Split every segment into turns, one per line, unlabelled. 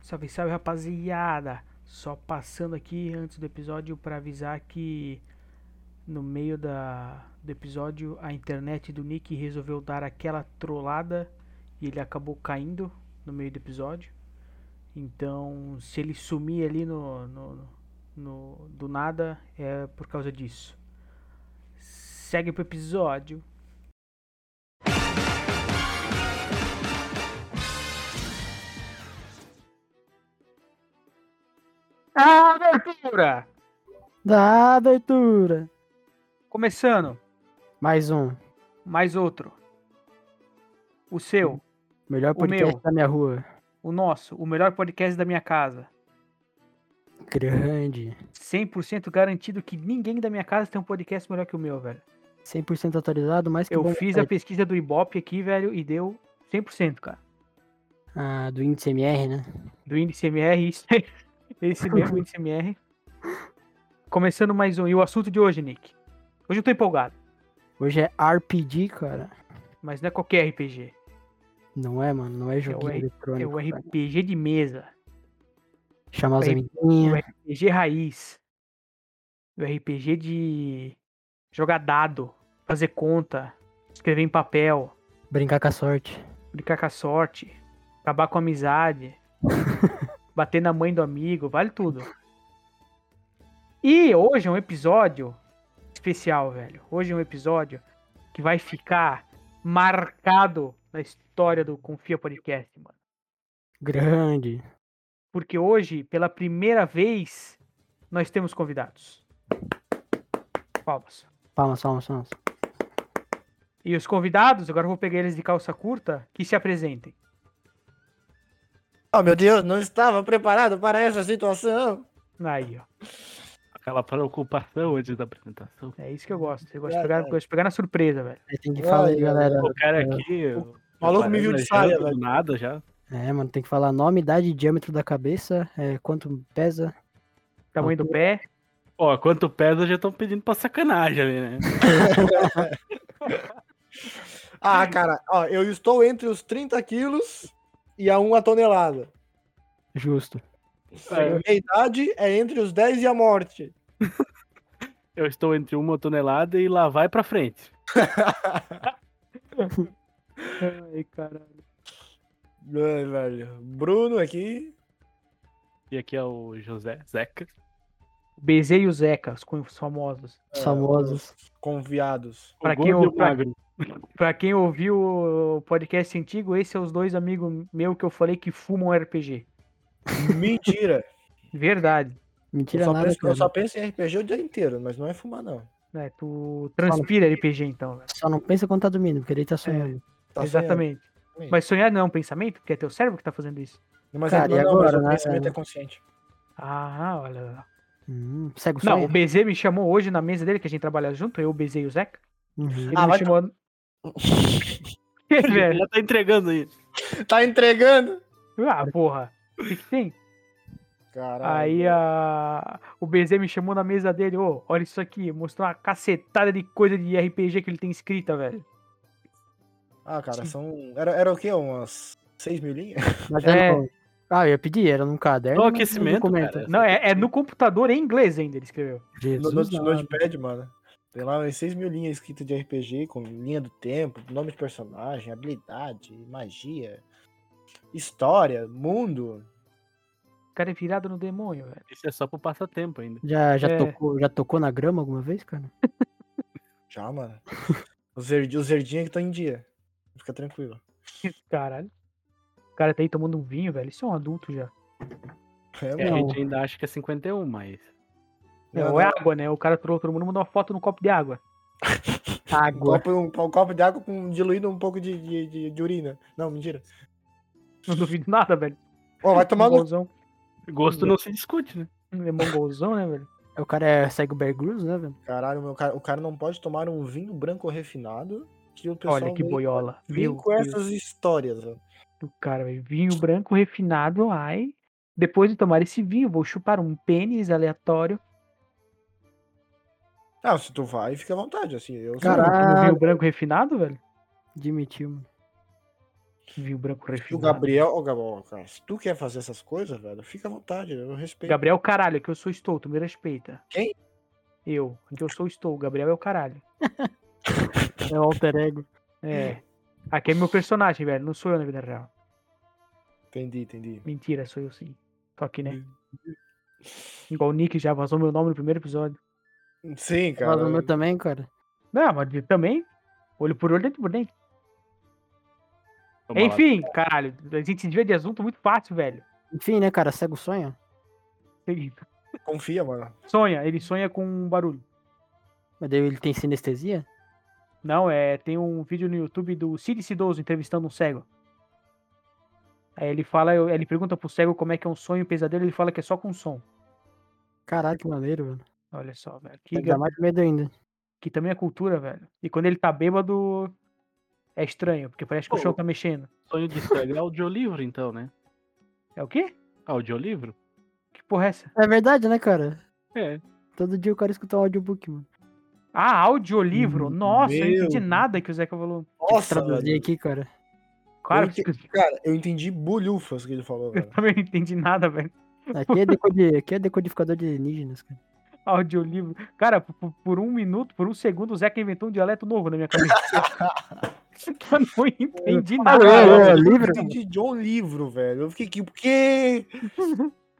Salve, salve rapaziada! Só passando aqui antes do episódio para avisar que no meio da, do episódio a internet do Nick resolveu dar aquela trollada e ele acabou caindo no meio do episódio. Então, se ele sumir ali no, no, no- do nada, é por causa disso. Segue pro episódio. Abertura!
Da abertura.
Começando,
Mais um.
mais outro. O seu.
Melhor
O
podcast
meu.
da minha rua.
o nosso, o melhor podcast da minha casa.
Grande.
100% garantido que ninguém da minha casa tem um podcast melhor que o meu, velho.
100% atualizado, mas que é.
Eu
bom
fiz a
site.
pesquisa do Ibope aqui, velho, e deu 100%, cara.
Ah, do índice MR, né?
Do índice MR, isso aí. Esse mesmo índice MR. Começando mais um. E o assunto de hoje, Nick? Hoje eu tô empolgado,
Hoje é RPG, cara.
mas não é qualquer RPG.
Não é, mano? Não é joguinho
R- É
eletrônico.
o
cara.
RPG de mesa.
Chamar os
é o
amiguinhos.
RPG raiz. O RPG de jogar dado, fazer conta, escrever em papel.
Brincar com a sorte.
brincar com a sorte, acabar com a amizade, bater na mãe do amigo, vale tudo. E hoje é um episódio especial, velho. Hoje é um episódio que vai ficar marcado na história do Confia Podcast, mano.
Grande.
Porque hoje, pela primeira vez, nós temos convidados. Palmas.
Palmas, palmas, palmas.
E os convidados, agora eu vou pegar eles de calça curta, que se apresentem.
Oh, meu Deus, não estava preparado para essa situação.
Aí, ó.
Aquela preocupação antes da apresentação.
É isso que eu gosto. Eu gosto de
Ah,
pegar,
tá.
gosto de pegar na surpresa, velho.
Aí tem que
Ai,
falar aí,
ai,
galera.
O cara aqui.
O maluco me viu de saia,
Do
velho.
nada já.
É, mano, tem que falar nome, idade, diâmetro da cabeça, é, quanto pesa.
Tamanho do pé.
Ó, quanto pesa já estão pedindo pra sacanagem ali, né?
Ah, cara, ó, eu estou entre os 30 quilos e a 1 tonelada.
Justo.
É,
Minha idade é entre os 10 e a morte.
Eu estou entre uma tonelada e lá vai pra frente.
Ai, caralho.
Ai, velho. Bruno aqui.
E aqui é o José Zeca.
O Bezê e o Zeca, os cunhos famosos.
Os famosos.
Conviados.
Pra
o
quem
gordo e
eu-
o magro.
Pra quem ouviu o podcast antigo, esses são os dois amigos meus que eu falei que fumam RPG.
Mentira.
Verdade.
eu,
Mentira
só
nada,
penso, eu
cara.
só penso em RPG o dia inteiro, mas não é fumar, não.
né? tu transpira RPG então, velho.
Só não pensa quando tá dormindo, porque ele tá sonhando.
Tá
Exatamente.
sonhando.
Mas sonhar não é um pensamento, porque é teu cérebro que tá fazendo isso.
Mas,
Cara,
não,
e
não, mas
agora,
o
né,
pensamento
velho?
é consciente.
Ah, olha lá.
Hum, segue o
Não,
sonho.
o Bezê me chamou hoje na mesa dele, que a gente trabalha junto, eu, o Bezê e o Zeca.
Uhum.
Ele
Ah,
me
vai
chamou. Que, velho?
Já tá entregando aí.
Tá entregando.
Ah, porra. O que, que tem?
Caralho.
Aí a... o BZ me chamou na mesa dele, ô, olha isso aqui, mostrou uma cacetada de coisa de RPG que ele tem escrita, velho.
Ah, cara, são. Era, era o quê? Umas 6 mil linhas?
Mas
É.
era no- Ah, eu ia pedir, era num caderno. né,
Só
mas num
aquecimento,
documento.
cara.
Não, é, é no computador em inglês ainda, ele escreveu.
No,
Jesus,
no,
amado.
Notepad, mano. Tem lá umas 6 mil linhas escritas de RPG, com linha do tempo, nome de personagem, habilidade, magia, história, mundo.
O cara é virado no demônio, velho.
Isso é só pro passatempo ainda.
já, já,
É.
tocou, já tocou na grama alguma vez, cara?
Já, mano. Os, verd, os verdinhos que estão em dia. Fica tranquilo.
Caralho. O cara tá aí tomando um vinho, velho. Isso é um adulto já.
É,
É, a
mano.
gente ainda acha que é 51, mas.
É,
Não,
ou é
não.
água, né? O cara trollou todo mundo, mandou uma foto no copo de água.
Um copo, um, um copo de água com, diluído um pouco de, de, de- de urina. Não, mentira.
Não duvido nada, velho.
Ó, vai tomar no.
mongolzão.
Gosto não se discute, né?
É mongolzão, né, velho?
O cara é, segue o Bear Grylls, né, velho?
Caralho, meu cara, o cara não pode tomar um vinho branco refinado. Que o pessoal
Olha que
vem-
boiola.
Vem
Meu
com
Deus.
essas histórias, velho.
do cara, velho. Vinho branco refinado, ai. Depois de tomar esse vinho, vou chupar um pênis aleatório.
Ah, se tu vai, fica à vontade, assim. Eu sou-
Caralho.
Um vinho branco refinado, velho?
Admitiu, mano.
Vinho branco
O
refinado.
Gabriel, ô Gabriel, cara, se tu quer fazer essas coisas, velho, fica à vontade, eu respeito.
Gabriel, caralho, que eu sou estou, tu me respeita.
Quem?
Eu, que eu sou estou. Gabriel é o caralho.
É o alter ego.
É. Aqui é meu personagem, velho. Não sou eu na vida real.
Entendi, entendi.
Mentira, sou eu sim. Tô aqui, né? Igual o Nick já vazou meu nome no primeiro episódio.
Sim,
Fala
cara. é.
do meu também, cara.
Não, mas de- também. Olho por olho, dentro por dentro.
Toma lá.
Enfim, caralho. A gente se desvia de assunto muito fácil, velho.
Enfim, né, cara? Segue o sonho.
Seguinte.
Confia, mano.
Sonha, ele sonha com um barulho.
Mas daí ele tem sinestesia?
Não, é. Tem um vídeo no YouTube do Cid Cidoso entrevistando um cego. Aí ele fala, eu- ele pergunta pro cego como é que é um sonho, um pesadelo, ele fala que é só com som.
Caraca, que maneiro, velho.
Olha só, velho. Que,
Dá mais medo ainda.
que também é cultura, velho. E quando ele tá bêbado, é estranho, porque parece que o
Pô.
chão tá mexendo.
Sonho de cego é audiolivro, então, né? Ah,
É o quê?
Audiolivro?
Que porra é essa?
É verdade, né, cara?
É.
Todo dia o cara escuta um audiobook, mano.
Ah, audiolivro?
Hum,
Nossa, eu não entendi
meu.
nada que o Zeca falou.
Nossa,
Traduzir
velho.
aqui, cara.
Claro
Eu
que
Cara, eu entendi bolhufas que ele falou,
eu
velho.
também não entendi nada, velho.
Aqui é, decodi... aqui é decodificador de alienígenas, cara.
Audiolivro. Cara, por- por, por um minuto, por um segundo, o Zeca inventou um dialeto novo na minha cabeça. eu não entendi nada.
é, é,
eu
livro?
entendi de um livro, velho. Eu fiquei aqui, por quê?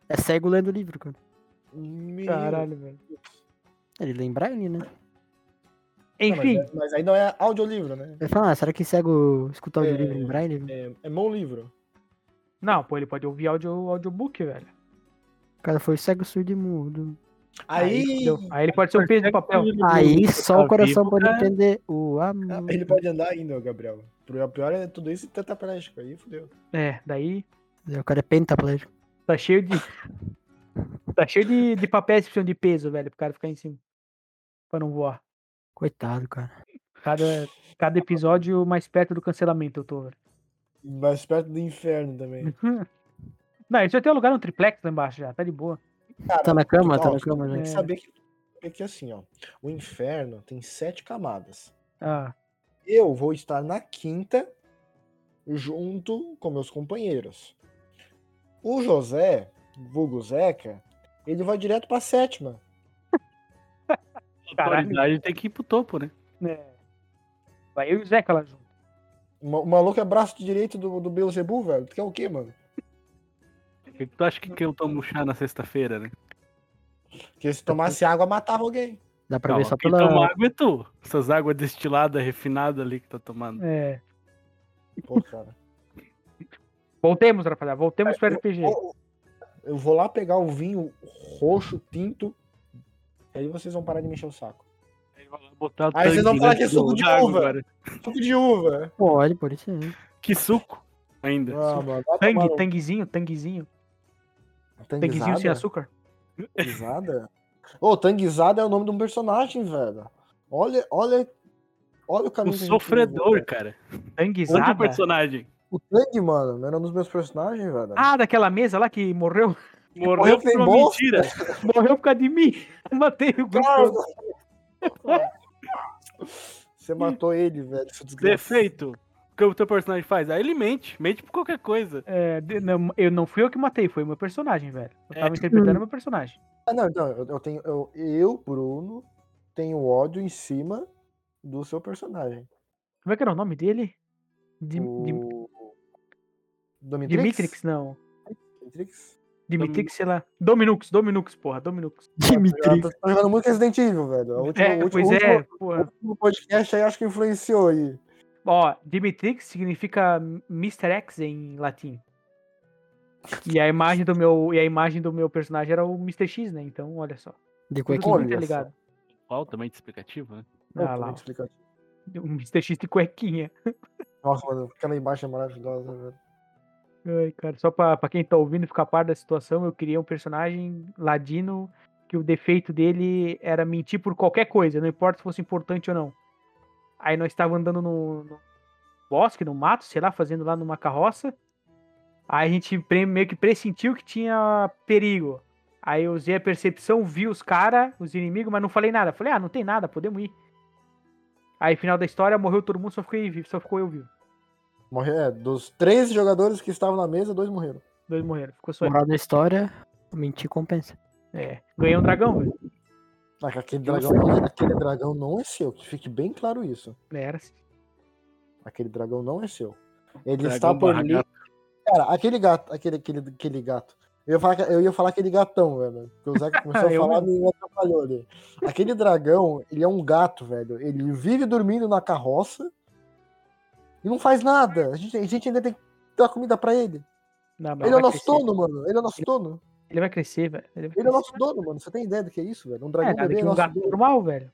É cego lendo livro, cara.
Meu-
Caralho, velho.
Ele lembra ele, né?
Não, mas
Enfim,
é- Mas, aí não é audiolivro, né?
Vai falar, ah, será que cego escutar
É.
audiolivro em braille?
É, é mão livro.
não, pô, ele pode ouvir audio, audiobook, velho.
O cara foi cego, surdo e mudo.
Aí,
entendeu? aí ele pode ser um peso de papel.
Aí só
tá
o coração
vivo,
pode
cara.
entender o amor.
ele pode andar ainda, ô, Gabriel. O pior é tudo isso e tetraplégico. Aí fodeu.
É, daí
O cara é pentaplégico.
tá cheio de. tá cheio de, de papéis que precisam de peso, velho, pro cara ficar em cima. Pra não voar.
Coitado, cara.
Cada, cada episódio mais perto do cancelamento eu tô, velho.
Mais perto do inferno também.
Não, isso já tem um lugar no triplex lá embaixo já, tá de boa.
Cara,
Tá na cama, tá
ó,
na cama,
Tem
né?
que
É.
saber que, é que assim, ó. O inferno tem sete camadas.
Ah,
Eu vou estar na quinta junto com meus companheiros. O José, vulgo Zeca, ele vai direto pra sétima.
A autoridade tem que ir pro topo, né?
é. Vai eu e o Zeca lá junto.
O ma- o maluco é braço direito do, do Beelzebub, velho. Tu quer o quê, mano?
O que que Tu acha que quem eu tomo chá na sexta-feira, né?
Porque se tomasse água, matava alguém.
Dá pra
Não,
ver só
quem
pela.
toma água é tu. Essas águas destiladas, refinadas ali que tá tomando.
É.
Pô, cara.
Voltemos, rapaziada, voltemos pro RPG.
Eu, eu vou lá pegar o vinho roxo, tinto. E aí vocês vão parar de mexer o saco.
Aí vai lá botar o
Aí vocês vão
tanque né,
falar
dentro
que é suco
do
de
lago
uva.
agora.
Suco de uva.
Pode, por isso aí.
Que suco ainda.
Ah, mano, vai tomar
Tangue,
no-
tanguezinho, tanguezinho. Tanguezinho sem
Tanguizada?
açúcar.
Tanguizada? Ô, Tanguizada é o nome de um personagem, velho. Olha, olha, olha o
Um
caminho. que a gente
sofredor,
levou,
cara. Outro
é.
Tanguizada?
personagem.
velho. O Tang, mano, era um dos meus personagens, velho.
Ah, daquela mesa lá que morreu.
Morreu
sem
por uma
bolsa.
mentira.
Morreu por causa de mim. Matei o grupo.
Cara, Você matou ele, velho. seu desgraçado.
Defeito. O que o teu personagem faz? Aí ele mente. Mente por qualquer coisa.
É, de- não, eu não fui eu que matei, foi meu personagem, velho. Eu
É.
tava interpretando meu personagem.
Ah, não, não, eu, eu tenho. Eu, eu, Bruno, tenho ódio em cima do seu personagem.
Como é que era o nome dele? Dim, Dim-
O... Domitrix?
Dimitrix, não.
Domitrix?
Dimitrix, sei lá. Dominux, Dominux, porra, Dominux.
Dimitri.
Eu tô Ah, tá, jogando muito Resident Evil, velho. O último,
é,
o último,
pois
o último,
é,
o
porra.
último podcast aí acho que influenciou aí.
Ó, Dimitrix significa Mr. X em latim. E a imagem do meu, e a imagem do meu personagem era o Mr. X, né? Então, olha só.
De
Tudo
Olha
cuequinha.
muito
só.
ligado.
Altamente explicativo, né?
Ah,
Pô,
lá,
muito explicativo.
o Mr. Um X de cuequinha.
Nossa, mano, aquela imagem é maravilhosa, velho.
Ai, cara, só pra, pra quem tá ouvindo ficar a par da situação, eu queria um personagem ladino que o defeito dele era mentir por qualquer coisa, não importa se fosse importante ou não. Aí nós estávamos andando no, no bosque, no mato, sei lá, fazendo lá numa carroça. Aí a gente pre- meio que pressentiu que tinha perigo. Aí eu usei a percepção, vi os caras, os inimigos, mas não falei nada. Falei, ah, não tem nada, podemos ir. Aí final da história, morreu todo mundo, só, fiquei, vivo- só ficou eu vivo.
Morre, é, dos três jogadores que estavam na mesa, dois morreram.
Dois morreram. Ficou só ele.
Moral da história, mentir compensa.
É. Ganhei um dragão, velho.
Mas aquele dragão, não é- aquele dragão não é seu, que fique bem claro isso.
Era assim.
Aquele dragão não é seu. Ele
Dragão
está por
barra
ali. Cara, aquele gato, aquele, aquele, aquele gato. Eu ia, falar, que- eu ia falar aquele gatão, velho. Porque o Zeca começou a
Ah, Eu-
falar e me atrapalhou ali. Aquele dragão, ele é um gato, velho. Ele vive dormindo na carroça e não faz nada. A gente, a gente ainda tem que dar comida pra ele.
Não, mas
Ele é o
vai
nosso
crescer.
dono, mano. Ele é o nosso dono.
Ele vai crescer, velho. Ele vai
Ele é
crescer.
o nosso dono, mano. Você tem ideia do que é isso, velho? Um
É,
dragão
nada
bebê é
de um
nosso
gato
dono.
normal, velho.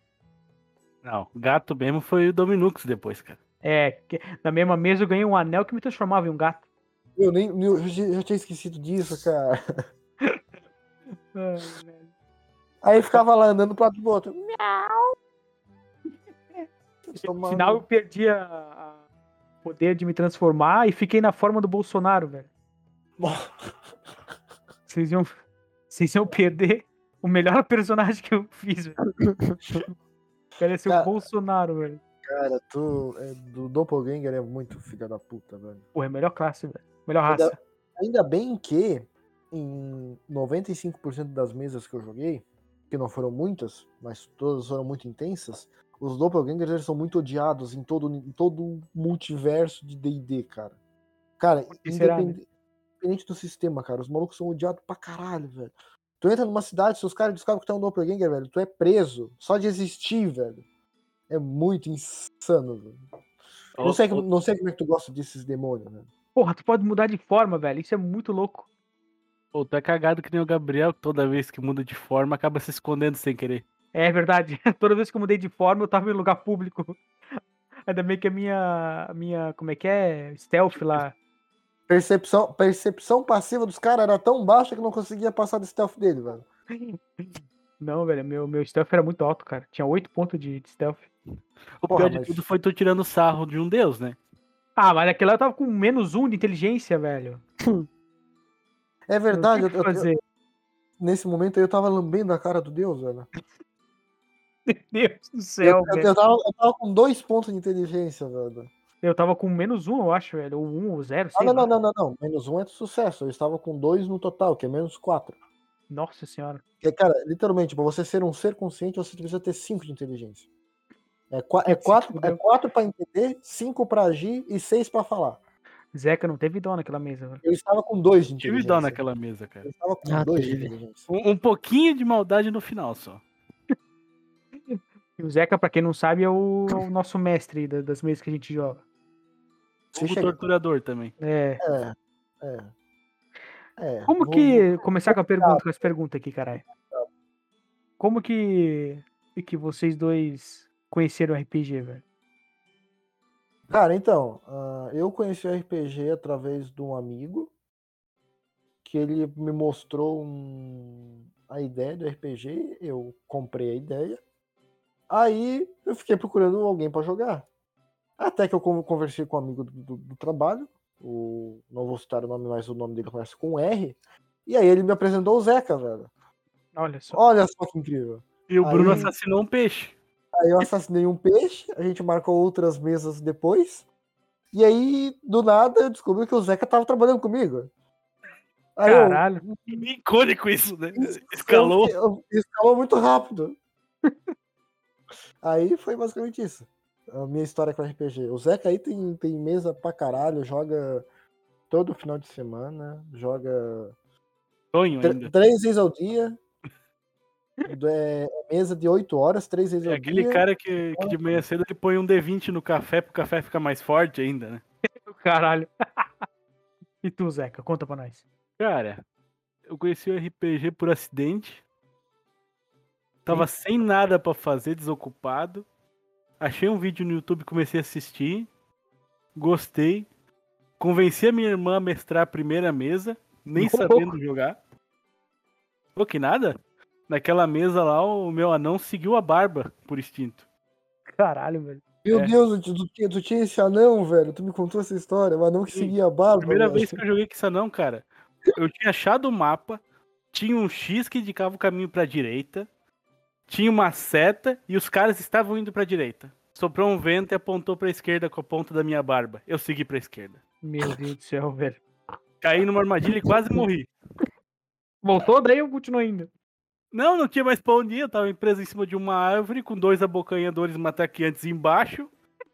Não, gato mesmo foi o Dominux depois, cara.
É, que- na mesma mesa eu ganhei um anel que me transformava em um gato.
Eu nem eu já- já tinha esquecido disso, cara.
Ah,
Aí ficava lá andando pro lado do outro. Miau!
No final eu perdi a- a- o poder de me transformar e fiquei na forma do Bolsonaro, velho. Vocês iam, vocês iam perder o melhor personagem que eu fiz, velho. Pareceu o
Cara.
Bolsonaro, velho.
Cara, tu é, do Doppelganger é muito filha da puta, velho.
Porra, é a melhor classe, velho. Melhor raça.
Ainda bem que em 95% das mesas que eu joguei, que não foram muitas, mas todas foram muito intensas, os Doppelgangers eles são muito odiados em todo em todo o multiverso de D&D, cara. Cara,
que será, né?
independe- independente do sistema, cara, os malucos são odiados pra caralho, velho. Tu entra numa cidade, se os caras descobrem que tu é um Doppelganger, velho, tu é preso só de existir, velho. É muito insano, velho. Não sei, como- não sei como é que tu gosta desses demônios, né?
Porra, tu pode mudar de forma, velho. Isso é muito louco.
Pô, tu é cagado que nem o Gabriel, que toda vez que muda de forma acaba se escondendo sem querer.
É verdade. Toda vez que eu mudei de forma, eu tava em lugar público. Ainda bem que a minha. a minha. Como é que é? Stealth lá.
Percepção, percepção passiva dos caras era tão baixa que não conseguia passar do stealth dele, velho.
Não, velho, meu, meu stealth era muito alto, cara. Tinha 8 pontos de, de stealth.
O
Porra,
pior de
mas-
tudo foi tu tirando sarro de um deus, né?
Ah, mas aquele lá eu tava com menos 1 de inteligência, velho.
É
Não tinha
verdade,
o que
eu- eu- eu-
fazer.
nesse momento aí eu tava lambendo a cara do Deus, velho.
Meu Deus do céu,
Eu, eu,
velho.
eu tava, eu tava com dois pontos de inteligência, velho.
Eu tava com menos 1, eu acho, velho. Ou 1 ou 0,
Ah,
sei
não,
lá.
não, não, não, não. Menos um é de sucesso. Eu estava com dois no total, que é menos quatro.
Nossa senhora.
Porque, cara, literalmente, pra você ser um ser consciente, você precisa ter cinco de inteligência. É, qua- é, quatro, é
fudeu.
quatro pra entender, cinco pra agir e seis pra falar.
Zeca não teve dó naquela mesa, velho.
Eu estava com dois de
Tive
inteligência.
dó naquela mesa, cara.
Eu estava com
Ah,
dois de
teve.
inteligência.
Um, um pouquinho de maldade no final só.
E o Zeca, pra quem não sabe, é o, é o nosso mestre da- das mesas que a gente joga.
Você
Fogo
chega-
torturador também.
É.
É, é. É,
Como
vou-
que. Começar com a pergunta, com as perguntas aqui, caralho. Como que. e que vocês dois conheceram o RPG, velho?
Cara, então, ah, eu conheci o RPG através de um amigo que ele me mostrou um- a ideia do RPG, eu comprei a ideia. Aí eu fiquei procurando alguém pra jogar. Até que eu con- conversei com um amigo do, do- do trabalho, o, não vou citar o nome, mas o nome dele começa com R. E aí ele me apresentou o Zeca, velho.
Olha só.
Olha só que incrível.
E o Bruno
Aí-
assassinou um peixe.
Aí eu assassinei um peixe, a gente marcou outras mesas depois. E aí, do nada, eu descobri que o Zeca tava trabalhando comigo. Aí eu-
Caralho.
Icônico isso, né? Escalou.
eu- eu- escalou muito rápido. aí foi basicamente isso. A minha história com RPG. O Zeca aí tem, tem mesa pra caralho, joga todo final de semana, joga
Sonho
tr-
ainda.
três vezes ao dia. É mesa de oito horas, três vezes
É
ao
aquele
dia.
cara que, que de manhã cedo ele põe um D20 no café pro café ficar mais forte ainda, né?
Caralho. E tu, Zeca, conta pra nós.
Cara, eu conheci o RPG por acidente. Tava sem nada pra fazer, desocupado. Achei um vídeo no YouTube, comecei a assistir. Gostei. Convenci a minha irmã a mestrar a primeira mesa, nem
Ô,
sabendo jogar. Pô, que nada? Naquela mesa lá, o meu anão seguiu a barba por instinto.
Caralho, velho.
Meu
É.
Deus, tu, tu tinha- tu tinha esse anão, velho. Tu me contou essa história, o anão que
Sim.
seguia a barba.
Primeira
velho.
vez que eu joguei com isso anão, cara. Eu tinha achado o mapa, tinha um X que indicava o caminho pra direita, tinha uma seta e os caras estavam indo pra direita. Soprou um vento e apontou pra esquerda com a ponta da minha barba. Eu segui pra esquerda.
Meu Deus do céu, velho.
Caí numa armadilha e quase morri.
Voltou, daí eu continuo ainda.
Não, não tinha mais pra onde ir. Eu tava preso em cima de uma árvore com dois abocanhadores mataqueantes embaixo,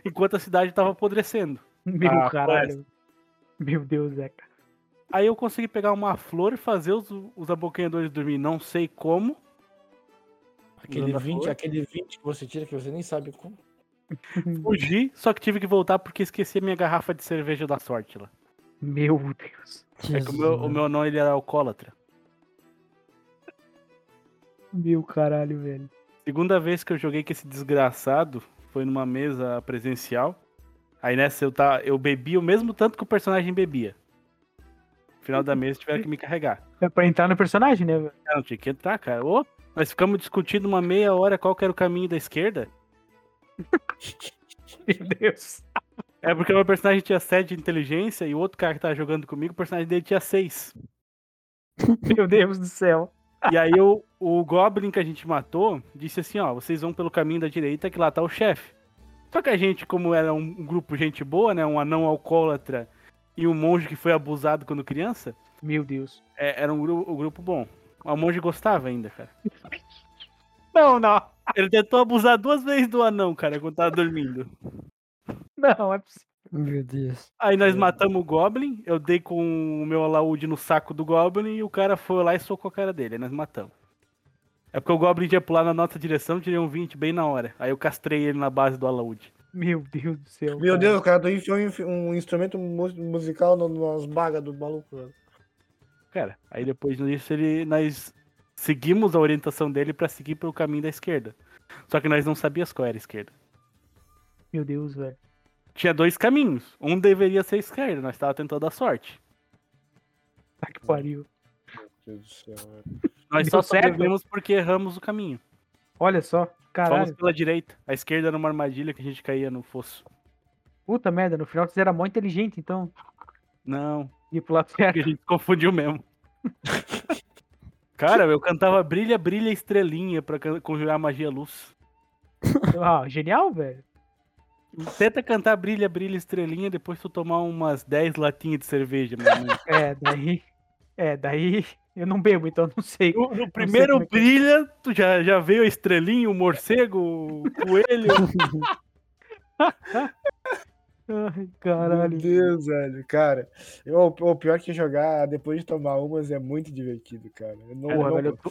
enquanto a cidade tava apodrecendo.
Meu
Ah,
caralho. Meu Deus, Zeca.
Aí eu consegui pegar uma flor e fazer os, os abocanhadores dormir. Não sei como.
Aquele
Dona
20,
Flor?
aquele 20 que você tira que você nem sabe como.
Fugi, só que tive que voltar porque esqueci a minha garrafa de cerveja da sorte lá.
Meu Deus.
É que o meu, o meu anão ele era alcoólatra.
Meu caralho, velho.
Segunda vez que eu joguei com esse desgraçado foi numa mesa presencial. Aí nessa eu, tá, eu bebi o mesmo tanto que o personagem bebia. No final da mesa tiveram que me carregar.
É pra entrar no personagem, né, velho?
Ah, não tinha que entrar, cara. Ô, nós ficamos discutindo uma meia hora qual que era o caminho da esquerda.
Meu Deus.
É porque o meu personagem tinha 7 de inteligência e o outro cara que tava jogando comigo, o personagem dele tinha 6.
Meu Deus do céu.
E aí o, o Goblin que a gente matou disse assim, ó, vocês vão pelo caminho da direita que lá tá o chefe. Só que a gente, como era um um grupo gente boa, né, um anão alcoólatra e um monge que foi abusado quando criança,
Meu Deus.
é- era um, gru- um grupo bom. O monge gostava ainda, cara.
Não, não.
Ele tentou abusar duas vezes do anão, cara, quando tava dormindo.
Não, é possível.
Meu Deus.
Aí nós matamos o Goblin, eu dei com o meu alaúde no saco do Goblin e o cara foi lá e socou a cara dele, aí nós matamos. É porque o Goblin ia pular na nossa direção, tirei um 20 bem na hora. Aí eu castrei ele na base do alaúde.
Meu Deus do céu.
Meu
é.
cara.
Deus, o cara do enfiou um um instrumento mu- musical no- nas bagas do maluco. velho.
Cara, aí depois disso ele, nós seguimos a orientação dele pra seguir pelo caminho da esquerda. Só que nós não sabíamos qual era a esquerda.
Meu Deus, velho.
Tinha dois caminhos. Um deveria ser a esquerda, nós tava tentando a sorte.
Tá
É.
que pariu.
Meu Deus do céu. velho.
Nós
Deu
só
certo?
sobrevivemos porque erramos o caminho.
Olha só.
Fomos
Caralho.
pela direita. A esquerda era uma armadilha que a gente caía no fosso.
Puta merda. No final vocês eram mó inteligente, então.
Não,
E pro lado
Porque a
certo.
gente se confundiu mesmo. Cara, eu cantava Brilha, Brilha, Estrelinha pra can- conjurar magia luz.
Ah, genial, velho.
Tenta cantar Brilha, Brilha, Estrelinha depois tu tomar umas 10 latinhas de cerveja. meu amigo.
É, daí. É, daí. Eu não bebo, então não sei.
No, no primeiro
como é que é.
Brilha, tu já, já veio a estrelinha, o morcego, o coelho.
Ai, caralho.
Meu Deus, velho, cara. Eu- o pior é que jogar depois de tomar umas é muito divertido, cara. Eu não,
Porra,
não-
velho, eu tô,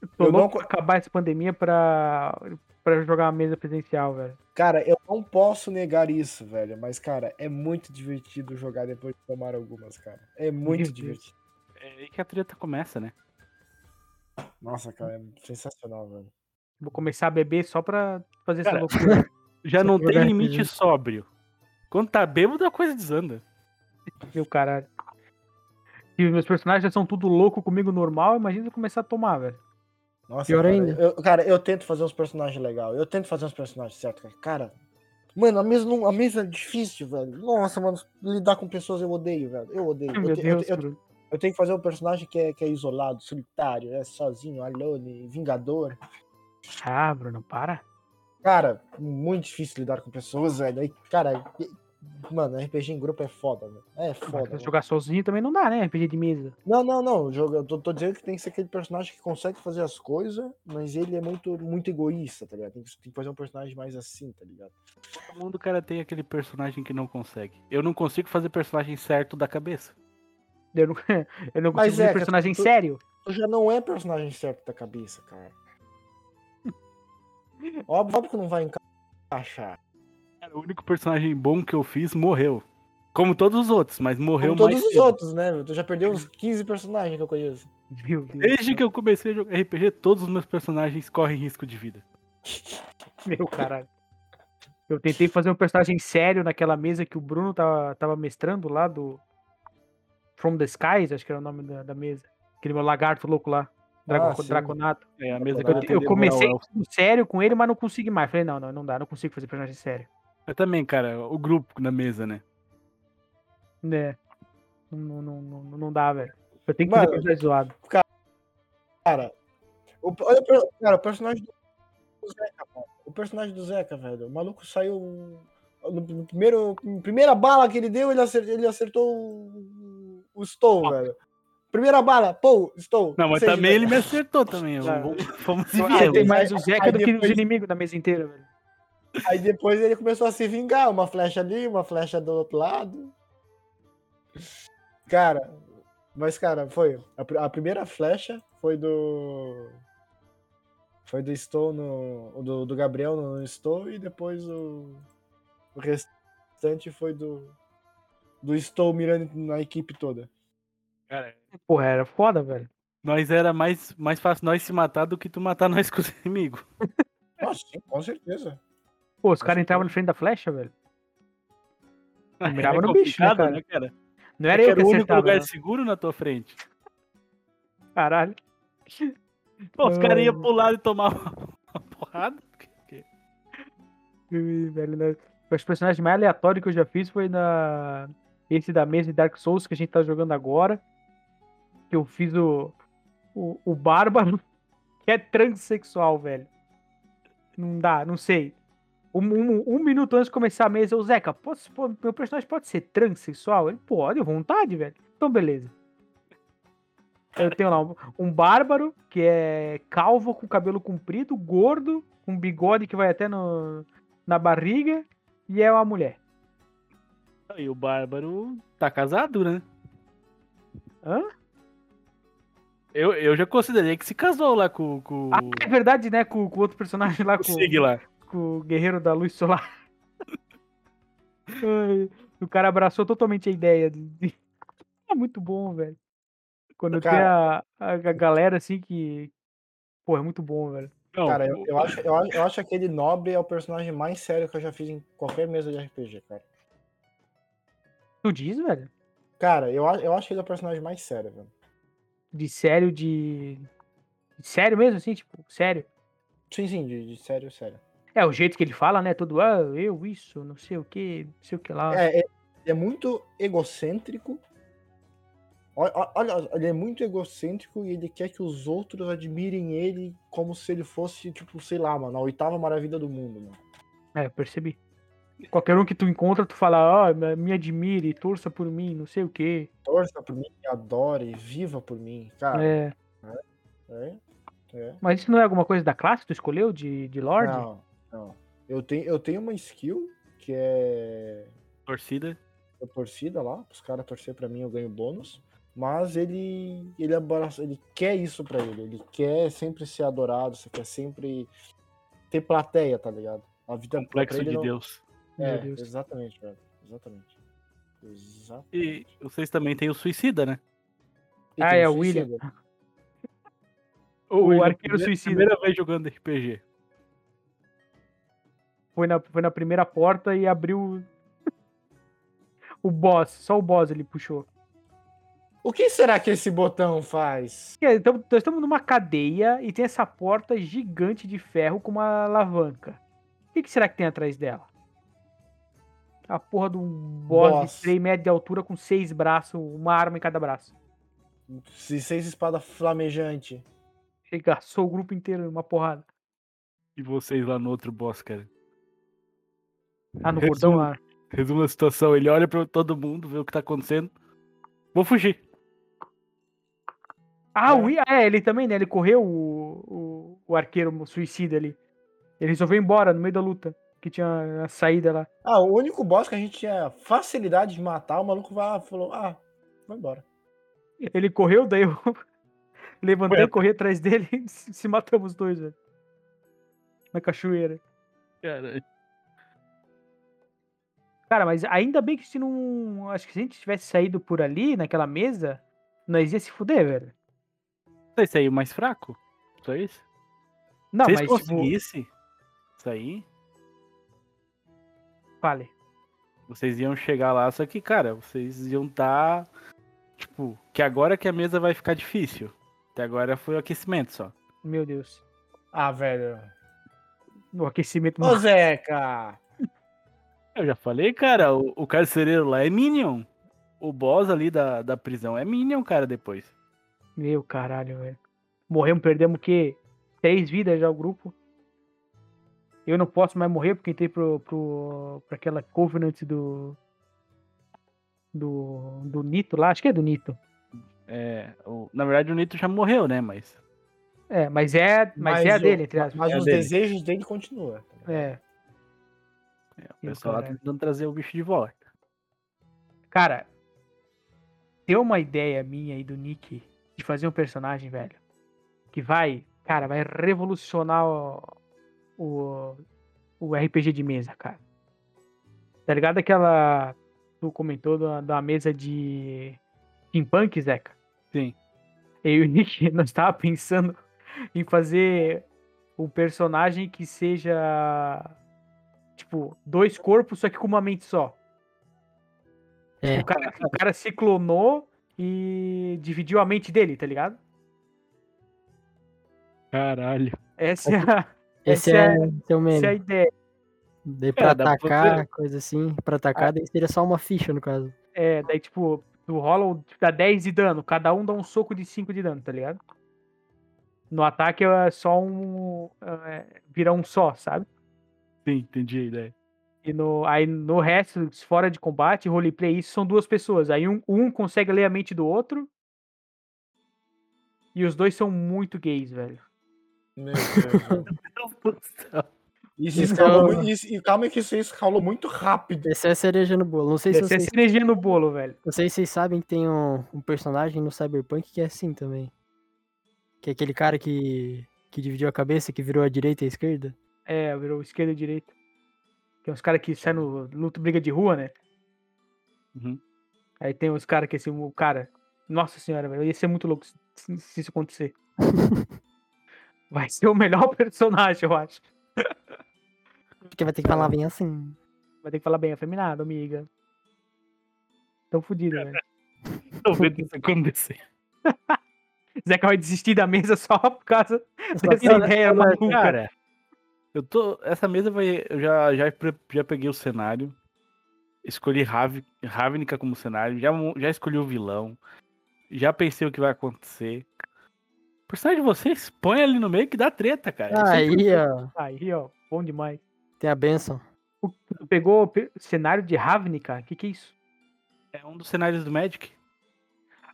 eu tô
eu não
louco pra
co-
acabar essa pandemia pra, pra jogar uma mesa presencial, velho.
Cara, eu não posso negar isso, velho. Mas, cara, é muito divertido jogar depois de tomar algumas, cara. É muito
Deus.
divertido.
É aí que a treta começa, né?
Nossa, cara, é sensacional, velho.
Vou começar a beber só pra fazer essa
Cara,
loucura.
Já não tem
Jogar
limite
RPG.
sóbrio. Quando tá bêbado, a coisa desanda.
Meu caralho. E os meus personagens já são tudo louco comigo normal, imagina eu começar a tomar, velho.
Nossa,
Pior
cara,
ainda.
Eu, cara, eu tento fazer uns personagens legais. Eu tento fazer uns personagens certos, cara. Cara, mano, a mesa, não- a mesa é difícil, velho. Nossa, mano, lidar com pessoas eu odeio, velho. Eu odeio.
Meu
eu, te- eu
Deus,
te- eu,
Bruno.
eu tenho que fazer um personagem que é, que é isolado, solitário, é sozinho, alone, vingador.
Ah, Bruno, para.
Cara, muito difícil lidar com pessoas, velho. Aí, cara, e- mano, RPG em grupo é foda, velho. É
Mas
foda.
se eu
mano.
jogar sozinho também não dá, né? RPG de mesa.
Não, não, não. o jogo- Eu tô, tô dizendo que tem que ser aquele personagem que consegue fazer as coisas, mas ele é muito, muito egoísta, tá ligado? Tem que, tem que fazer um personagem mais assim, tá ligado?
Todo mundo, cara, tem aquele personagem que não consegue. Eu não consigo fazer personagem certo da cabeça.
Eu não, eu não
Mas, é,
consigo ser
Zeca,
personagem
tu-
sério.
Tu já não é personagem certo da cabeça, cara. Óbvio, óbvio que não vai encaixar.
Cara, o único personagem bom que eu fiz morreu. Como todos os outros, mas morreu
Como todos
mais
os
cedo.
outros, né? velho? Tu já perdeu uns 15 personagens que eu conheço.
Meu Deus.
Desde que eu comecei a jogar RPG, todos os meus personagens correm risco de vida.
Meu caralho. Eu tentei fazer um personagem sério naquela mesa que o Bruno tava, tava mestrando lá do. From the Skies, acho que era o nome da, da mesa. Aquele meu lagarto louco lá. Drago-
Ah, sim.
Draconato.
É a mesa que eu,
Eu,
tentei
eu
demorar
comecei
o elfo.
tudo sério com ele, mas não consegui mais. Falei, não, não, não dá, não consigo fazer personagem sério.
Eu também, cara, o grupo na mesa, né?
Né? Não, não, não, não- não dá, velho. Eu tenho que fazer
Mano.
personagem zoado.
Cara, o, olha, o per- cara, o personagem do Zeca, mano. O O personagem do Zeca, velho. O maluco saiu. No, no primeiro, na primeira bala que ele deu, ele acertou, ele acertou o, o Stone, velho. Primeira bala, pô, Stone.
Ah. Não, mas
Seja,
também
é.
né?
ele me acertou também.
Tá.
Vamos, vamos se
Eu acertei
ver.
mais o Zeca
um Aí
do que os
depois-
inimigos da mesa inteira, velho.
Aí depois ele começou a se vingar, uma flecha ali, uma flecha do outro lado. Cara, mas cara, foi. A, pri- a primeira flecha foi do. Foi do Stone no. Do, do Gabriel no Stone e depois o. O restante foi do. Do Stone mirando na equipe toda.
Cara,
Porra, era foda, velho.
nós era mais, mais fácil nós se matar do que tu matar nós com os inimigos.
Nossa, sim, com certeza.
Pô, os caras entravam na frente da flecha, velho. mirava
Era
no bicho, né,
é complicado,
cara?
cara?
Não
É Era
era eu que
o único
acertava,
lugar
né?
seguro na tua frente.
caralho.
Pô, os caras iam
Ah.
pro lado e tomavam uma porrada.
Ih, velho, né? Os personagens mais aleatórios que eu já fiz foi na. Esse da mesa de Dark Souls que a gente tá jogando agora. Que eu fiz o. O, o Bárbaro, que é transexual, velho. Não dá, não sei. Um, um- um minuto antes de começar a mesa, o Zeca, posso, pô, meu personagem pode ser transexual? Ele pode, à vontade, velho. Então, beleza. Eu tenho lá um, um bárbaro, que é calvo, com cabelo comprido, gordo, com bigode que vai até no, na barriga e é uma mulher.
E o Bárbaro tá casado, né?
Hã?
Eu, eu já considerei que se casou lá com, com
Ah, é verdade, né? Com com o outro personagem lá,
com o
com,
Sig lá.
com o Guerreiro da Luz Solar. Ai, o cara abraçou totalmente a ideia. de- é muito bom, velho. Quando tem a, a, a galera assim que. Pô, é muito bom, velho.
Não,
Cara, eu,
o-
eu acho, eu, acho, eu acho aquele nobre é o personagem mais sério que eu já fiz em qualquer mesa de RPG, cara.
Tu diz, velho?
Cara, eu, a- eu acho que ele é o personagem mais sério, velho.
De sério, de. de Sério mesmo, assim, tipo, sério.
Sim, sim, de, de sério, sério.
É o jeito que ele fala, né? Todo, ah, eu, isso, não sei o que, não sei o que lá.
É, é, é muito egocêntrico. Olha, olha, ele é muito egocêntrico e ele quer que os outros admirem ele como se ele fosse, tipo, sei lá, mano, a oitava maravilha do mundo, mano.
É, eu percebi. Qualquer um que tu encontra, tu fala, ó, me- me admire, torça por mim, não sei o quê.
Torça por mim, adore, viva por mim, cara.
É,
É. é.
mas isso não é alguma coisa da classe que tu escolheu de, de Lorde?
Não, não. Eu tenho, eu tenho uma skill que é
torcida.
a torcida lá, os caras torcer pra mim eu ganho bônus, mas ele ele abraça, ele quer isso pra ele, ele quer sempre ser adorado, você quer sempre ter plateia, tá ligado? A vida
Complexo
pra ele
de
não-
Deus.
Meu
É,
Deus.
exatamente, velho. Exatamente. Exatamente.
E vocês também têm o suicida, né?
E
Ah,
tem um
é o
suicida.
O
William,
arqueiro
primeira-
suicida.
Primeira vez jogando RPG.
Foi, na, foi na primeira porta e abriu o boss, só o boss ele puxou.
O que será que esse botão faz?
É, Então, nós estamos numa cadeia e tem essa porta gigante de ferro com uma alavanca. O que, que será que tem atrás dela? A porra de um boss,
Boss.
de 3 metros de altura com seis braços, uma arma em cada braço.
Se seis espadas flamejante.
Ele gastou o grupo inteiro numa porrada.
E vocês lá no outro boss, cara.
Ah, no
Resumo.
portão lá.
Resumo a situação. Ele olha pra todo mundo, vê o que tá acontecendo. Vou fugir.
Ah,
É.
o I- é, ele também, né? Ele correu o, o, o arqueiro o suicida ali. Ele resolveu ir embora no meio da luta, que tinha a saída lá.
Ah, o único boss que a gente tinha facilidade de matar, o maluco vai lá e falou: "Ah, vai embora".
Ele correu, daí eu levantei,
Ué.
corri atrás dele e se se matamos os dois, velho. Na cachoeira.
Cara,
Cara, mas ainda bem que se não. Acho que se a gente tivesse saído por ali, naquela mesa, nós ia se fuder, velho.
esse é aí o mais fraco? Só isso?
Não,
Se vocês
mas tipo,
conseguissem isso aí,
fale.
vocês iam chegar lá. Só que, cara, vocês iam tá. Tipo, que agora que a mesa vai ficar difícil. Até agora foi o aquecimento só.
Meu Deus.
Ah, velho.
No aquecimento.
Ô, Zeca!
Eu já falei, cara, o, o carcereiro lá é Minion. O boss ali da, da prisão é Minion, cara, depois.
Meu caralho, velho. Morremos, perdemos o quê? Três vidas já o grupo. Eu não posso mais morrer porque entrei pro, pro, pra aquela Covenant do. Do. Do Nito lá, acho que é do Nito.
É, o- na verdade, o Nito já morreu, né? Mas.
É, mas é, mas é a
o-
dele, entre aspas.
Mas
É a
os
dele.
desejos dele continuam. tá ligado?
É. Então,
é, o
Sim,
pessoal lá
cara.
tentando trazer o bicho de volta.
Cara, deu uma ideia minha aí do Nick de fazer um personagem, velho, que vai, cara, vai revolucionar o, o, o RPG de mesa, cara. Tá ligado aquela. Tu comentou da, da mesa de Steampunk, Zeca?
Sim.
Eu e o Nick, nós tava pensando em fazer um personagem que seja. Tipo, dois corpos, só que com uma mente só.
É.
O cara, o cara se clonou e dividiu a mente dele, tá ligado?
Caralho.
Essa é a,
Esse
Esse
é, esse é o
essa é a
meme.
ideia.
Daí pra
dá pra
atacar, coisa assim. Pra atacar, daí seria só uma ficha, no caso.
É, daí, tipo, tu rola, o- dá 10 de dano, cada um dá um soco de 5 de dano, tá ligado? No ataque é só um. É, vira um só, sabe?
Sim, entendi a ideia.
E no, aí no resto, fora de combate, roleplay, isso são duas pessoas. Aí um, um consegue ler a mente do outro. E os dois são muito gays, velho. é
Meu Deus, mano. Isso
Então-
escalou muito- isso- e calma aí que isso escalou muito rápido.
Essa é a cereja no bolo. Não sei se
Essa é
vocês,
cereja no bolo, velho.
não sei se vocês sabem que tem um, um personagem no Cyberpunk que é assim também. Que é aquele cara que, que dividiu a cabeça, que virou a direita e a esquerda.
É, virou esquerda e direita. Tem uns caras que saem no luto briga de rua, né?
Uhum.
Aí tem uns caras que assim, o cara. Nossa senhora, velho, ia ser muito louco se, se isso acontecer. Vai ser o melhor personagem, eu acho.
Porque vai ter que falar bem assim.
Vai ter que falar bem afeminado, amiga. Tão fudido, né? velho.
Tô vendo isso acontecer.
Zeca vai desistir da mesa só por causa
Só
dessa
pra-
ideia maluca.
Cara, eu tô. Essa mesa vai. Eu já, já, pre- já peguei o cenário. Escolhi Rav- Ravnica como cenário. Já, mo- já escolhi o vilão. Já pensei o que vai acontecer. O personagem de vocês põe ali no meio que dá treta, cara. Isso é
Aí, ó.
Aí, ó, bom demais.
Tem a benção.
Tu pegou o pe- cenário de Ravnica? Que que é isso?
É um dos cenários do Magic.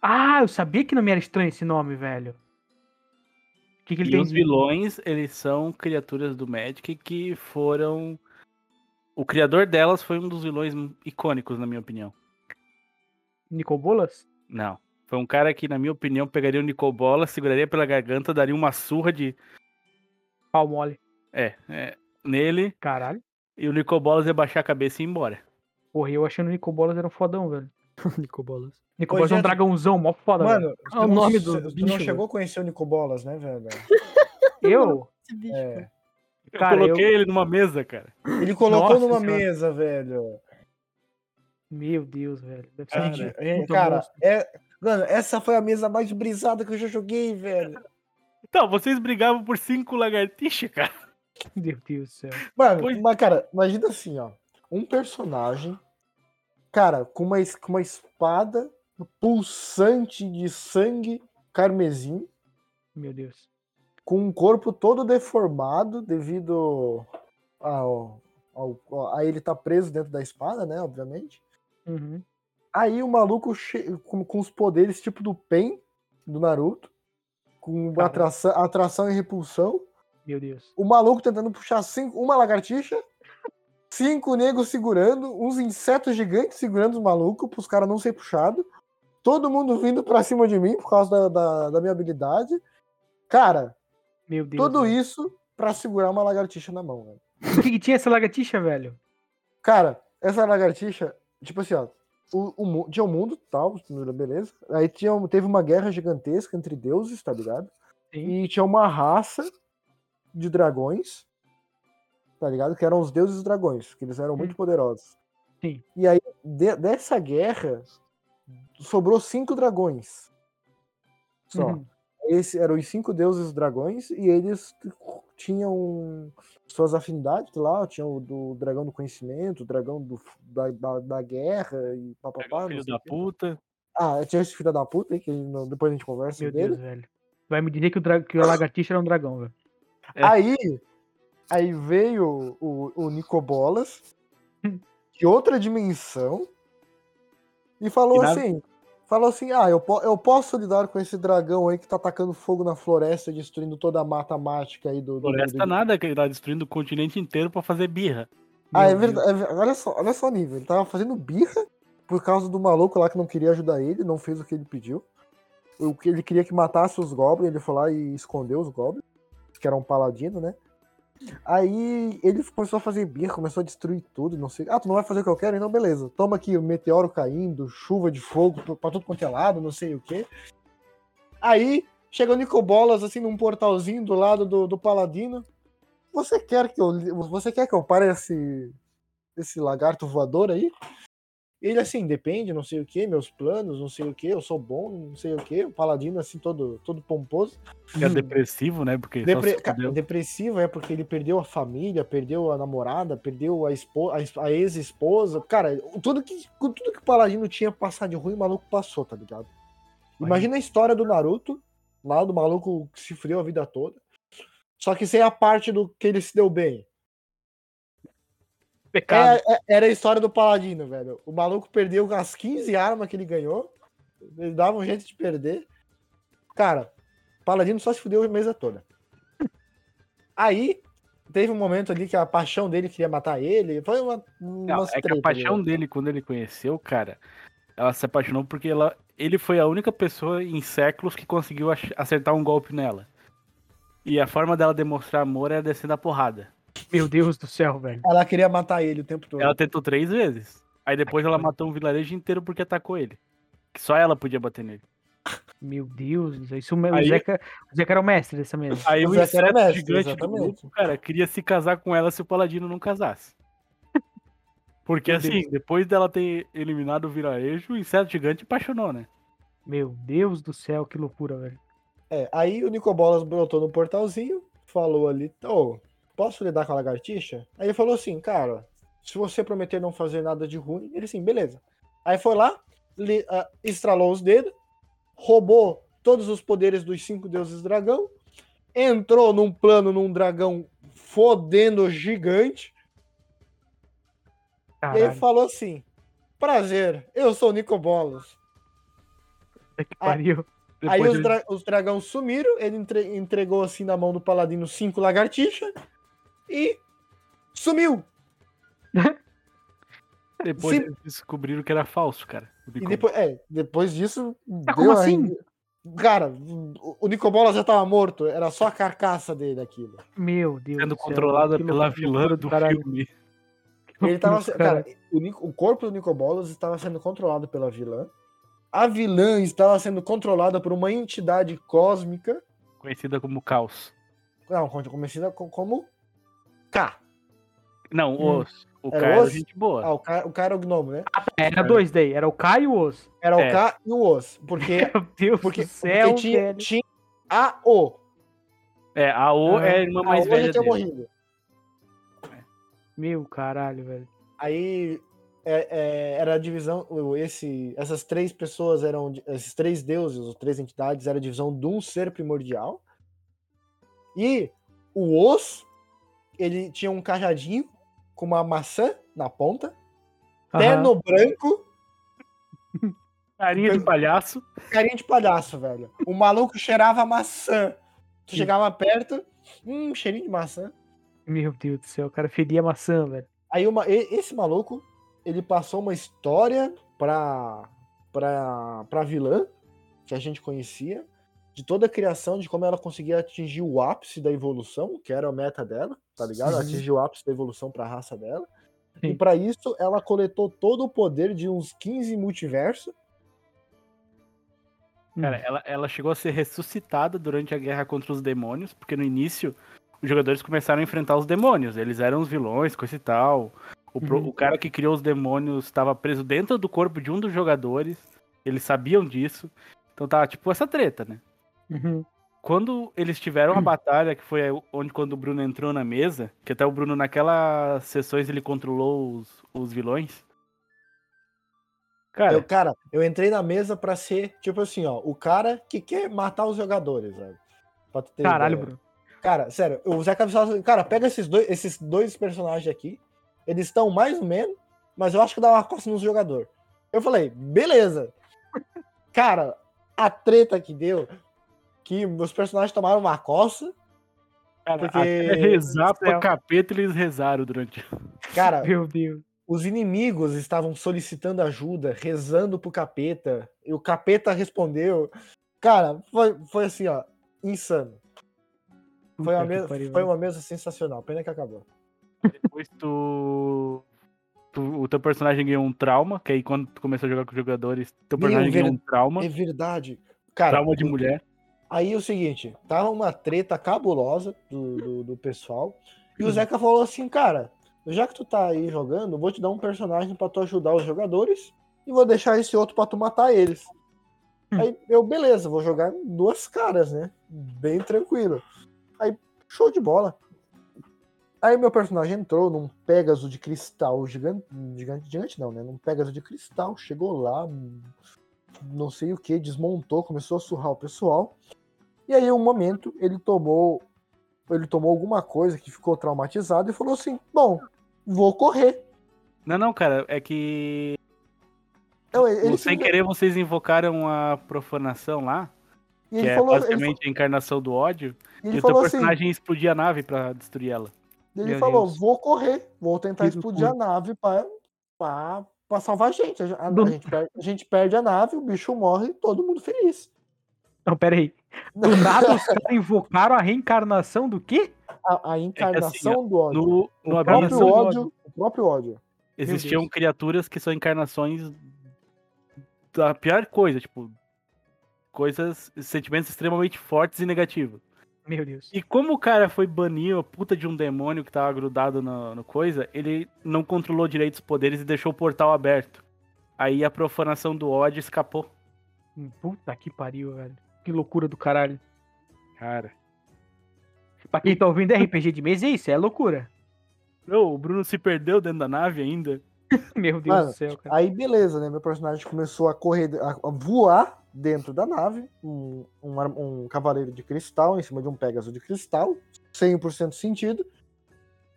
Ah, eu sabia que não me era estranho esse nome, velho. O que, que ele
e
tem
os
de-
vilões, eles são criaturas do Magic que foram. O criador delas foi um dos vilões icônicos, na minha opinião.
Nicobolas?
Não. Foi um cara que, na minha opinião, pegaria o Nicobola, seguraria pela garganta, daria uma surra de.
Pau mole.
É, é, nele,
Caralho.
e o Nicobolas ia baixar a cabeça e ir embora.
Porra, eu achando o Nicobolas era um fodão, velho.
Nicobolas.
Nicobolas é um
Pois é.
dragãozão, mó foda, velho.
Mano,
Ah, o nome
tu,
do
não- tu
bicho,
não
velho.
chegou a conhecer o Nicobolas, né, velho?
Eu?
Esse bicho.
É.
Eu
Cara,
coloquei
eu-
ele numa mesa, cara.
Ele colocou
Nossa
numa
Senhora.
mesa, velho.
Meu Deus, velho. Deve ser
A
um
gente-
puta
a gente-
monstro.
cara, é- mano, essa foi a mesa mais brisada que eu já joguei, velho.
Então, vocês brigavam por cinco lagartixas, cara.
Meu Deus do céu.
Mano,
Pois-
mas, cara, imagina assim, ó. Um personagem, cara, com uma, es- com uma espada pulsante de sangue carmesim,
Meu Deus.
com um corpo todo deformado devido ao, ao- a ele estar preso dentro da espada, né, obviamente.
Uhum.
Aí o maluco che- com, com os poderes tipo do Pen, do Naruto, com
Caralho.
atração, atração e repulsão.
Meu Deus.
O maluco tentando puxar cinco, uma lagartixa, cinco negros segurando, uns insetos gigantes segurando os malucos, pros caras não ser puxado. Todo mundo vindo pra cima de mim por causa da, da- da minha habilidade. Cara,
Meu Deus. né?
tudo
velho.
isso pra segurar uma lagartixa na mão, velho.
O que, que tinha essa lagartixa, velho?
Cara, essa lagartixa, tipo assim, ó. O, o mu- tinha o mundo tal, beleza. Aí tinha, um- teve uma guerra gigantesca entre deuses, tá ligado?
Sim.
E tinha uma raça de dragões, tá ligado? Que eram os deuses dragões, que eles eram muito poderosos.
Sim.
E aí, de- dessa guerra, sobrou cinco dragões. Só.
Uhum.
Esse, eram os cinco deuses dragões e eles tinham suas afinidades lá. Tinha o do dragão do conhecimento, o dragão do, f- da, da, da guerra e papapá.
Filho da puta.
Ah, tinha esse filho da puta aí, que ele não- depois a gente conversa
Meu
dele.
Deus, velho. Vai me dizer que o, dra... que o lagartixa era um dragão, velho.
É.
Aí, Aí veio o, o Nicobolas, de outra dimensão, e falou
E nada-
assim: falou assim: ah, eu, po- eu posso lidar com esse dragão aí que tá atacando fogo na floresta, destruindo toda a mata mágica aí do. do-
Floresta
do-
nada, que ele tá destruindo o continente inteiro pra fazer birra.
Ah, é
Meu Deus.
verdade. é ver- olha, só, olha só o nível. Ele tava fazendo birra por causa do maluco lá que não queria ajudar ele, não fez o que ele pediu. O que ele queria que matasse os goblins, ele foi lá e escondeu os goblins, que era um paladino, né? Aí ele começou a fazer birra, começou a destruir tudo, não sei. Ah, tu não vai fazer o que eu quero? Então beleza. Toma aqui o meteoro caindo, chuva de fogo pra- pra tudo quanto é lado, não sei o quê. Aí chega o Nicobolas assim num portalzinho do lado do, do paladino. Você quer que eu li- você quer que eu pare esse esse lagarto voador aí? Ele assim, depende, não sei o que, meus planos, não sei o que, eu sou bom, não sei o que, o paladino assim todo todo pomposo.
Que é depressivo, né? Porque só
Hum. Depre-
se
ca-
fudeu.
depressivo é porque ele perdeu a família, perdeu a namorada, perdeu a, espo- a es- a ex-esposa. Cara, tudo que, tudo que o Paladino tinha passado de ruim, o maluco passou, tá ligado? Imagina a história do Naruto, lá do maluco que se friou a vida toda. Só que sem a parte do que ele se deu bem.
Pecado.
É- é- era a história do Paladino, velho. O maluco perdeu as 15 armas que ele ganhou. Ele dava um jeito de perder. Cara, o Paladino só se fudeu a mesa toda. Aí, teve um momento ali que a paixão dele queria matar ele. Foi uma.
Não,
umas
é que
treta né?
a
ali,
paixão
velho.
dele, quando ele conheceu, cara, ela se apaixonou porque ela, ele foi a única pessoa em séculos que conseguiu ach- acertar um golpe nela. E a forma dela demonstrar amor era descendo a porrada.
Meu Deus do céu, velho.
Ela queria matar ele o tempo todo.
Ela tentou três vezes. Aí depois ela matou um vilarejo inteiro porque atacou ele. Que só ela podia bater nele.
Meu Deus, do céu. isso mesmo.
Aí-
O Zeca, o Zeca era o mestre dessa mesa.
Aí
Mas
o
essa era
inseto
a mestra,
gigante do
exatamente.
grupo, cara, queria se casar com ela se o Paladino não casasse. Porque
Meu Deus.
assim, depois dela ter eliminado o vilarejo, o inseto gigante apaixonou, né?
Meu Deus do céu, que loucura, velho.
É, aí o Nicobolas brotou no portalzinho, falou ali, ô, posso lidar com a lagartixa? Aí ele falou assim, cara, se você prometer não fazer nada de ruim, ele assim, beleza. Aí foi lá, li- ah, estralou os dedos, roubou todos os poderes dos cinco deuses dragão, entrou num plano num dragão fodendo gigante, e aí
Caralho,
falou assim, prazer, eu sou o Nicobolas.
puta que
Ah,
pariu.
Aí
Depois
os,
ele-
dra os dragão sumiram, ele entre- entregou assim na mão do paladino cinco lagartixas e sumiu.
Depois
Sim.
eles descobriram que era falso, cara. o
E
Nicobo.
depois, é, depois disso.
Ah, como
a-
assim?
Cara, o o Nicobola já tava morto, era só a carcaça dele aquilo.
Meu Deus
Sendo
do céu,
controlada
que
pela
loucura
vilã do
caralho.
filme.
Ele tava,
Nossa,
cara, o, Nic- o corpo do Nicobolas estava sendo controlado pela vilã. A vilã estava sendo controlada por uma entidade cósmica.
Conhecida como Caos.
Não, conhecida co- como K.
Não,
Hum.
os. O
Era
cara era
os?
gente boa.
Ah, o K, o K era o gnomo, né?
É, Era dois daí, era o Caio e o Osso.
Era
É.
o K e o Os. Porque
Meu Deus
Porque,
do céu,
porque tinha,
velho.
tinha a O.
É, a O é a irmã
Ah, A O
mais
já
velha
tinha
dele.
morrido.
Meu caralho, velho.
Aí é- é, era a divisão. o- Esse, essas três pessoas eram. de- Esses três deuses, ou três entidades, era a divisão de um ser primordial. E o Os, ele tinha um cajadinho com uma maçã na ponta, terno branco,
Carinha de palhaço.
carinha de palhaço, velho. O maluco cheirava maçã. Tu chegava perto, hum, cheirinho de maçã.
Meu Deus do céu, o cara feria a maçã, velho.
Aí uma, e- esse maluco, ele passou uma história pra, pra, pra vilã, que a gente conhecia, de toda a criação, de como ela conseguia atingir o ápice da evolução, que era a meta dela, tá ligado?
Uhum.
Atingir o ápice da evolução pra raça dela. E
Sim.
pra isso, ela coletou todo o poder de uns 15 multiversos.
Hum.
Hum.
Cara, ela, ela chegou a ser ressuscitada durante a guerra contra os demônios, porque no início os jogadores começaram a enfrentar os demônios. Eles eram os vilões, coisa e tal. O, pro-
Uhum.
o cara que criou os demônios estava preso dentro do corpo de um dos jogadores. Eles sabiam disso. Então tá, tipo, essa treta, né?
Uhum.
quando eles tiveram
Hum.
a batalha, que foi onde quando o Bruno entrou na mesa, que até o Bruno naquelas sessões ele controlou os, os vilões. Cara,
Eu, cara, eu entrei na mesa pra ser, tipo assim, ó, o cara que quer matar os jogadores, velho. Pra tu ter
Caralho,
ideia.
Bruno.
Cara, sério, o Zé Cabeçalho. Cara, pega esses dois, esses dois personagens aqui. Eles estão mais ou menos, mas eu acho que dá uma costa nos jogador. Eu falei, beleza. Cara, a treta que deu, que meus personagens tomaram uma coça.
Cara,
Porque-
até é
é
rezar
Meu
pra
Deus.
capeta eles rezaram durante.
Cara,
Meu Deus.
os inimigos estavam solicitando ajuda, rezando pro capeta, e o capeta respondeu. Cara, foi, foi assim, ó, insano. Foi
Puta
uma,
que
mesa,
pariu,
foi
velho.
uma mesa sensacional, pena que acabou.
Depois tu... tu- O teu personagem ganhou um trauma, que aí quando tu começou a jogar com os jogadores, teu
Meu,
personagem ganhou
ver-
um trauma.
É verdade. Cara,
Trauma de mulher.
aí é o seguinte, tava uma treta cabulosa do, do, do pessoal, e o Zeca falou assim, cara, já que tu tá aí jogando, vou te dar um personagem pra tu ajudar os jogadores, e vou deixar esse outro pra tu matar eles. Aí eu, beleza, vou jogar em duas caras, né? Bem tranquilo. Aí, show de bola. Aí meu personagem entrou num Pégaso de cristal gigante, gigante, gigante não, né? Num Pégaso de cristal, chegou lá, hum, não sei o que, desmontou, começou a surrar o pessoal. E aí, um momento, ele tomou ele tomou alguma coisa que ficou traumatizado e falou assim: "Bom, vou correr".
Não, não, cara, é que
Então, ele ele
sem
simplesmente-
querer vocês invocaram a profanação lá,
e
que
ele
é
falou, ele,
basicamente a encarnação do ódio,
fa- ele
e o teu
falou assim,
personagem é explodia a nave pra destruir ela.
ele
Meu
falou:
Deus.
"Vou correr, vou tentar
Que loucura.
explodir a nave para para salvar a gente. A, a- a
Do-
gente perde, a gente perde a nave, o bicho morre, todo mundo feliz.
Não, pera aí. Do nada os caras invocaram a reencarnação do quê?
A, a encarnação
É assim, ó,
do ódio.
No, no
o próprio
Aberração
ódio, o próprio ódio.
existiam
Deus.
criaturas que são encarnações da pior coisa, tipo, coisas, sentimentos extremamente fortes e negativos.
Meu Deus.
E como o cara foi banir a puta de um demônio que tava grudado no, no coisa, ele não controlou direito os poderes e deixou o portal aberto. Aí a profanação do ódio escapou.
Hum, Puta que pariu, velho. Que loucura do caralho.
Cara.
Pra quem tá ouvindo RPG de mesa, é isso, é loucura.
Meu, o Bruno se perdeu dentro da nave ainda.
Meu Deus
Mano,
do céu, cara.
Aí, beleza, né? Meu personagem começou a correr, a a voar dentro da nave, um, um, ar- um cavaleiro de cristal em cima de um Pégaso de cristal, 100% sentido.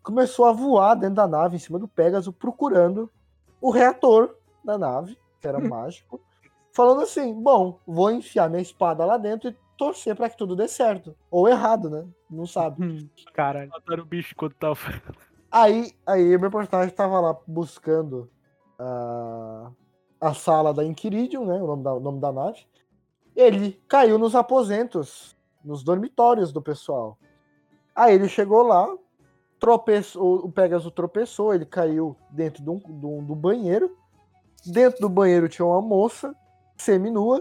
Começou a voar dentro da nave, em cima do Pégaso, procurando o reator da nave, que era mágico, falando assim: bom, vou enfiar minha espada lá dentro e torcer pra que tudo dê certo. Ou errado, né? Não sabe.
Hum, Caralho.
Mataram o bicho enquanto tava.
Aí, aí meu personagem tava lá buscando a, a sala da Inquiridium, né? O nome da, o nome da nave. Ele caiu nos aposentos, nos dormitórios do pessoal. Aí ele chegou lá, tropeçou, o Pegasus tropeçou, ele caiu dentro do, um, do, do banheiro. Dentro do banheiro tinha uma moça, seminua.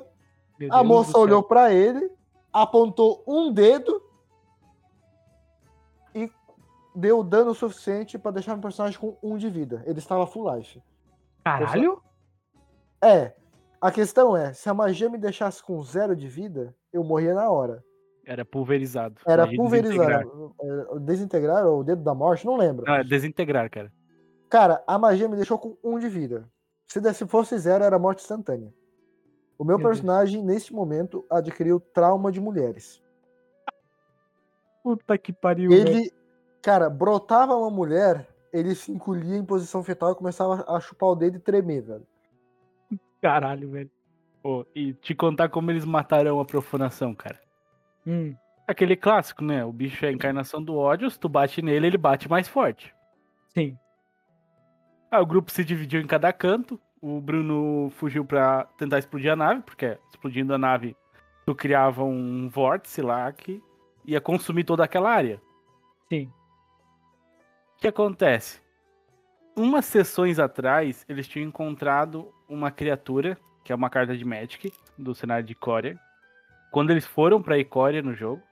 Meu
A
Deus do
moça
céu.
olhou pra ele, apontou um dedo e deu dano suficiente pra deixar o personagem com um de vida. Ele estava full life.
Caralho?
É. A questão é, se a magia me deixasse com zero de vida, eu morria na hora.
Era pulverizado.
Era
Magia desintegrar.
pulverizar, eh, desintegrar ou o dedo da morte, não lembro.
Ah.
Não, é desintegrar, cara.
Cara, a magia me deixou com um de vida. Se desse- fosse zero, era morte instantânea. O
Meu
meu,
Deus.
personagem, neste momento, adquiriu trauma de mulheres.
Puta que pariu, velho.
Ele, cara, brotava uma mulher, ele se encolhia em posição fetal e começava a chupar o dedo e tremer, velho.
Caralho, velho.
Pô, e te contar como eles mataram a profanação, cara.
Hum,
Aquele clássico, né? O bicho é a encarnação do ódio, se tu bate nele, ele bate mais forte.
sim.
Aí o grupo se dividiu em cada canto. O Bruno fugiu pra tentar explodir a nave, porque explodindo a nave, tu criava um vórtice lá que ia consumir toda aquela área.
Sim.
O que acontece? Umas sessões atrás, eles tinham encontrado uma criatura, que é uma carta de Magic, do cenário de Ikoria. Quando eles foram pra Ikoria no jogo.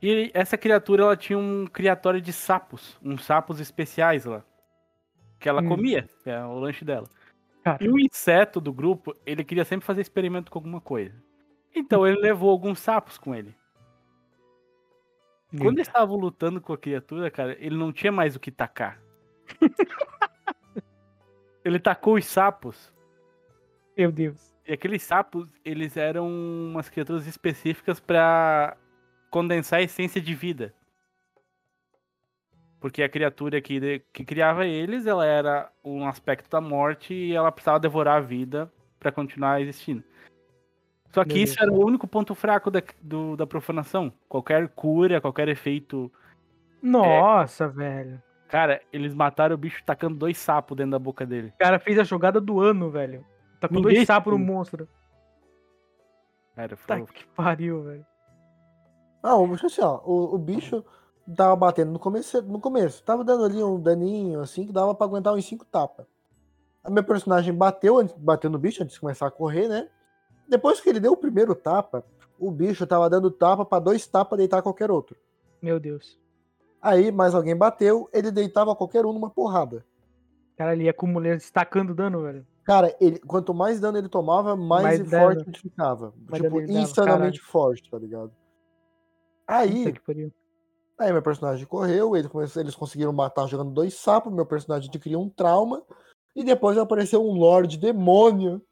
E essa criatura, ela tinha um criatório de sapos. Uns sapos especiais lá. Que ela
Hum.
comia, que é o lanche dela.
Cara,
E o inseto do grupo, ele queria sempre fazer experimento com alguma coisa. Então ele levou alguns sapos com ele. Quando eles estavam lutando com a criatura, cara, ele não tinha mais o que tacar. ele tacou os sapos.
meu
É.
Deus.
E aqueles sapos, eles eram umas criaturas específicas pra condensar a essência de vida. Porque a criatura que, que criava eles, ela era um aspecto da morte e ela precisava devorar a vida para continuar existindo. Só que isso era o único ponto fraco da, do- da profanação. Qualquer cura, qualquer efeito.
Nossa, velho.
Cara, eles mataram o bicho tacando dois sapos dentro da boca dele.
O cara fez a jogada do ano, velho. Tá com
Ninguém-
dois sapos no monstro.
Cara, foi, um
Tá que pariu, velho.
Ah, o bicho assim, ó, o, o bicho tava batendo no começo, no começo, tava dando ali um daninho assim que dava pra aguentar uns cinco tapas. A minha personagem bateu, antes- bateu no bicho antes de começar a correr, né? Depois que ele deu o primeiro tapa, o bicho tava dando tapa pra dois tapas deitar qualquer outro.
Meu Deus.
Aí mais alguém bateu, ele deitava qualquer um numa porrada.
O cara ali acumulando, destacando dano, velho.
Cara, ele, quanto mais dano ele tomava, mais,
Mais
forte
dano.
ele ficava.
Mais
tipo,
dano ele dava,
insanamente forte, tá ligado? Aí,
Puta que pariu.
Aí meu personagem correu, ele começou- eles conseguiram matar jogando dois sapos, meu personagem adquiriu um trauma, e depois apareceu um Lorde Demônio.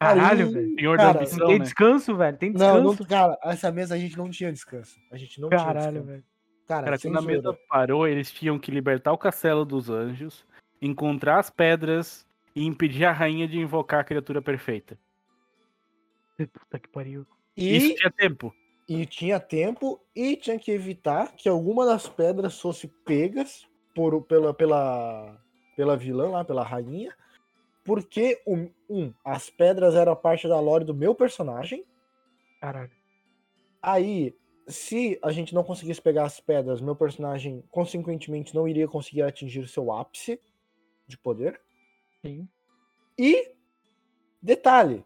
Caralho,
Aí-
velho.
Senhor
Cara,
da
Não
ambição,
tem
né?
descanso, velho. Tem
Não, não,
descanso.
cara, essa mesa a gente não tinha descanso. A gente não tinha
Caralho,
descanso.
velho.
Cara,
Cara,
cara
quando a mesa parou, eles tinham que libertar o castelo dos anjos, encontrar as pedras e impedir a rainha de invocar a criatura perfeita.
Puta que pariu.
Isso
E,
tinha tempo.
e tinha tempo, e tinha que evitar que alguma das pedras fosse pegas por, pela, pela, pela vilã lá, pela rainha, porque, um, um, as pedras eram parte da lore do meu personagem,
Caralho.
Aí, se a gente não conseguisse pegar as pedras, meu personagem, consequentemente, não iria conseguir atingir o seu ápice de poder.
Sim.
E, detalhe: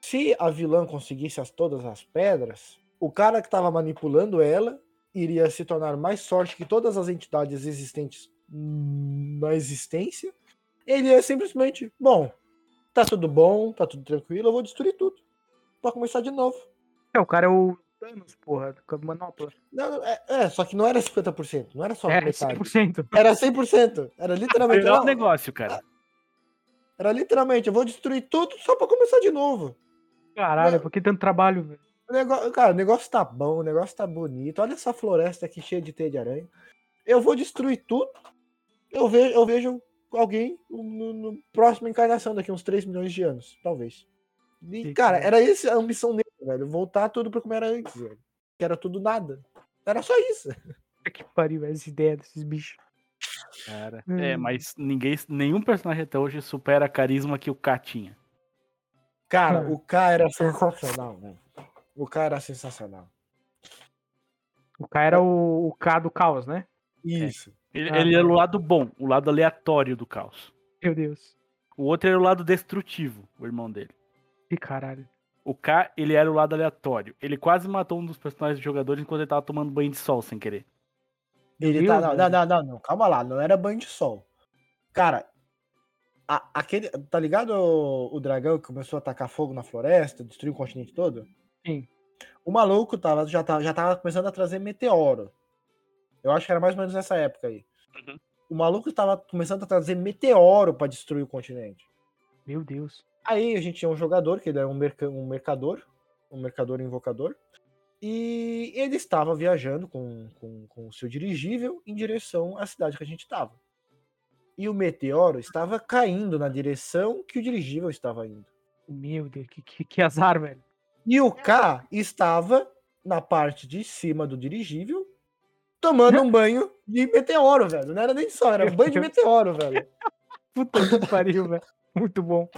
se a vilã conseguisse as, todas as pedras, o cara que estava manipulando ela iria se tornar mais forte que todas as entidades existentes na existência. Ele ia simplesmente, bom, tá tudo bom, tá tudo tranquilo, eu vou destruir tudo. Pra começar de novo.
É, o cara é o Thanos, porra. Com a manopla.
Não, não, é, é, só que não era 50%, não era só
É,
metade.
100%.
Era 100%. Era literalmente.
Melhor
Não,
negócio, cara.
Ah.
era literalmente, eu vou destruir tudo só pra começar de novo.
Caralho,
Não.
por que tanto trabalho, velho?
O negócio, cara, o negócio tá bom, o negócio tá bonito. Olha essa floresta aqui cheia de teia de aranha. Eu vou destruir tudo. Eu vejo, eu vejo alguém no, no próximo encarnação, daqui uns 3 milhões de anos, talvez. E,
Que
cara,
cara.
era essa a ambição dele, velho. Voltar tudo pra como era antes, velho. Que era tudo nada. Era só isso.
Puta que pariu, velho. Essa ideia desses bichos.
Cara,
Hum.
É, mas ninguém, nenhum personagem até hoje supera a carisma que o K tinha.
Cara,
Cara.
o K era Hum. é sensacional, velho. O K era sensacional.
O cara era o, o K do caos, né?
Isso.
Ele,
Ah,
ele era
tá.
o lado bom, o lado aleatório do caos.
Meu Deus.
O outro era o lado destrutivo, o irmão dele.
Que caralho.
O K, ele era o lado aleatório. Ele quase matou um dos personagens dos jogadores enquanto ele tava tomando banho de sol sem querer.
Ele
Meu
tá, não,
Deus.
não, não, não, não, calma lá, não era banho de sol. Cara, a- aquele, tá ligado o, o dragão que começou a atacar fogo na floresta, destruiu o continente todo?
Sim.
O maluco tava, já, tava, já tava começando a trazer meteoro. Eu acho que era mais ou menos nessa época aí.
Uhum.
O maluco tava começando a trazer meteoro pra destruir o continente.
Meu Deus.
Aí a gente tinha um jogador, que ele era um, merca- um mercador, um mercador invocador, e ele estava viajando com, com, com o seu dirigível em direção à cidade que a gente estava. E o meteoro estava caindo na direção que o dirigível estava indo.
Meu Deus, que, que, que azar, velho.
E o K estava na parte de cima do dirigível, tomando um banho de meteoro, velho. Não era nem só, era um banho de meteoro, velho.
Puta que pariu, velho. Muito bom.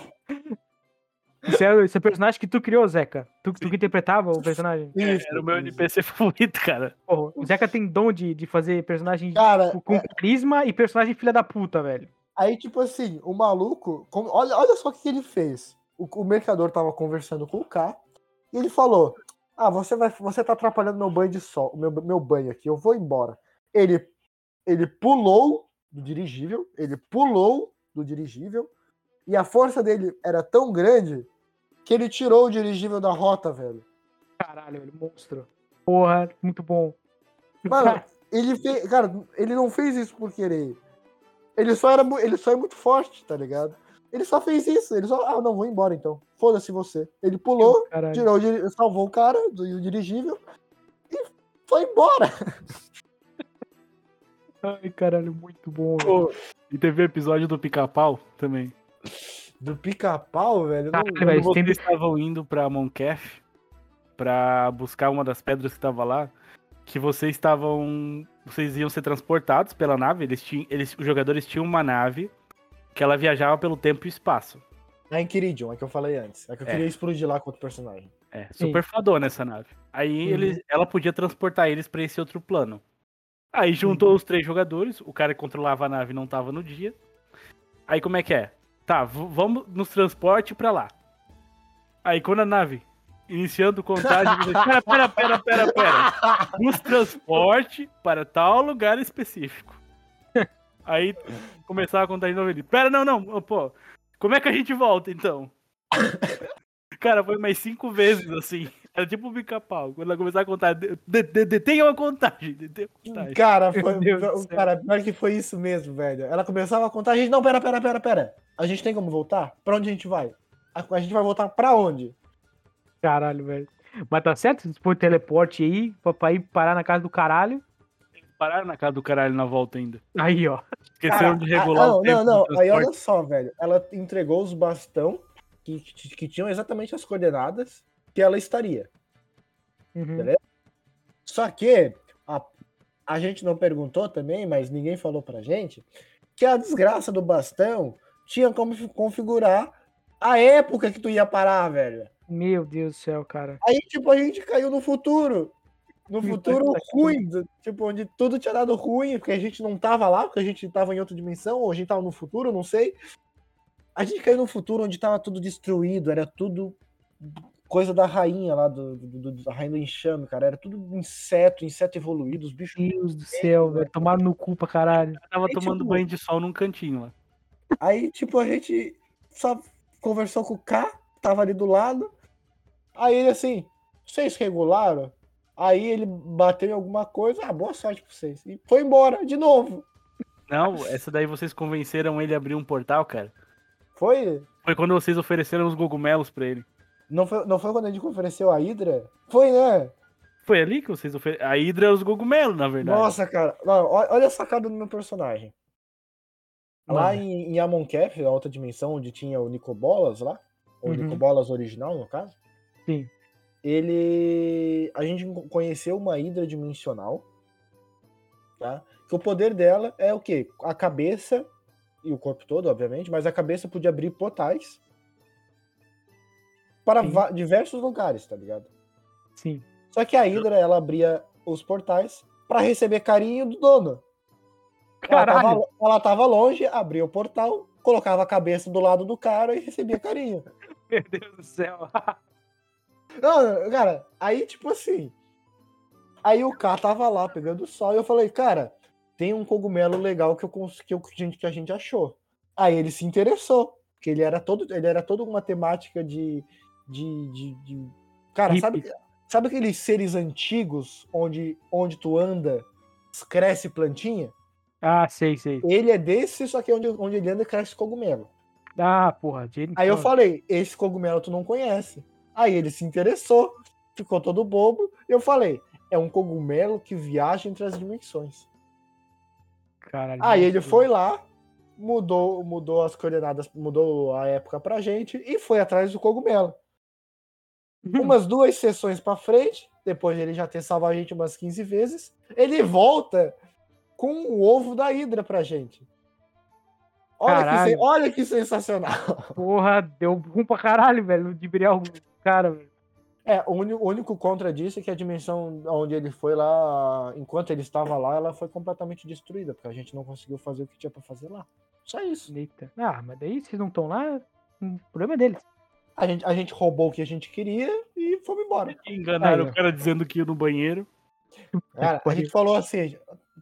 Esse é, esse é o personagem que tu criou, Zeca. Tu, tu que interpretava o personagem.
Isso,
Era o meu
isso.
NPC favorito, cara.
Porra, o Zeca tem dom de, de fazer personagem tipo,
Cara,
com- com carisma e personagem filha da puta, velho.
Aí, tipo assim, o maluco. como- olha, olha só o que que ele fez. O, o mercador tava conversando com o K e ele falou: Ah, você, vai, você tá atrapalhando meu banho de sol, meu, meu banho aqui, eu vou embora. Ele, ele pulou do dirigível, ele pulou do dirigível, e a força dele era tão grande que ele tirou o dirigível da rota, velho.
Caralho, velho, monstro. Porra, muito bom.
Mano, ele fez. Cara, ele não fez isso por querer. Ele só, era, mu- ele só é muito forte, tá ligado? Ele só fez isso. Ele só, ah, não, vou embora então. Foda-se você. Ele pulou,
Caralho.
tirou, o diri- salvou o cara do dirigível e foi embora.
Ai, caralho, muito bom. velho.
Pô, e teve o episódio do pica-pau também.
Do pica-pau, velho? não-
Caralho,
Quando
velho,
vocês
tem-
estavam indo pra Moncash pra buscar uma das pedras que tava lá, que vocês estavam. Vocês iam ser transportados pela nave. Eles tinham, eles, os jogadores tinham uma nave que ela viajava pelo tempo e espaço.
É em Kiridion, é que eu falei antes. É que eu
É.
queria explodir lá com outro personagem.
É,
Sim.
super fadona essa nave. Aí eles, ela podia transportar eles pra esse outro plano. Aí juntou os três jogadores, o cara que controlava a nave não tava no dia. Aí como é que é? Tá, v- vamos nos transporte pra lá. Aí quando a nave iniciando contagem, você, pera, pera, pera, pera, pera. Nos transporte para tal lugar específico. Aí começava a contar de novo ele. Pera, não, não, pô. Como é que a gente volta então? Cara, foi mais cinco vezes assim. Era tipo um pica-pau. Quando ela começava a contar, de- de- de- detenha uma contagem. Detenha uma contagem.
Cara,
Tá Meu
foi,
Deus do
o
céu.
cara, pior que foi isso mesmo, velho. Ela começava a contar, a gente, não, pera, pera, pera, pera. A gente tem como voltar? Pra onde a gente vai? A, a gente vai voltar pra onde?
Caralho, velho. Mas tá certo? Se for teleporte aí, pra- pra ir parar na casa do caralho.
Pararam na casa do caralho na volta ainda.
Aí, ó.
Esqueceram
Cara,
de
a-
regular
não,
o
Não,
tempo. do
não, aí
transporte.
olha só, velho. Ela entregou os bastão que, que, que tinham exatamente as coordenadas que ela estaria.
Uhum.
Beleza? Só que a, a gente não perguntou também, mas ninguém falou pra gente, que a desgraça do bastão tinha como fi- configurar a época que tu ia parar, velho.
Meu Deus do céu, cara.
Aí, tipo, a gente caiu no futuro. No
Puta
futuro
que
ruim, do- tipo, onde tudo tinha dado ruim, porque a gente não tava lá, porque a gente tava em outra dimensão, ou a gente tava no futuro, não sei. A gente caiu no futuro onde tava tudo destruído, era tudo coisa da rainha lá, do, do- do- da rainha do enxame, cara. Era tudo inseto, inseto evoluído, os bichos.
Meu Deus do céu, velho. Tomaram no cu pra caralho.
Eu tava
Gente,
tomando
tipo-
banho de sol num cantinho lá.
Aí, tipo, a gente só conversou com o K, tava ali do lado. Aí ele assim, vocês regularam? Aí ele bateu em alguma coisa, ah, boa sorte pra vocês. E foi embora de novo.
Não, essa daí vocês convenceram ele a abrir um portal, cara.
Foi.
Foi quando vocês ofereceram os cogumelos pra ele.
Não foi, não foi quando a gente ofereceu a Hydra? Foi, né?
Foi ali que vocês ofereceram. A Hydra é os cogumelos, na verdade.
Nossa, cara. Não, ó- olha a sacada do meu personagem. Lá
Mano.
em, em Amonkhet, na outra dimensão, onde tinha o Nicobolas lá, ou
Uhum.
Nicobolas original, no caso.
Sim.
Ele. A gente co- conheceu uma hidra dimensional, tá? Que o poder dela é o quê? A cabeça, e o corpo todo, obviamente, mas a cabeça podia abrir portais para
Sim.
va- diversos lugares, tá ligado?
Sim.
Só que a Hydra, ela abria os portais pra receber carinho do dono.
Ah,
Ela tava,
Caralho.
lo- ela tava longe, abria o portal, colocava a cabeça do lado do cara e recebia carinho.
Meu Deus do céu.
Não, cara, aí tipo assim. Aí o K tava lá pegando sol e eu falei, cara, tem um cogumelo legal que, eu cons- que, eu- que a gente- que a gente achou. Aí ele se interessou, porque ele era todo, ele era toda uma temática de. de, de, de- Cara,
Hippie.
sabe, sabe aqueles seres antigos onde, onde tu anda, cresce plantinha?
Ah, sei, sei.
Ele é desse, só que onde, onde ele anda cresce cogumelo.
Ah, porra. Jane
Aí eu
Fonda.
falei, esse cogumelo tu não conhece. Aí ele se interessou, ficou todo bobo. E eu falei, é um cogumelo que viaja entre as dimensões.
Caralho,
Aí
meu
ele
Deus.
foi lá, mudou, mudou as coordenadas, mudou a época pra gente e foi atrás do cogumelo.
Uhum.
Umas duas sessões pra frente, depois de ele já ter salvado a gente umas 15 vezes, ele volta com o ovo da Hidra pra gente. Olha que, sen-
Caralho.
olha que sensacional.
Porra, deu ruim pra caralho, velho. De brilhar o cara, velho.
É, o único, o único contra disso é que a dimensão onde ele foi lá, enquanto ele estava lá, ela foi completamente destruída, porque a gente não conseguiu fazer o que tinha pra fazer lá. Só isso.
Eita. Ah, mas daí vocês não estão lá, o problema é deles.
A gente, a gente roubou o que a gente queria e fomos embora.
E Enganaram
Aí, ó.
o cara dizendo que ia no banheiro.
Cara, a
pariu.
gente falou assim: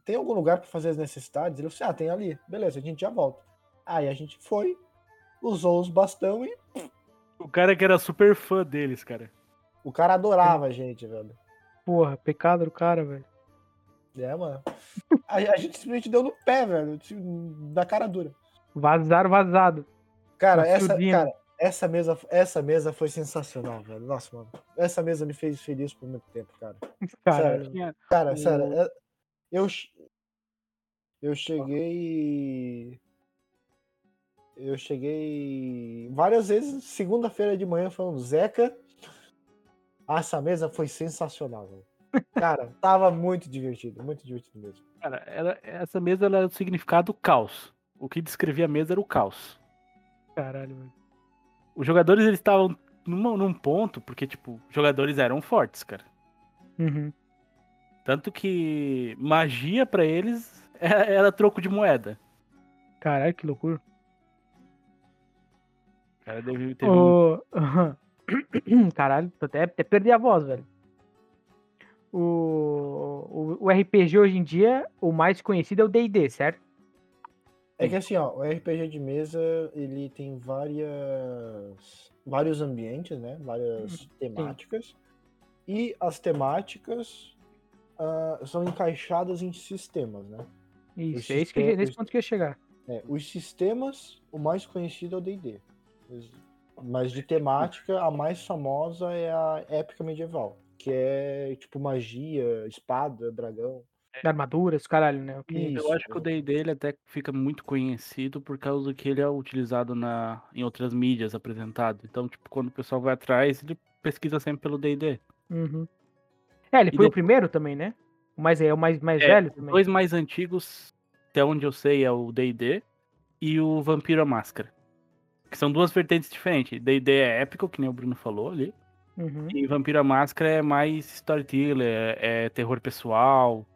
tem algum lugar pra fazer as necessidades? Ele falou assim: ah, tem ali. Beleza, a gente já volta. Aí a gente foi, usou os bastão e
O cara que era super fã deles, cara.
o cara adorava a gente, velho.
Porra, pecado do cara, velho.
É, mano. A, a gente simplesmente deu no pé, velho, da cara dura.
Vazaram, vazado.
Cara,
Um
essa,
surdinho.
cara, essa mesa, essa mesa foi sensacional, velho. Nossa, mano. Essa mesa me fez feliz por muito tempo, cara.
Cara,
Sério.
tinha-
Cara,
O-
sério, é- eu che- eu cheguei eu cheguei várias vezes segunda-feira de manhã falando, Zeca, ah, essa mesa foi sensacional, velho." Cara, tava muito divertido, muito divertido mesmo.
Cara, era- essa mesa ela era do significado caos. O que descrevia a mesa era o caos.
caralho, mano.
Os jogadores eles estavam numa- num ponto, porque, tipo, os jogadores eram fortes, cara.
Uhum.
Tanto que magia pra eles era, era troco de moeda.
Caralho, que loucura.
O cara um deve ter
O...
vindo-
Caralho, tô até, até perdi a voz, velho. O... o- o RPG hoje em dia, o mais conhecido é o D&D, certo?
É que assim, ó, o RPG de mesa, ele tem várias vários ambientes, né? Várias temáticas. E as temáticas ah, são encaixadas em sistemas, né?
Isso,
Esse
é isso que,
sistema-
nesse ponto que eu ia chegar.
É, os sistemas, o mais conhecido é o D&D. Mas- Mas de temática, a mais famosa é a épica medieval, que é tipo magia, espada, dragão.
É.
Armaduras, caralho, né? O que-
Isso.
Eu acho que o D&D ele até fica muito conhecido por causa que ele é utilizado na, em outras mídias apresentado. Então, tipo, quando o pessoal vai atrás, ele pesquisa sempre pelo D&D.
Uhum. É, ele
E
foi
de-
o primeiro também, né? O mais, é o mais, mais
É,
velho
Os
também.
dois mais antigos, até onde eu sei, é o D&D e o Vampiro à Máscara. Que são duas vertentes diferentes. D&D é épico, que nem o Bruno falou ali.
Uhum.
E Vampiro à Máscara é mais storyteller, é, é terror pessoal.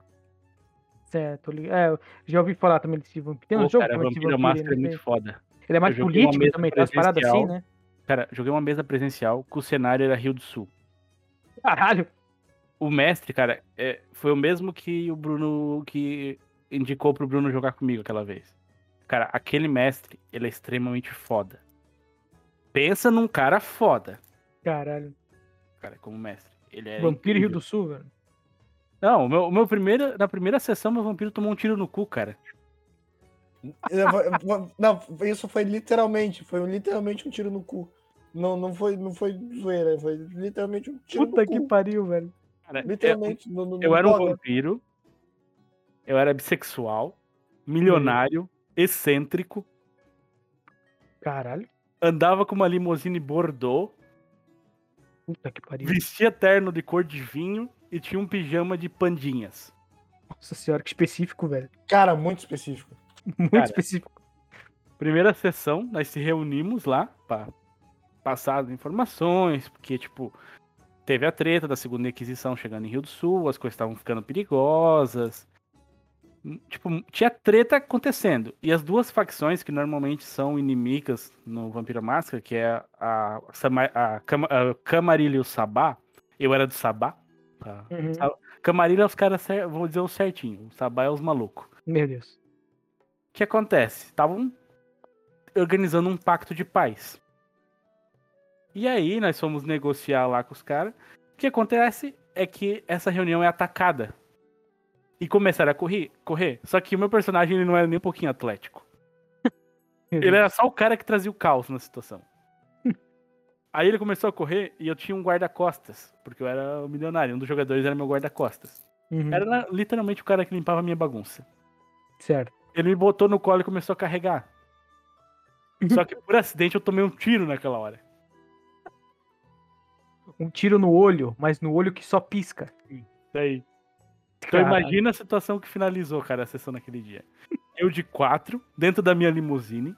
Certo, li- é, eu já ouvi falar também desse vampiro. Tem um
Pô,
jogo
cara,
também de
Vampiro à
vampiro,
Máscara é
não
muito
sei.
foda.
Ele é mais
Eu joguei uma
político
mesa
também, tem umas paradas assim,
presencial.
né?
Cara, joguei uma mesa presencial com o cenário era Rio do Sul.
né? Caralho,
o mestre, cara, é, foi o mesmo que o Bruno que indicou pro Bruno jogar comigo aquela vez. Cara, aquele mestre, ele é extremamente foda. Pensa num cara foda,
caralho.
cara, como mestre. Ele é
vampiro Rio
incrível.
do Sul, velho.
Não, o meu, o meu primeiro, na primeira sessão, meu vampiro tomou um tiro no cu, cara.
Não, isso foi literalmente, foi literalmente um tiro no cu. Não, não foi, não foi zoeira, foi literalmente um tiro
Puta
no
que
cu.
pariu, velho.
Cara, eu,
Literalmente. no- no-
eu
no
era um
boga.
vampiro, eu era bissexual, milionário, excêntrico,
Caralho.
andava com uma limousine Bordeaux,
Puta que pariu.
vestia terno de cor de vinho e tinha um pijama de pandinhas.
Nossa senhora, que específico, velho.
Cara, muito específico.
Muito
Cara.
específico.
primeira sessão, nós se reunimos lá para passar as informações, porque, tipo, teve a treta da segunda Inquisição chegando em Rio do Sul, as coisas estavam ficando perigosas. Hum, Tipo, tinha treta acontecendo. E as duas facções que normalmente são inimigas no Vampiro à Máscara, que é a, Sama- a, Cama- a Camarilha e o Sabá, eu era do Sabá. Tá?
Uhum.
Camarilha é os caras, cer- vou dizer o certinho, o Sabá é os malucos.
Meu Deus.
O que acontece? Estavam organizando um pacto de paz. E aí nós fomos negociar lá com os caras. O que acontece é que essa reunião é atacada. E começaram a correr, correr. Só que o meu personagem ele não era nem um pouquinho atlético.
Meu
Ele
Deus.
era só o cara que trazia o caos na situação. Aí ele começou a correr e eu tinha um guarda-costas, porque eu era o milionário, um dos jogadores era meu guarda-costas.
Uhum.
Era na- literalmente o cara que limpava a minha bagunça.
Certo.
Ele me botou no colo e começou a carregar. Só que por acidente eu tomei um tiro naquela hora.
Um tiro no olho, mas no olho que só pisca.
Daí. Então
Caralho.
imagina a situação que finalizou, cara, a sessão naquele dia. Eu de quatro, dentro da minha limusine,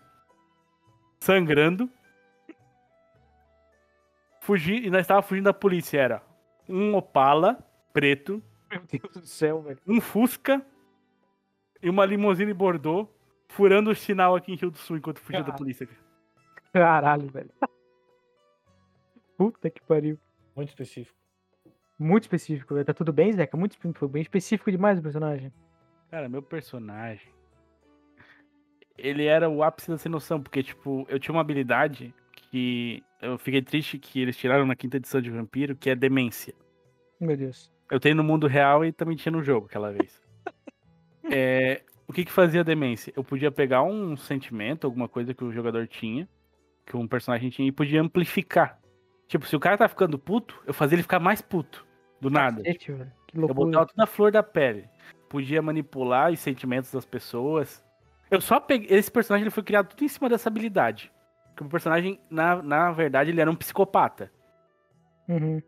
sangrando. Fugi, e nós estávamos fugindo da polícia, era um Opala preto,
Meu Deus do céu, velho.
um Fusca e uma limusine Bordeaux, furando o sinal aqui em Rio do Sul enquanto fugia da
Caralho.
polícia. cara.
Caralho, velho. Puta que pariu.
Muito específico.
Muito específico, velho. Tá tudo bem, Zeca? Muito espe- foi bem específico demais o personagem.
Cara, meu personagem. Ele era o ápice da sem noção, porque, tipo, eu tinha uma habilidade que eu fiquei triste que eles tiraram na quinta edição de Vampiro, que é demência.
Meu Deus.
Eu tenho no mundo real e também tinha no jogo aquela vez. É, o que que fazia a demência? Eu podia pegar um sentimento, alguma coisa que o jogador tinha, que um personagem tinha e podia amplificar. Tipo, se o cara tá ficando puto, eu fazia ele ficar mais puto. Do nada.
Gente, velho, que
Eu
loucura.
botava tudo na flor da pele. Podia manipular os sentimentos das pessoas. Eu só peguei. Esse personagem ele foi criado tudo em cima dessa habilidade. Porque o personagem, na, na verdade, ele era um psicopata.
Uhum.
O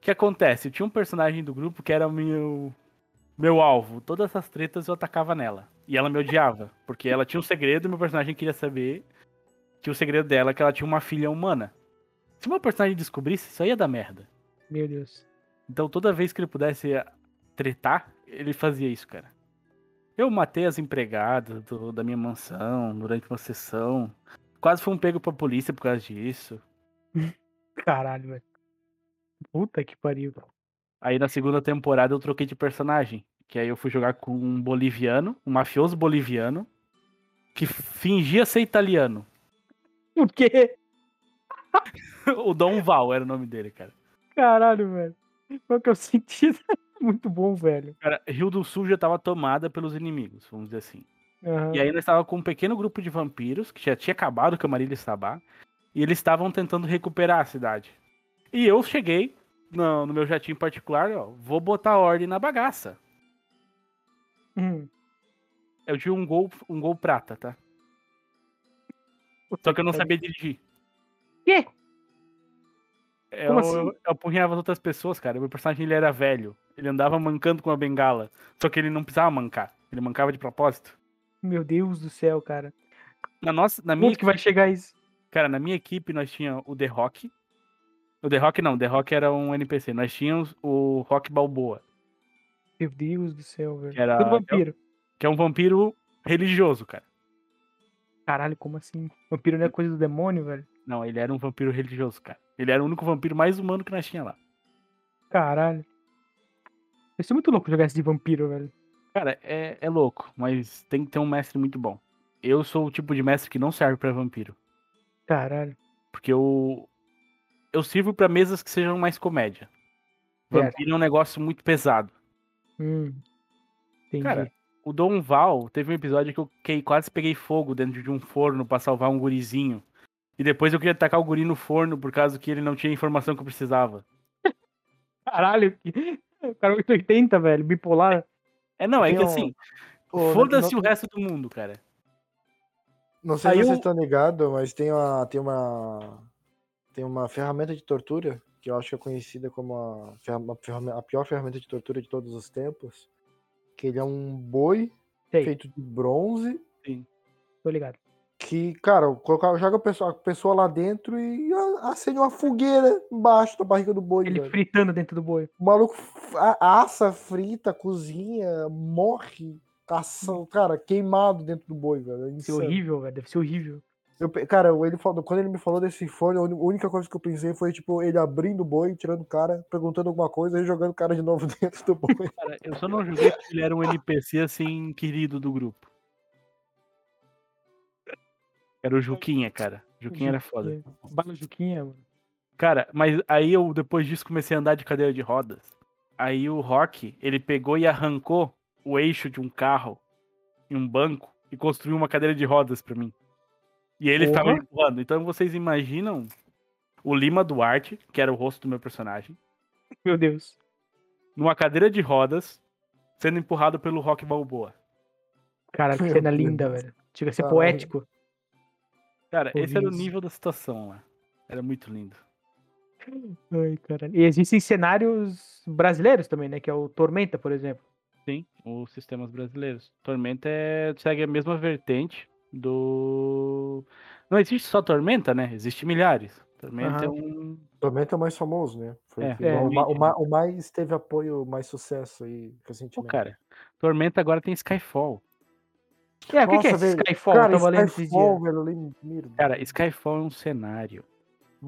que acontece? Eu tinha um personagem do grupo que era o meu. Meu alvo. Todas essas tretas eu atacava nela. E ela me odiava. Porque ela tinha um segredo e meu personagem queria saber que o segredo dela é que ela tinha uma filha humana. Se meu personagem descobrisse, isso aí ia dar merda.
Meu Deus.
Então toda vez que ele pudesse eh, tretar, ele fazia isso, cara. Eu matei as empregadas do- da minha mansão durante uma sessão. Quase fui um pego pra polícia por causa disso.
Caralho, velho. Puta que pariu.
Aí na segunda temporada eu troquei de personagem. Que aí eu fui jogar com um boliviano, um mafioso boliviano, que fingia ser italiano.
Por quê?
o Dom Val era o nome dele, cara.
Caralho, velho. Qual que é o sentido? Muito bom, velho.
Cara, Rio do Sul já tava tomada pelos inimigos, vamos dizer assim.
Aham.
E aí nós estávamos com um pequeno grupo de vampiros que já tinha acabado o Camarilha e Sabá. E eles estavam tentando recuperar a cidade. E eu cheguei no, no meu jatinho particular, ó, vou botar ordem na bagaça.
Hum.
Eu tinha um gol, um gol prata, tá? Só que eu não sabia dirigir.
Quê?
Eu,
Como assim?
eu, eu apunhava as outras pessoas, cara. Meu personagem ele era velho. Ele andava mancando com a bengala. Só que ele não precisava mancar. Ele mancava de propósito.
Meu Deus do céu, cara.
Na nossa, na minha
Onde que vai chegar isso?
Cara, na minha equipe nós tinha o The Rock. O The Rock não, o The Rock era um NPC. Nós tínhamos o Rock Balboa,
Meu Deus do céu, velho.
Era-
Tudo vampiro.
que é um vampiro religioso, cara.
Caralho, como assim? Vampiro não é coisa do demônio, velho?
Não, ele era um vampiro religioso, cara. Ele era o único vampiro mais humano que nós tinha lá.
Caralho. Deve ser muito louco jogar esse de vampiro, velho.
Cara, é, é louco, mas tem que ter um mestre muito bom. Eu sou o tipo de mestre que não serve pra vampiro.
Caralho.
Porque eu. Eu sirvo pra mesas que sejam mais comédia. Vampiro é um negócio muito pesado.
Hum. Entendi.
Cara, o Dom Val teve um episódio que eu que- quase peguei fogo dentro de um forno pra salvar um gurizinho. E depois eu queria tacar o guri no forno por causa que ele não tinha a informação que eu precisava.
Caralho, que... o cara é 880, velho, bipolar.
É, não, é
Tem
que
um-
assim,
Ô,
foda-se o resto um- do mundo, cara.
Não sei
Aí
se
eu-
vocês estão ligados, mas tem uma, tem uma. Tem uma ferramenta de tortura, que eu acho que é conhecida como a, ferram- a ferram- a pior ferramenta de tortura de todos os tempos. Que ele é um boi
Sei.
feito de bronze.
Tô ligado.
Que, cara, coloca, joga a pessoa, a pessoa lá dentro e a- acende uma fogueira embaixo da barriga do boi.
Ele
velho.
fritando dentro do boi.
O maluco f- a- assa, frita, cozinha, morre. Cação, cara, queimado dentro do boi, velho. É
Deve ser
insano.
Hum. horrível, velho. Deve ser horrível.
Eu pe- cara, ele falou, quando ele me falou desse fone, a uni- única coisa que eu pensei foi, tipo, ele abrindo o boi, tirando o cara, perguntando alguma coisa e jogando o cara de novo dentro do boi.
Cara, eu só não joguei porque ele era um NPC assim, querido do grupo. Era o Juquinha, cara. Juquinha era foda.
Juquinha. Bala Juquinha, mano.
Cara, mas aí eu depois disso comecei a andar de cadeira de rodas. Aí o Rock, ele pegou e arrancou o eixo de um carro e um banco e construiu uma cadeira de rodas pra mim. E ele ficava me empurrando. Então vocês imaginam o Lima Duarte, que era o rosto do meu personagem,
Meu Deus.
numa cadeira de rodas, sendo empurrado pelo Rock Balboa.
Caralho, que
Meu
cena
Deus.
linda, velho. Chega a ser
Caralho.
poético.
Cara, esse era o
Horrível.
nível da situação lá. Era muito lindo.
Ai, caralho. E existem cenários brasileiros também, né? Que é o Tormenta, por exemplo.
Sim, os sistemas brasileiros. Tormenta é- segue a mesma vertente do. Não existe só Tormenta, né? Existe milhares. Tormenta é um.
Tormento é o mais famoso, né? Foi
É,
o, que- o
é,
ma- o ma-
Luigi.
o mais teve apoio, o mais sucesso aí
Pô,
recentemente.
cara. Tormenta agora tem Skyfall.
É, o que, que é
Nossa,
esse
velho.
Skyfall?
Cara,
eu tava lendo esses dias.
Skyfall, velho, eu lembro.
Cara, Skyfall é um cenário.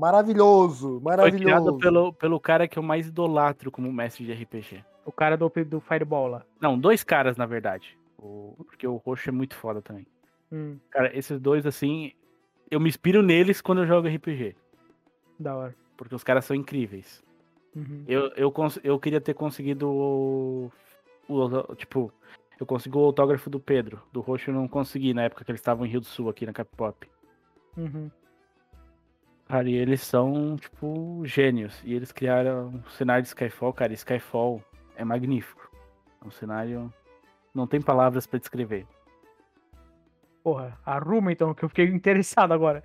Maravilhoso,
Foi criado
maravilhoso.
pelo, pelo cara que eu mais idolatro como mestre de RPG.
O cara do, do Fireball lá.
Não, dois caras, na verdade. O- Porque o roxo é muito foda também.
Hum,
Cara, esses dois, assim. Eu me inspiro neles quando eu jogo RPG.
da hora.
Porque os caras são incríveis.
Uhum.
Eu, eu, cons- eu queria ter conseguido o, o- Tipo, eu consegui o autógrafo do Pedro. Do Roxo eu não consegui na época que eles estavam em Rio do Sul, aqui na Capop.
Uhum.
Cara, e eles são, tipo, gênios. E eles criaram um cenário de Skyfall, cara. e Skyfall é magnífico. É um cenário. Não tem palavras pra descrever.
Porra, arruma então, que eu fiquei interessado agora.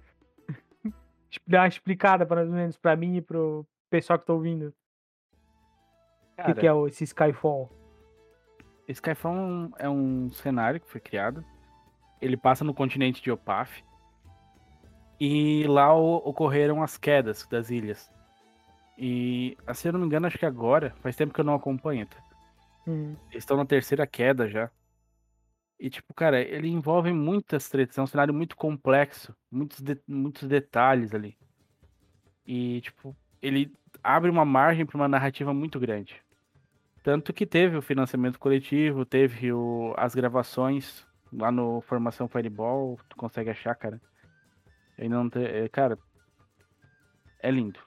Dá uma explicada, pelo menos, pra mim e pro pessoal que tá ouvindo. O que,
Cara,
que é o- esse Skyfall?
Skyfall é um- é um cenário que foi criado. Ele passa no continente de Opaf. E lá o- ocorreram as quedas das ilhas. E, ah, se eu não me engano, acho que agora, faz tempo que eu não acompanho, tá?
Hum.
Eles estão na terceira queda já. E, tipo, cara, ele envolve muitas tretas. É um cenário muito complexo. Muitos, de- muitos detalhes ali. E, tipo, ele abre uma margem para uma narrativa muito grande. Tanto que teve o financiamento coletivo, teve o- as gravações lá no Formação Fireball. Tu consegue achar, cara. Ainda não te- é, Cara, é lindo.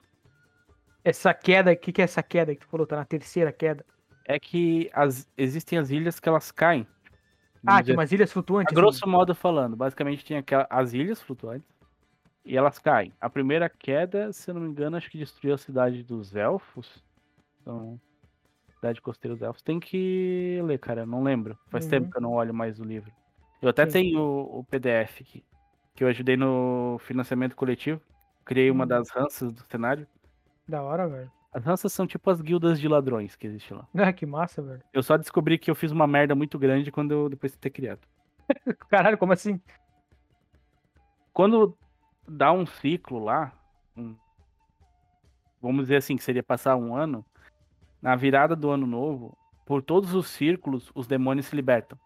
Essa queda, o que, que é essa queda que tu falou? Tá na terceira queda.
É que as- existem as ilhas que elas caem.
Ah,
Vamos
tinha
dizer
umas ilhas
A
flutuantes.
Tá
assim.
grosso modo falando, basicamente tinha aquela, as ilhas flutuantes e elas caem. A primeira queda, se eu não me engano, acho que destruiu a cidade dos elfos. Então, cidade costeira dos elfos. Tem que ler, cara, eu não lembro. Faz
Uhum.
tempo que eu não olho mais o livro. Eu até
Sim.
tenho o, o PDF aqui, que eu ajudei no financiamento coletivo. Criei uma
Hum.
das ranças do cenário.
assim. Da hora, velho.
As ranças são tipo as guildas de ladrões que existem lá.
Ah, que massa, velho.
Eu só descobri que eu fiz uma merda muito grande quando eu, depois de ter criado.
Caralho, como assim?
quando dá um ciclo lá, um- vamos dizer assim, que seria passar um ano, na virada do ano novo, por todos os círculos, os demônios se libertam.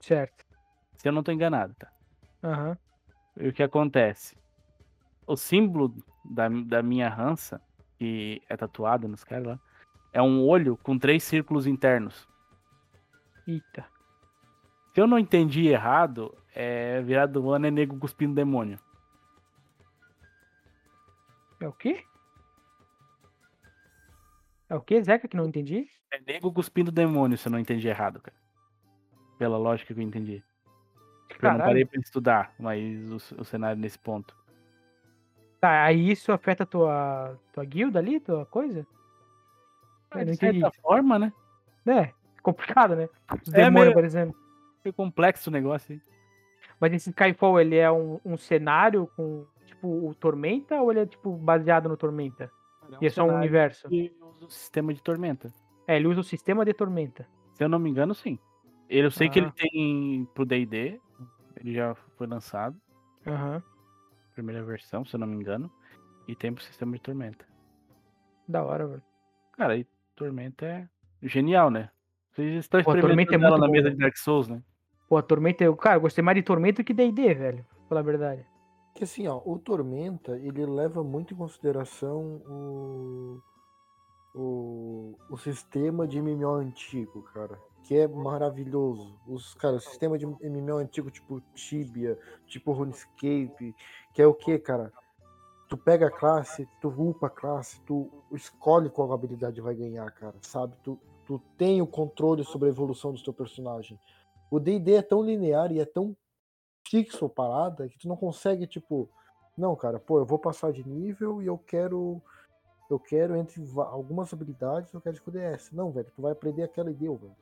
Certo.
Se eu não tô enganado, tá?
Aham.
E o que acontece? O símbolo da, da minha rança, que é tatuado nos caras lá, é um olho com três círculos internos.
Eita.
Se eu não entendi errado, é virada do ano é nego cuspindo demônio.
É o quê? É o quê, Zeca, que não entendi?
É nego cuspindo demônio, se eu não entendi errado, cara. Pela lógica que eu entendi. Tipo, eu não
Caralho.
parei pra estudar, mas o, c- o cenário nesse ponto.
Tá, aí isso afeta a tua, tua guilda ali, tua coisa? Eu não
Ah, de
entendi.
certa forma, né?
É, complicado, né? Os
É
demônios
meio-
aparecendo.
Foi complexo o negócio, hein?
Mas esse Skyfall, ele é um, um cenário com, tipo, o Tormenta ou ele é, tipo, baseado no Tormenta? e é só um universo?
que usa o sistema de tormenta.
É, ele usa o sistema de Tormenta.
Se eu não me engano, sim. Eu sei que
Ah.
ele tem pro DD, ele já foi lançado,
Aham.
primeira versão, se eu não me engano, e tem pro sistema de tormenta.
Da hora, velho.
Cara, e tormenta é genial, né? Vocês estão
Pô, Tormenta é
experimentando ela
muito
na
bom,
mesa
velho.
de Dark Souls, né?
Pô, a Tormenta, eu, cara, eu gostei mais de Tormenta que D&D, velho. pra Falar a verdade.
Que assim, ó, o Tormenta, ele leva muito em consideração o, o, o sistema de MMO antigo, cara. Que é maravilhoso. Os, cara, o sistema de MMO antigo, tipo Tibia, tipo RuneScape, que é o que, cara? Tu pega a classe, tu upa a classe, tu escolhe qual habilidade vai ganhar, cara, sabe? Tu, tu tem o controle sobre a evolução do teu personagem. O D&D é tão linear e é tão fixo a parada que tu não consegue, tipo, não, cara, pô, eu vou passar de nível e eu quero. Eu quero, entre va- algumas habilidades, eu quero escolher essa. Não, velho, tu vai aprender aquela e deu, velho.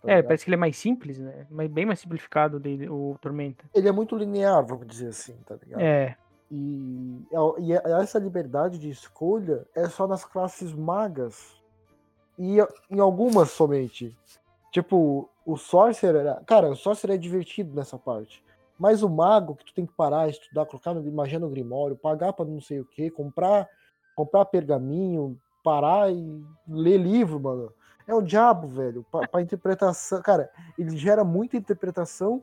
Tá
é,
ligado?
parece que ele é mais simples, né? Mas bem mais simplificado o, D&D o Tormenta.
Ele é muito linear, vamos dizer assim, tá ligado?
É,
E, a- e a- essa liberdade de escolha é só nas classes magas. E a- em algumas somente. Tipo, o Sorcerer. era- Cara, o Sorcerer é divertido nessa parte. Mas o mago que tu tem que parar, estudar, colocar no, magia no Grimório, pagar pra não sei o que, comprar, comprar pergaminho, parar e ler livro, mano. É o diabo, velho. Pra, pra interpretação. Cara, ele gera muita interpretação,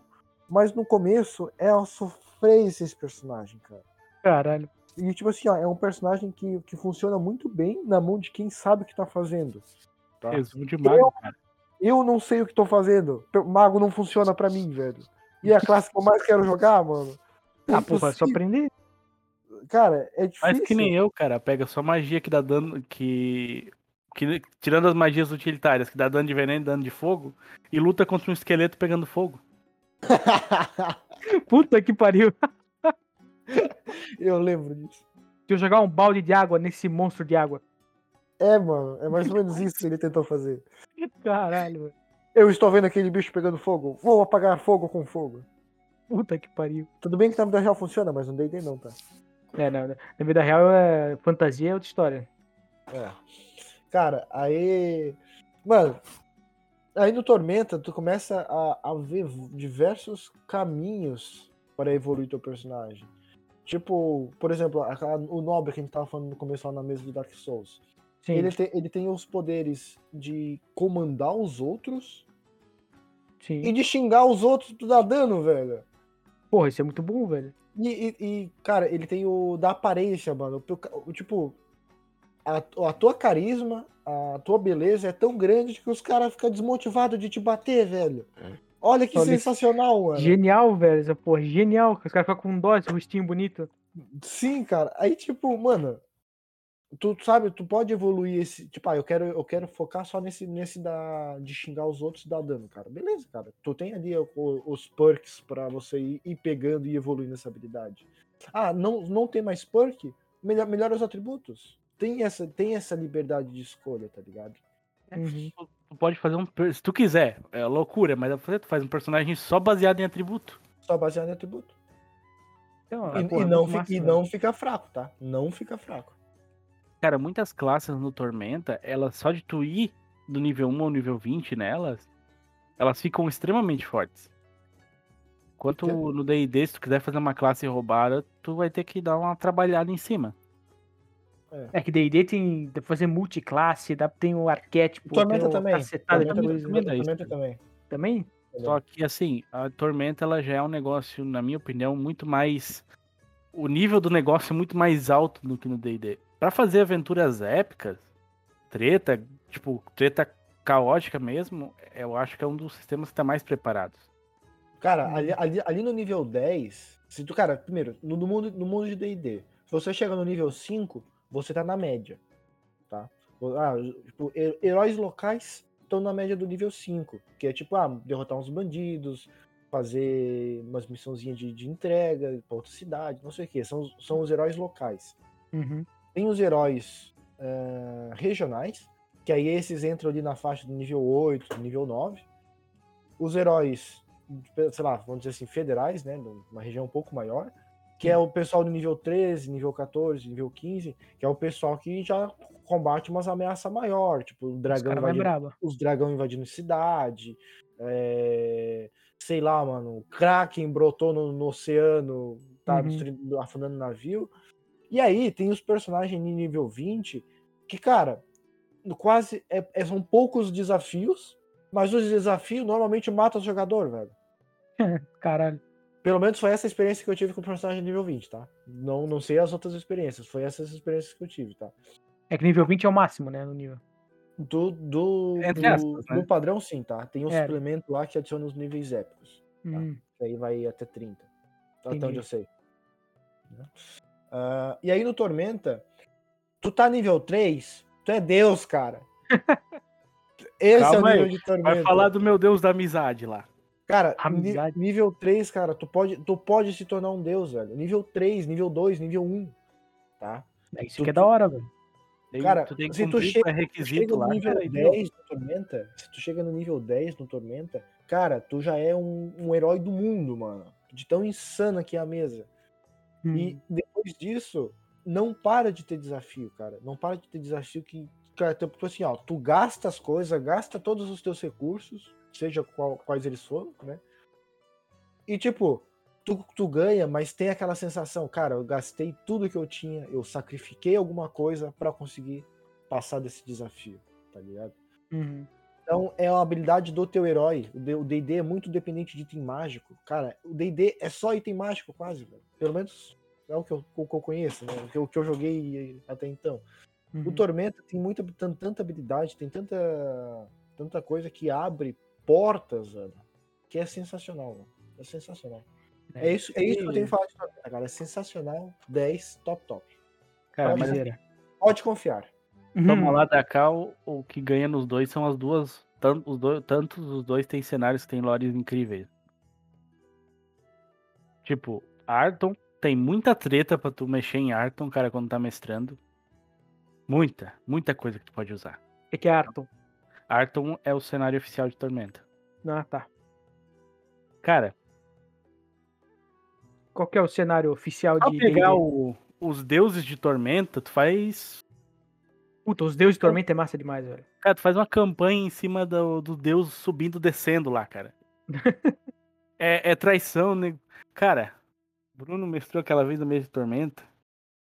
mas no começo é a sofrência esse personagem, cara.
caralho.
E, tipo assim, ó, é um personagem que, que funciona muito bem na mão de quem sabe o que tá fazendo. Tá.
Resumo demais, cara.
Eu não sei o que tô fazendo. O mago não funciona pra mim, velho. E é a classe que eu mais quero jogar, mano.
Ah, porra, é só
Impossível.
aprender.
Cara, é
Mas
difícil.
que nem eu, cara. Pega só magia que dá dano. Que. que- tirando as magias utilitárias, que dá dano de veneno e dano de fogo, e luta contra um esqueleto pegando fogo.
Puta que pariu.
Eu lembro disso.
Se eu jogar um balde de água nesse monstro de água.
É, mano, é mais ou menos isso que ele tentou fazer.
Caralho, velho.
Eu estou vendo aquele bicho pegando fogo. Vou apagar fogo com fogo.
Puta que pariu.
Tudo bem que na vida real funciona, mas não D&D não, tá?
É, não, não. na vida real, é... fantasia é outra história.
Cara, aí. Mano, aí no Tormenta, tu começa a, a ver diversos caminhos para evoluir teu personagem. Tipo, por exemplo, aquela- o nobre que a gente tava falando no começo lá na mesa do Dark Souls.
Sim.
Ele é tem, ele tem os poderes de comandar os outros
Sim.
e de xingar os outros tu dá dano, velho.
Porra, isso é muito bom, velho.
E, e- e, cara, ele tem o da aparência, mano. O, o- tipo, a, a tua carisma, a tua beleza é tão grande que os caras ficam desmotivados de te bater, velho. Olha que
Olha isso.
sensacional, mano.
Genial, velho, essa porra. Genial. Os caras ficam com dó, esse rostinho bonito.
Sim, cara. Aí, tipo, mano, tu sabe, tu pode evoluir esse. Tipo, ah, eu quero, eu quero focar só nesse, nesse da, de xingar os outros e dar dano, cara. Beleza, cara. Tu tem ali o- o- os perks pra você ir, ir pegando e evoluindo essa habilidade. Ah, não, não tem mais perk? Melhor, melhora os atributos. Tem essa, tem essa liberdade de escolha, tá ligado?
Uhum.
Tu- Tu pode fazer um. per- Se tu quiser, é loucura, mas dá pra fazer. Tu faz um personagem só baseado em atributo. é,
Só baseado em atributo.
Então,
Ah,
E,
porra,
e não,
muito
fica,
massa,
e
velho.
não fica fraco, tá? Não fica fraco.
Cara, muitas classes no Tormenta, elas só de tu ir do nível 1 ao nível 20 nelas, elas ficam extremamente fortes. Quanto no DD, se tu quiser fazer uma classe roubada, tu vai ter que dar uma trabalhada em cima.
É que D&D tem... Dá pra fazer multiclasse, dá... tem o arquétipo.
Tormenta
tem o
também.
cacetada de
Tormenta
coisa.
também. é isso,
Comenta
cara.
também.
Também?
É.
Só que assim, a Tormenta ela já é um negócio, na minha opinião, muito mais. O nível do negócio é muito mais alto do que no DD. Pra fazer aventuras épicas, treta, tipo, treta caótica mesmo, eu acho que é um dos sistemas que tá mais preparados.
Cara, ali, ali, ali no nível 10, se tu, cara, primeiro, no, no mundo, no mundo de D&D, se você chega no nível 5, você tá na média, tá? Ah, tipo, he- heróis locais estão na média do nível 5, que é tipo, ah, derrotar uns bandidos, fazer umas missãozinhas de, de entrega pra outra cidade, não sei o que, são, os- são os heróis locais.
Uhum.
Tem os heróis eh, regionais, que aí esses entram ali na faixa do nível 8, do nível 9. Os heróis, sei lá, vamos dizer assim, federais, né? de Uma região um pouco maior, que é o pessoal do nível 13, nível 14, nível 15, que é o pessoal que já combate umas ameaças maior, tipo o
Os
dragão
caras mais
invadindo-
brabo.
os dragão invadindo cidade, é, sei lá, mano, o Kraken brotou no, no oceano, tá
Uhum.
destruindo, afundando navio. E aí tem os personagens de nível 20 que, cara, no- quase é- é- são poucos desafios, mas os desafios normalmente matam o jogador, velho.
Caralho.
Pelo menos foi essa experiência que eu tive com o personagem nível 20, tá? Não, não sei as outras experiências, foi essas experiências que eu tive, tá?
É que nível 20 é o máximo, né? No nível.
Do, do,
Entre
do-
aspas, né?
do padrão, sim, tá? Tem um
É.
suplemento lá que adiciona os níveis épicos.
Hum.
que aí vai até 30. Até
Entendi.
onde eu sei. né? Ah, e aí no Tormenta, tu tá nível 3, tu é Deus, cara. Esse
Calma
é o
aí,
nível de Tormenta.
Vai falar do meu Deus da amizade lá.
Cara, ni-
Amizade.
nível 3, cara, tu pode, tu pode se tornar um Deus, velho. Nível 3, nível 2, nível 1. Tá?
É Isso
Tu-
que é da hora, velho.
Daí
Cara,
tu tem que
se tu
cumprir
chega-
com
chega
requisito
no
lá.
nível
cara, e deu.
10 no Tormenta, se tu chega no nível 10 no Tormenta, cara, tu já é um, um herói do mundo, mano. De tão insana que é a mesa. E depois disso, não para de ter desafio, cara. Não para de ter desafio que, cara, tu, tu assim, ó, tu gasta as coisas, gasta todos os teus recursos, seja qual- quais eles foram, né? E tipo, tu, tu ganha, mas tem aquela sensação, cara, eu gastei tudo que eu tinha, eu sacrifiquei alguma coisa pra conseguir passar desse desafio, tá ligado?
Uhum.
Então é uma habilidade do teu herói. O D- O D&D é muito dependente de item mágico. Cara, o D&D é só item mágico quase, velho. Pelo menos é o que eu, o que eu conheço, né? O que eu, o que eu joguei até então. O
Uhum.
Tormenta tem muita, tan- tanta habilidade, tem tanta, tanta coisa que abre portas, velho. Que é sensacional, velho. É sensacional. É, isso, é isso que eu tenho que falar de Tormenta, cara. É sensacional. 10, top, top.
Cara,
Pode
mas
Topzera.
Pode confiar.
toma
Uhum.
lá da cá, o, o que ganha nos dois são as duas. tan- os dois, tantos os dois têm cenários que têm lores incríveis. Tipo, Arton tem muita treta pra tu mexer em Arton, cara, quando tá mestrando. Muita, muita coisa que tu pode usar.
É que é Arton.
Arton é o cenário oficial de Tormenta.
Ah, tá.
Cara,
Qual que é o cenário oficial
Ao
de
pegar
D&D?
o- os deuses de Tormenta, tu faz.
Puta, os deuses de tormenta é massa demais, velho.
Cara, tu faz uma campanha em cima do, do deus subindo e descendo lá, cara. é, é traição, né? Cara, Bruno mestrou aquela vez no mês de Tormenta.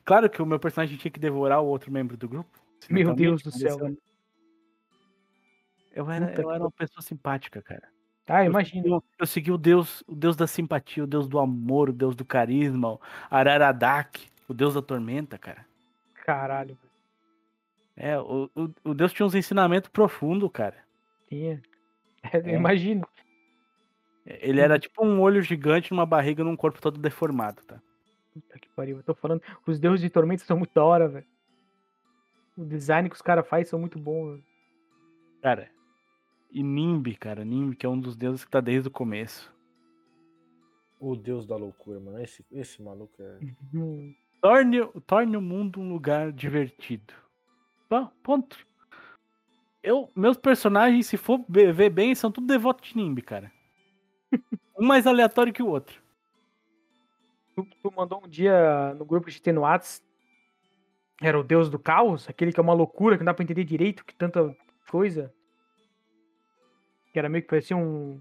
Claro que o meu personagem tinha que devorar o outro membro do grupo. senão
Meu
também
Deus do
tinha
céu,
descendo. Eu era,
Puta
eu
que
era uma pessoa simpática, cara.
Ah, imagina.
Eu, eu segui o deus, o deus da simpatia, o deus do amor, o deus do carisma, o Araradak, o deus da tormenta, cara.
Caralho, velho.
É, o, o, o Deus tinha uns ensinamentos profundos, cara.
Tinha. É,
É.
Imagina.
Ele era tipo um olho gigante numa barriga num corpo todo deformado, tá?
Puta que pariu, eu tô falando. Os deuses de tormenta são muito da hora, velho. O design que os caras fazem são muito bom, velho.
Cara, e Nimbi, cara, Nimbi, que é um dos deuses que tá desde o começo.
O deus da loucura, mano. Esse, esse maluco é.
Hum.
Torne, torne o mundo um lugar divertido. Pá, ponto. Eu, meus personagens, se for be- ver bem, são tudo devotos de Nimbi, cara. um mais aleatório que o outro.
Tu, tu mandou um dia no grupo que a gente tem no Whats. Era o deus do caos? Aquele que é uma loucura, que não dá pra entender direito, que tanta coisa. Que era meio que parecia um.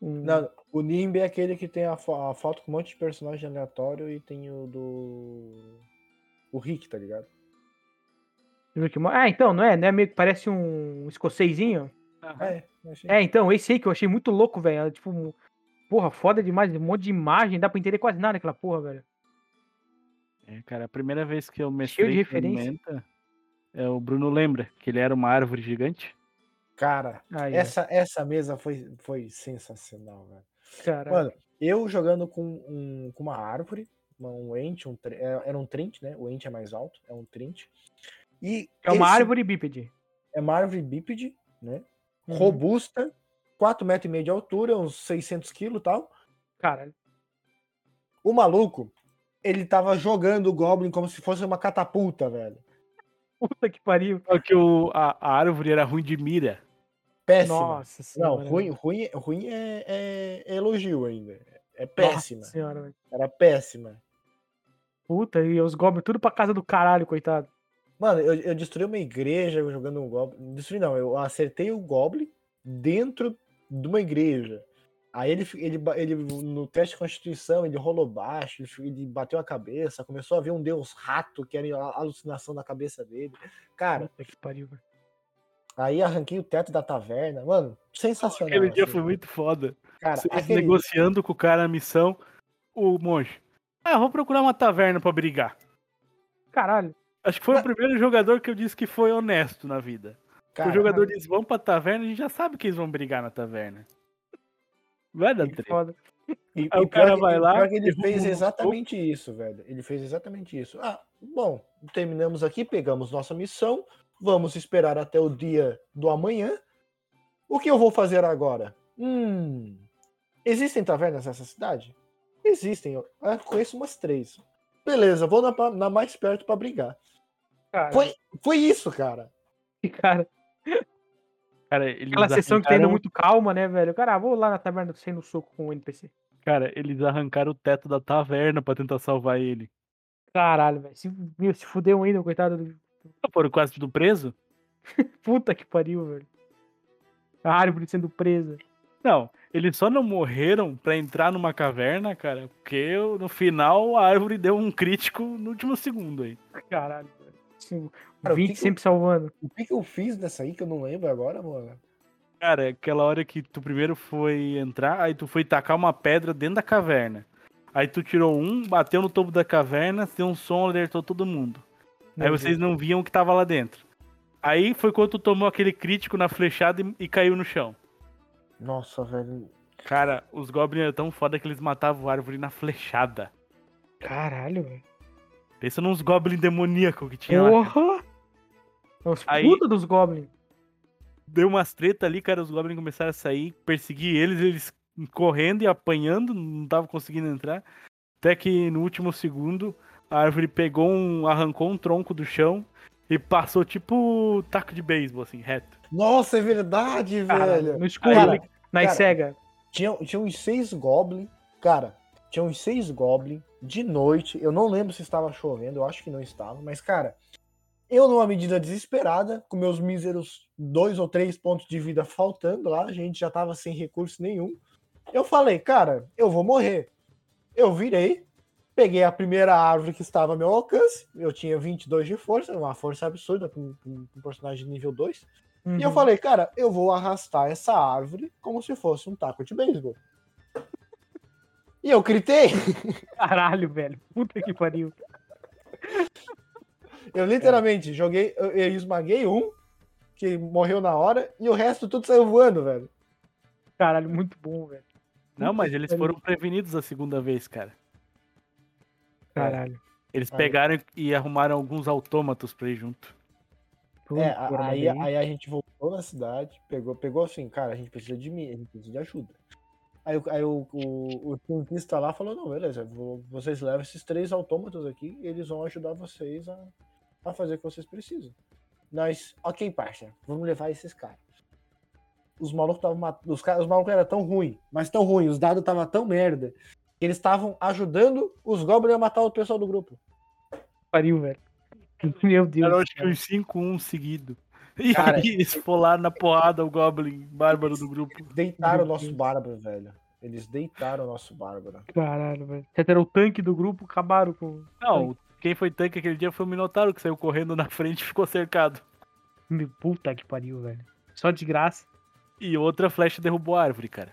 um-
Não, o Nimbe é aquele que tem a, fo- a foto com um monte de personagem aleatório e tem o do. O Rick, tá ligado?
Rick and Morty. Ah, então, não é? Não é meio que parece um escocesinho?
É, eu achei.
É, então, esse aí que eu achei muito louco, velho. Tipo, um- porra, foda demais, um monte de imagem, dá pra entender quase nada aquela porra, velho.
É, cara, a primeira vez que eu mestrei
de referência.
Tormenta, é, o Bruno lembra que ele era uma árvore gigante.
Cara,
Aí,
essa, essa mesa foi, foi sensacional, velho.
cara.
Mano, eu jogando com, um, com uma árvore, uma- um ente, um, tre- é- era um trint, né? O ente é mais alto, é um trint. E
é uma
esse-
árvore bípede.
É uma árvore bípede, né?
Uhum.
Robusta, 4,5 metros e meio de altura, uns 600 quilos e tal.
Cara,
O maluco, ele tava jogando o Goblin como se fosse uma catapulta, velho.
puta que pariu.
Só que o, a, a árvore era ruim de mira.
Péssima.
Nossa
Não,
senhora.
ruim, ruim, ruim é, é- é elogio ainda. É péssima.
Nossa senhora, velho.
Era péssima.
Puta, e os goblins tudo pra casa do caralho, coitado.
Mano, eu, eu destruí uma igreja jogando um Goblin. Destruí não, eu acertei o Goblin dentro de uma igreja. Aí ele, fi- ele, ba- ele no teste de constituição, ele rolou baixo, ele fi- ele bateu a cabeça, começou a ver um deus rato, que era a alucinação da cabeça dele. Cara,
Puta que pariu, velho.
aí arranquei o teto da taverna. Mano, sensacional.
Aquele dia
assim.
foi muito foda.
Cara,
Você
aquele-
negociando com o cara a missão, o monge. Ah, vou procurar uma taverna pra brigar.
Caralho.
Acho que foi o primeiro jogador que eu disse que foi honesto na vida.
cara,
o jogador diz, vão pra taverna, a gente já sabe que eles vão brigar na taverna. Vai dar
que
treta.
Foda.
E,
Aí
e
o cara
pior que-
vai
e
lá,
pior que ele
derruba
fez
um
exatamente isso, velho. Ele fez exatamente isso. Ah, bom, terminamos aqui, pegamos nossa missão, vamos esperar até o dia do amanhã. O que eu vou fazer agora? Hum. Existem tavernas nessa cidade? Existem. Eu ah, eu conheço umas três. Beleza, vou na, pa- na mais perto pra brigar.
Cara,
Foi isso, cara.
cara.
Cara, eles
Aquela sessão que tá indo
arrancaram-
muito calma, né, velho? Cara, ah, vou lá na taverna sem no soco com o NPC.
Cara, eles arrancaram o teto da taverna pra tentar salvar ele.
Caralho, velho. Se, meu, se fudeu ainda, coitado do
Foram quase tudo preso?
Puta que pariu, velho. A árvore sendo presa.
Não, eles só não morreram pra entrar numa caverna, cara, porque eu- no final a árvore deu um crítico no último segundo aí.
Caralho, velho. Sim,
Cara, o que
20
que eu-
sempre salvando.
O que, que eu fiz dessa aí que eu não lembro agora, mano?
Cara, aquela hora que tu primeiro foi entrar, aí tu foi tacar uma pedra dentro da caverna. Aí tu tirou um, bateu no topo da caverna, deu um som, alertou todo mundo. Aí vocês não viam o que tava lá dentro. Aí foi quando tu tomou aquele crítico na flechada e, e caiu no chão.
Nossa, velho.
Cara, os goblins eram tão foda que eles matavam a árvore na flechada.
Caralho, velho.
Pensa nos goblins demoníacos que tinha lá.
Porra! É Os
Aí-
puta dos goblins.
deu umas treta ali, cara. Os goblins começaram a sair, perseguir eles, eles correndo e apanhando, não tava conseguindo entrar. Até que no último segundo, a árvore pegou um. arrancou um tronco do chão e passou tipo taco de beisebol, assim, reto.
Nossa, é verdade, velho.
No escuro, né?
Cara,
na
cara.
cega.
Tinha, tinha uns seis Goblin. Cara, tinha uns seis Goblin de noite. Eu não lembro se estava chovendo, eu acho que não estava, mas, cara, eu numa medida desesperada, com meus míseros dois ou três pontos de vida faltando lá, a gente já tava sem recurso nenhum. Eu falei, cara, eu vou morrer. Eu virei, peguei a primeira árvore que estava ao meu alcance. Eu tinha 22 de força, uma força absurda para um personagem de nível 2. E
Uhum.
eu falei, cara, eu vou arrastar essa árvore como se fosse um taco de beisebol. E eu gritei,
Caralho, velho. Puta que pariu.
eu literalmente joguei, eu, eu esmaguei um, que morreu na hora, e o resto tudo saiu voando, velho.
Caralho, muito bom, velho.
Não, mas eles foram prevenidos a segunda vez, cara.
Caralho.
Eles
Aí.
pegaram e arrumaram alguns autômatos pra ir junto.
É,
Puta,
a- aí,
armadilha.
aí a gente voltou na cidade, pegou, pegou assim, cara, a gente precisa de mim, a gente precisa de ajuda. Aí, o- aí o, o, o cientista lá falou, não, beleza, vou- vocês levam esses três autômatos aqui e eles vão ajudar vocês a, a fazer o que vocês precisam. Nós, ok, parça, vamos levar esses caras. Os malucos estavam mat- os, caras- os malucos eram tão ruim, mas tão ruim, os dados estavam tão merda, que eles estavam ajudando os goblins a matar o pessoal do grupo.
pariu, velho. Meu Deus.
Era
do
acho que
céu.
uns 5-1 seguido. E
Cara,
aí eles pularam na porrada o Goblin, bárbaro do grupo.
Deitaram o
Meu
nosso bárbaro, velho. Eles deitaram o nosso bárbaro.
Caralho, velho. Até era o tanque do grupo, acabaram com.
Não, quem foi tanque aquele dia foi o Minotauro que saiu correndo na frente e ficou cercado.
Meu, Puta que pariu, velho. Só de graça.
E outra flecha derrubou a árvore, cara.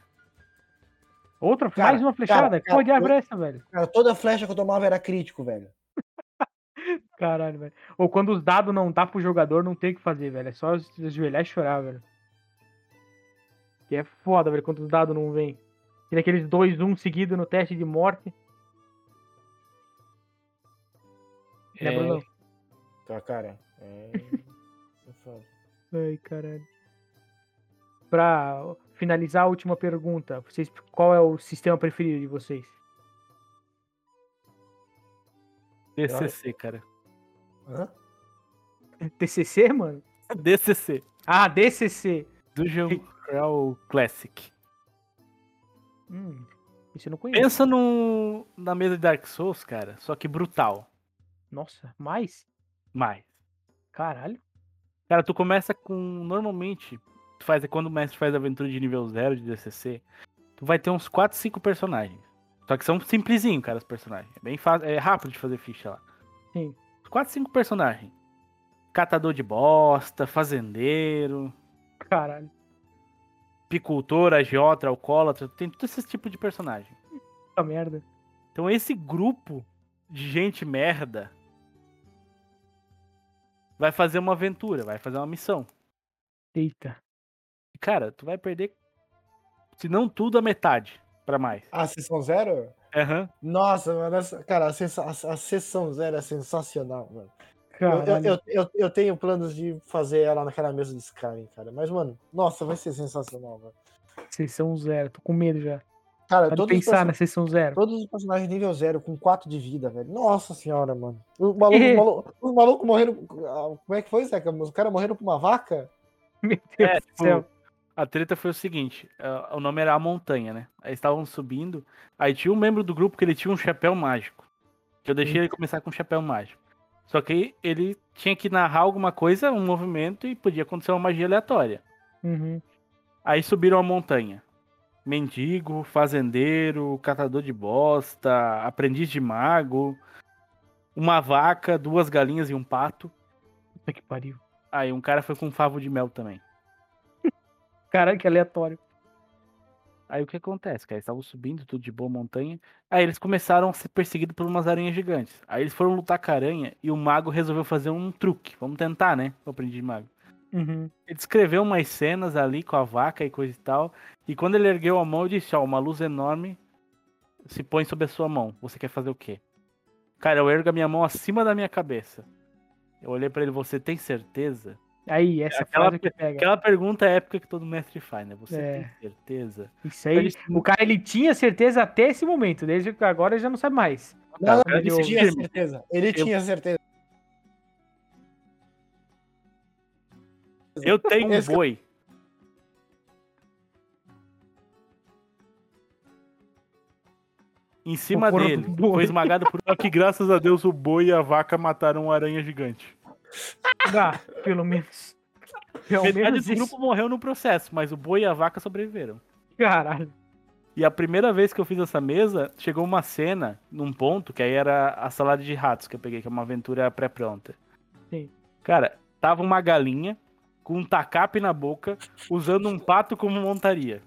Outra,
Cara,
mais uma flechada.
cara,
Pô, de
cara,
abre é essa, velho.
Cara, toda flecha que eu tomava era crítico, velho.
Caralho, velho. Ou quando os dados não dá pro jogador, não tem o que fazer, velho. É só se ajoelhar e chorar, velho. Que é foda, velho, quando os dados não vêm. E daqueles 2-1 seguido no teste de morte. Né,
É.
Bruno?
Tá, cara. É... é foda.
Ai, caralho. Pra finalizar a última pergunta, vocês, qual é o sistema preferido de vocês?
É, DCC, cara.
Hã?
TCC, mano?
DCC.
Ah, DCC.
Dungeon Crawl É Classic.
Hum, isso eu não conheço.
Pensa no, na mesa de Dark Souls, cara, só que brutal.
Nossa, mais?
Mas,
Caralho.
cara, tu começa com. Normalmente, tu faz, quando o mestre faz aventura de nível 0 de DCC, tu vai ter uns 4, 5 personagens. Só que são simplesinho, cara, os personagens. É bem fácil, é rápido de fazer ficha lá.
Sim.
4, 5 personagens. Catador de bosta, fazendeiro,
Caralho.
picultor, agiota, alcoólatra, tem todo esse tipo de personagem.
Puta merda.
Então esse grupo de gente merda vai fazer uma aventura, vai fazer uma missão.
Eita.
E, cara, tu vai perder se não tudo a metade pra mais.
A sessão zero?
Aham.
Nossa, mano, essa- cara, a, sensa- a- a sessão zero é sensacional, mano. Eu, eu-
Caralho.
eu, eu, eu tenho planos de fazer ela naquela mesa de Skyrim, cara. Mas, mano, nossa, vai ser sensacional, velho.
Sessão um zero. Tô com medo já.
Cara,
Pode
todos os,
pensar né? na
person...
sessão zero.
todos os personagens nível zero com 4 de vida, velho. Nossa senhora, mano. O maluco, o maluco, os malucos morreram. ah, Como é que foi, Zeca? Os caras morreram por uma vaca?
Meu Deus
É,
do céu.
tipo, A treta foi o seguinte, ah, o nome era a montanha, né? Aí estavam subindo, aí tinha um membro do grupo que ele tinha um chapéu mágico. Que eu deixei ele começar com um chapéu mágico. Só que ele tinha que narrar alguma coisa, um movimento e podia acontecer uma magia aleatória.
Uhum.
Aí subiram a montanha. Mendigo, fazendeiro, catador de bosta, aprendiz de mago, uma vaca, duas galinhas e um pato.
Puta que pariu.
Aí um cara foi com um favo de mel também.
Caralho, que aleatório.
Aí o que acontece, cara? Eles estavam subindo tudo de boa montanha. Aí eles começaram a ser perseguidos por umas aranhas gigantes. Aí eles foram lutar com a aranha e o mago resolveu fazer um truque. Vamos tentar, né? O aprendiz de mago.
Uhum.
Ele descreveu umas cenas ali com a vaca e coisa e tal. E quando ele ergueu a mão, eu disse: Ó, uma luz enorme se põe sobre a sua mão. Você quer fazer o quê? Cara, eu ergo a minha mão acima da minha cabeça. Eu olhei pra ele: Você tem certeza?
Aí, essa
Aquela-
frase é que pega.
Aquela pergunta é épica que todo mestre faz, né? Você
É.
tem certeza?
Isso aí,
Então,
o cara ele tinha certeza até esse momento, desde que agora ele já não sabe mais.
Não, não,
cara,
ele
eu-
tinha certeza. Ele
eu-
tinha certeza.
Eu tenho um
Esse cara-
boi. Em cima
porra do
dele.
boi.
Foi esmagado por. Só que graças a Deus o boi e a vaca mataram uma aranha gigante.
Dá, Ah, pelo menos. Pelo
Metade
menos
do
isso.
grupo morreu no processo, mas o boi e a vaca sobreviveram.
Caralho.
E a primeira vez que eu fiz essa mesa, chegou uma cena num ponto que aí era a salada de ratos que eu peguei, que é uma aventura pré-pronta.
Sim.
Cara, tava uma galinha com um tacape na boca, usando um pato como montaria.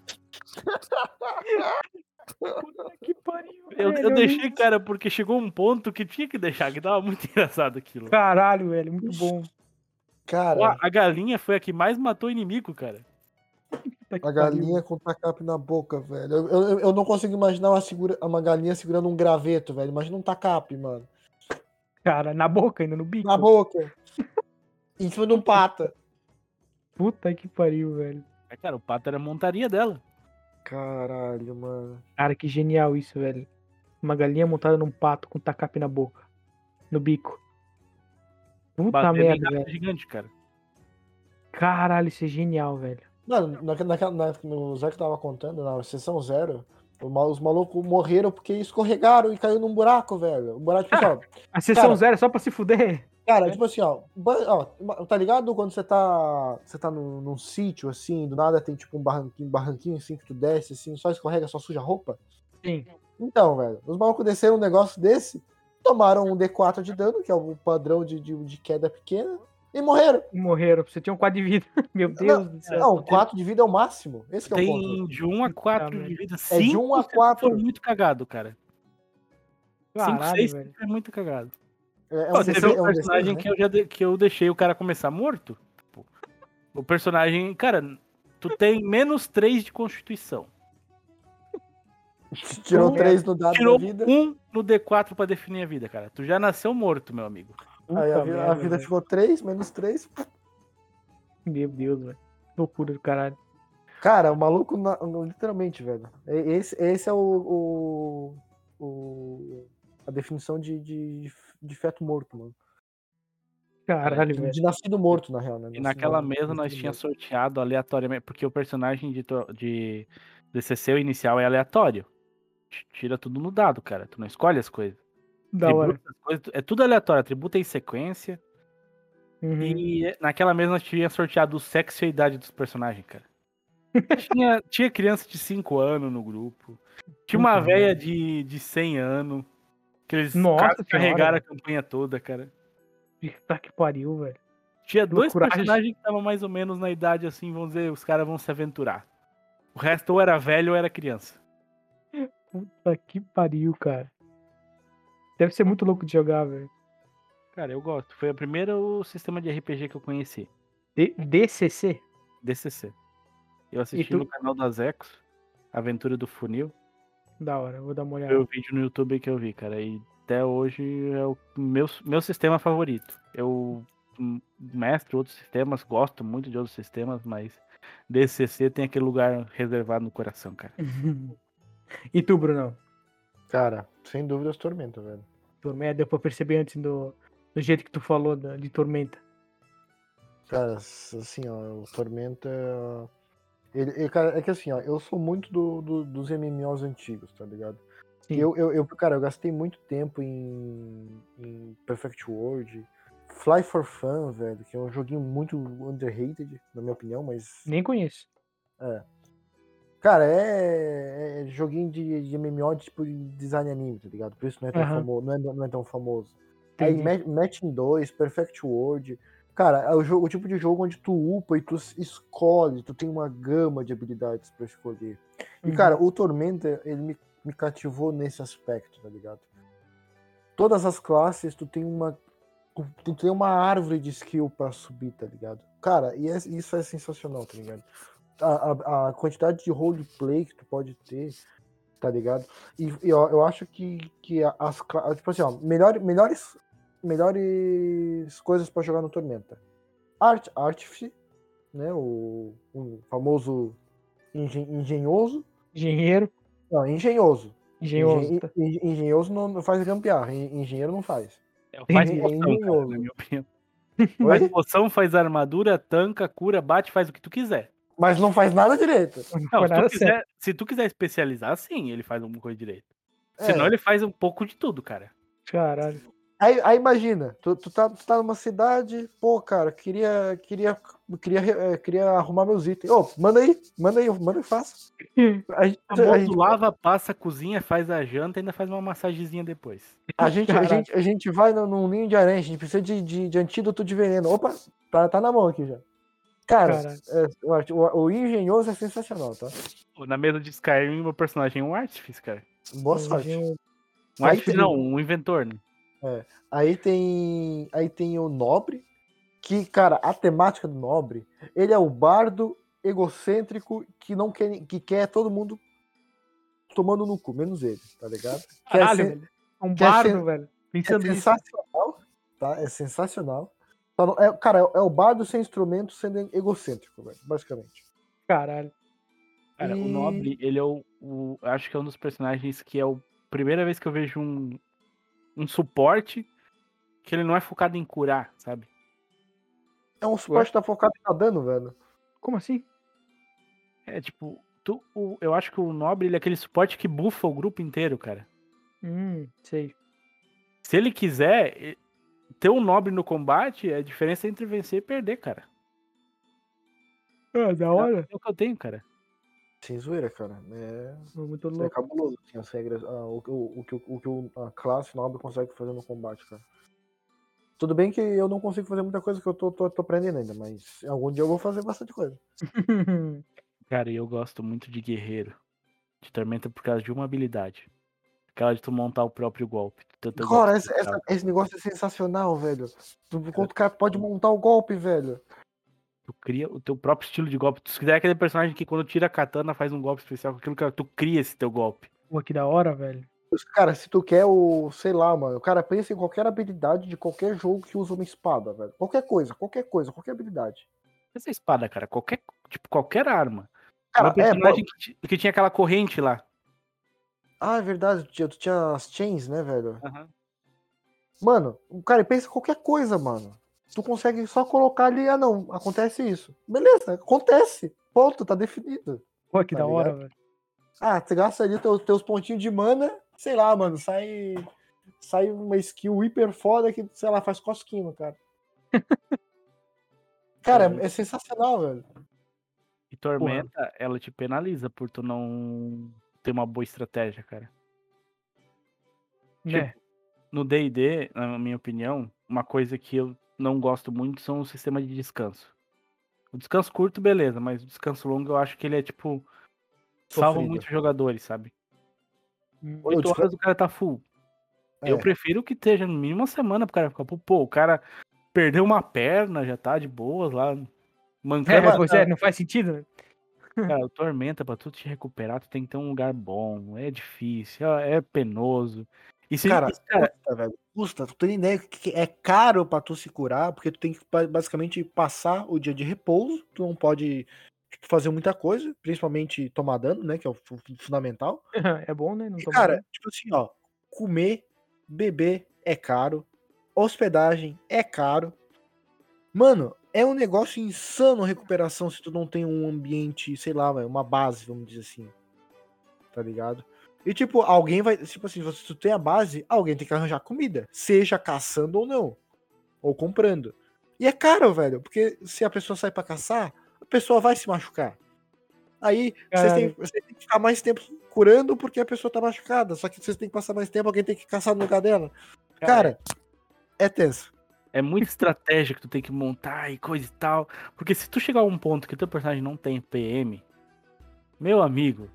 Que pariu.
Eu,
velho,
eu deixei,
nem-
cara, porque chegou um ponto que tinha que deixar, que tava muito engraçado aquilo.
Caralho, velho, muito bom.
Cara,
Ó, a galinha foi a que mais matou inimigo, cara.
Puta que
a galinha com tacape na boca, velho. Eu, eu, eu não consigo imaginar uma, segura, uma galinha segurando um graveto, velho. Imagina um tacape, mano.
pariu, Cara, na boca ainda, no bico.
Na boca. em cima de um pata.
Puta que pariu, velho.
É, cara, o pato era a montaria dela.
Caralho, mano.
Cara, que genial isso, velho. Uma galinha montada num pato com tacape na boca. No bico. Puta
Bateu em
merda,
gato
velho.
gigante, cara.
Caralho, isso é genial, velho.
Mano, naque- naquela, na, no Zé que tava contando, na sessão zero, o mal- os malucos morreram porque escorregaram e caiu num buraco, velho. Um buraco, tipo, ó,
A sessão
Cara-
zero é só pra se fuder?
Cara, tipo assim, ó, ba- ó, ma- tá ligado quando você tá, você tá num, num sítio, assim, do nada tem tipo um barranquinho, barranquinho assim, que tu desce, assim, só escorrega, só suja a roupa?
Sim.
Então, velho, os malucos desceram um negócio desse, tomaram um D4 de dano, que é o padrão de, de, de queda pequena, e morreram.
Morreram. Você tinha um quadro de vida. Meu Deus do céu.
Não, 4 de vida é o máximo, esse que é o ponto.
Tem de 1 a 4 de
merda.
vida.
É de 1 a 4.
Foi muito cagado, cara. Cinco,
Caralho,
seis,
velho.
é muito cagado.
É, é
Ó,
um
teve
DC, é
um
um DC,
personagem
né?
que, eu já de- que eu deixei o cara começar morto. Tipo, o personagem, cara, tu tem menos 3 de constituição.
Tirou
Pô,
3 no dado
Tirou
da vida,
um no D4 pra definir a vida, cara. Tu já nasceu morto, meu amigo.
Puta
aí a, vi- a
merda,
vida
velho.
ficou 3, menos 3.
Meu Deus, velho. Loucura do caralho.
Cara, o maluco, na- no- literalmente, velho. E- Esse, esse é o, o- o- A definição de, de, de feto morto, mano.
Caralho,
De,
velho.
de nascido morto, na real, né?
é. E
Nascido-
naquela
nascido
mesa nós
morto.
tínhamos sorteado aleatoriamente, porque o personagem de, to- de DCC inicial é aleatório. T- Tira tudo no dado, cara. Tu não escolhe as coisas.
Da hora.
Atributos, as coisas- é tudo aleatório. Atributo em sequência.
Uhum.
E naquela mesma nós tínhamos sorteado o sexo e a idade dos personagens, cara. tinha, tinha criança de 5 anos no grupo. Tinha uma
Puta
velha de, de 100 anos. Que eles
Nossa
ca- carregaram
senhora.
a campanha toda, cara.
Puta que pariu, velho.
Tinha dois
Loucuragem.
personagens que estavam mais ou menos na idade assim, vamos dizer, os caras vão se aventurar. O resto ou era velho ou era criança.
Puta que pariu, cara. Deve ser muito louco de jogar, velho.
Cara, eu gosto. Foi o primeiro sistema de RPG que eu conheci.
D- DCC?
DCC. Eu assisti
tu-
no canal da Zecos, Aventura do Funil.
Da hora, vou dar uma olhada.
Foi o vídeo no YouTube que eu vi, cara. E até hoje é o meu, meu sistema favorito. Eu hum, mestro outros sistemas, gosto muito de outros sistemas, mas DCC tem aquele lugar reservado no coração, cara.
e tu, Brunão?
Cara, sem dúvidas, tormenta, velho.
Tormenta, deu pra perceber antes do, do jeito que tu falou da- de Tormenta.
Cara, s- assim, ó, o Tormenta. Ele, ele- cara, é que assim, ó, eu sou muito do, do- dos MMOs antigos, tá ligado?
Sim.
Eu, eu, eu, cara, eu gastei muito tempo em, em Perfect World, Fly for Fun, velho, que é um joguinho muito underrated, na minha opinião, mas.
Nem conheço.
Cara, é, é joguinho de, de MMO de tipo de design anime, tá ligado? Por isso não é tão
Aham.
famoso. Não é, não é tão famoso. Aí
Entendi.
Ma- Matching 2, Perfect World. Cara, é o, jogo, o tipo de jogo onde tu upa e tu s- escolhe, tu tem uma gama de habilidades pra escolher. E,
Uhum.
cara, o Tormenta, ele me, me cativou nesse aspecto, tá ligado? Todas as classes, tu tem uma. Tu, tu tem uma árvore de skill pra subir, tá ligado? Cara, e é- isso é sensacional, tá ligado? A, a- a quantidade de roleplay que tu pode ter, tá ligado? E, e eu, eu acho que, que a- as cla- tipo assim, ó, melhor, melhores, melhores coisas pra jogar no Tormenta. Art, Artifice, né? O, o famoso engen- engenhoso.
Engenheiro.
Não, engenhoso.
Engenhoso.
Engen-
tá.
en- engenhoso não não faz gambiarra. en- Engenheiro não faz.
É, faz
Entendi.
poção, cara, na minha opinião. Faz
Oi?
poção, faz armadura, tanca, cura, bate, faz o que tu quiser.
Mas não faz nada direito.
Não,
Foi
se, tu
nada certo.
quiser se tu quiser especializar, sim, ele faz alguma coisa direito.
É.
Senão ele faz um pouco de tudo, cara.
Caralho.
Aí, aí imagina, tu, tu, tá, tu tá numa cidade, pô, cara, queria, queria, queria, eh, queria arrumar meus itens. Ô, manda aí, manda aí, manda e faça. A gente,
A
a gente-
lava, passa, cozinha, faz a janta e ainda faz uma massagenzinha depois.
A gente, a gente, a gente vai no- num ninho de aranha, a gente precisa de, de, de antídoto de veneno. Opa, tá, tá na mão aqui já. Cara,
Caralho.
é, o, art- o- o engenhoso é sensacional, tá?
Na mesa de Skyrim, meu personagem é um artífice, cara.
Boa sorte.
Engenho-
Um
Aí
artífice
tem-
não, um inventor, né?
Aí tem, aí tem o nobre, que, cara, a temática do nobre, ele é o bardo egocêntrico que não quer, que quer todo mundo tomando no cu, menos ele, tá ligado? Que é,
Caralho,
sen-
velho. É um
quer
bardo,
ser-
velho.
é
Pensando nisso.
sensacional, tá? É sensacional. Só não- é- cara, é o bardo sem instrumento sendo egocêntrico, velho, basicamente.
Caralho.
Cara, o
E-
Nobre, ele é o, o- Acho que é um dos personagens que é a primeira vez que eu vejo um, um suporte que ele não é focado em curar, sabe?
É um suporte que tá focado em dar dano, velho.
Como assim?
É tipo. tu- o- eu acho que o Nobre ele é aquele suporte que bufa o grupo inteiro, cara.
Hum, sei.
Se ele quiser, e- ter um Nobre no combate é a diferença entre vencer e perder, cara.
Ah, da hora.
É o que eu tenho, cara.
Sem zoeira, cara. É,
Muito
é
louco.
cabuloso, assim, as regras. ah, o, que o, o que o- o que o- a classe nobre consegue fazer no combate, cara. Tudo bem que eu não consigo fazer muita coisa que eu tô, tô, tô aprendendo ainda, mas algum dia eu vou fazer bastante coisa.
Cara, e eu gosto muito de guerreiro. De tormenta por causa de uma habilidade. Aquela de tu montar o próprio golpe. Tanto eu
Cara,
gosto
essa-
de
essa-
montar.
esse negócio é sensacional, velho. Tu- Quanto o cara pode montar o golpe, velho.
Tu cria o teu próprio estilo de golpe. Tu se quiser aquele personagem que quando tira a katana faz um golpe especial com aquilo que tu cria esse teu golpe.
Pô, que da hora, velho.
Cara, se tu quer o, sei lá, mano, o cara pensa em qualquer habilidade de qualquer jogo que usa uma espada, velho. Qualquer coisa, qualquer coisa, qualquer habilidade.
Essa espada, cara, qualquer tipo qualquer arma.
Cara,
Meu
é,
personagem que, ti- que tinha aquela corrente lá.
Ah, é verdade, tu tinha, tu tinha as chains, né, velho? Mano, o cara pensa em qualquer coisa, mano. Tu consegue só colocar ali, ah não, acontece isso. Beleza, acontece. Ponto, tá definido.
Pô, que
Tá
da hora, velho.
Ah, tu gasta ali teus, teus pontinhos de mana, sei lá, mano, sai. Sai uma skill hiper foda que, sei lá, faz cosquinho, cara. Cara, é, é sensacional, velho.
E tormenta, ela te penaliza por tu não ter uma boa estratégia, cara. Tipo,
Né?
No D&D, na minha opinião, uma coisa que eu não gosto muito são os sistemas de descanso. O descanso curto, beleza, mas o descanso longo eu acho que ele é tipo salva
Sofrido.
muitos jogadores, sabe?
Hum.
Eu
Oito
discordo.
horas o cara tá full. Eu
É.
prefiro que esteja no mínimo uma semana pro cara ficar, pô, pô, o cara perdeu uma perna, já tá de boas lá,
É,
mancando.
mas, pois é,
tá-
não faz sentido, né?
Cara, tormenta pra tu te recuperar, tu tem que ter um lugar bom, é difícil, é é penoso. E se
Cara,
e, cara,
custa, velho. Custa. Tu tem ideia que que é caro pra tu se curar, porque tu tem que ba- basicamente passar o dia de repouso. Tu não pode tipo, fazer muita coisa, principalmente tomar dano, né? Que é o fu- fu- fundamental.
É bom, né? Não
E,
tomar
cara,
banho.
tipo assim, ó, comer, beber é caro, hospedagem é caro. Mano, é um negócio insano a recuperação se tu não tem um ambiente, sei lá, velho, uma base, vamos dizer assim. Tá ligado? E tipo, alguém vai, tipo assim, se tu tem a base, alguém tem que arranjar comida, seja caçando ou não, ou comprando. E é caro, velho, porque se a pessoa sai pra caçar, a pessoa vai se machucar. Aí vocês têm, vocês têm que ficar mais tempo curando porque a pessoa tá machucada. Só que vocês têm que passar mais tempo, alguém tem que caçar no lugar dela. Cara, é tenso.
é muita estratégia que tu tem que montar e coisa e tal. Porque se tu chegar a um ponto que teu personagem não tem PM, meu amigo,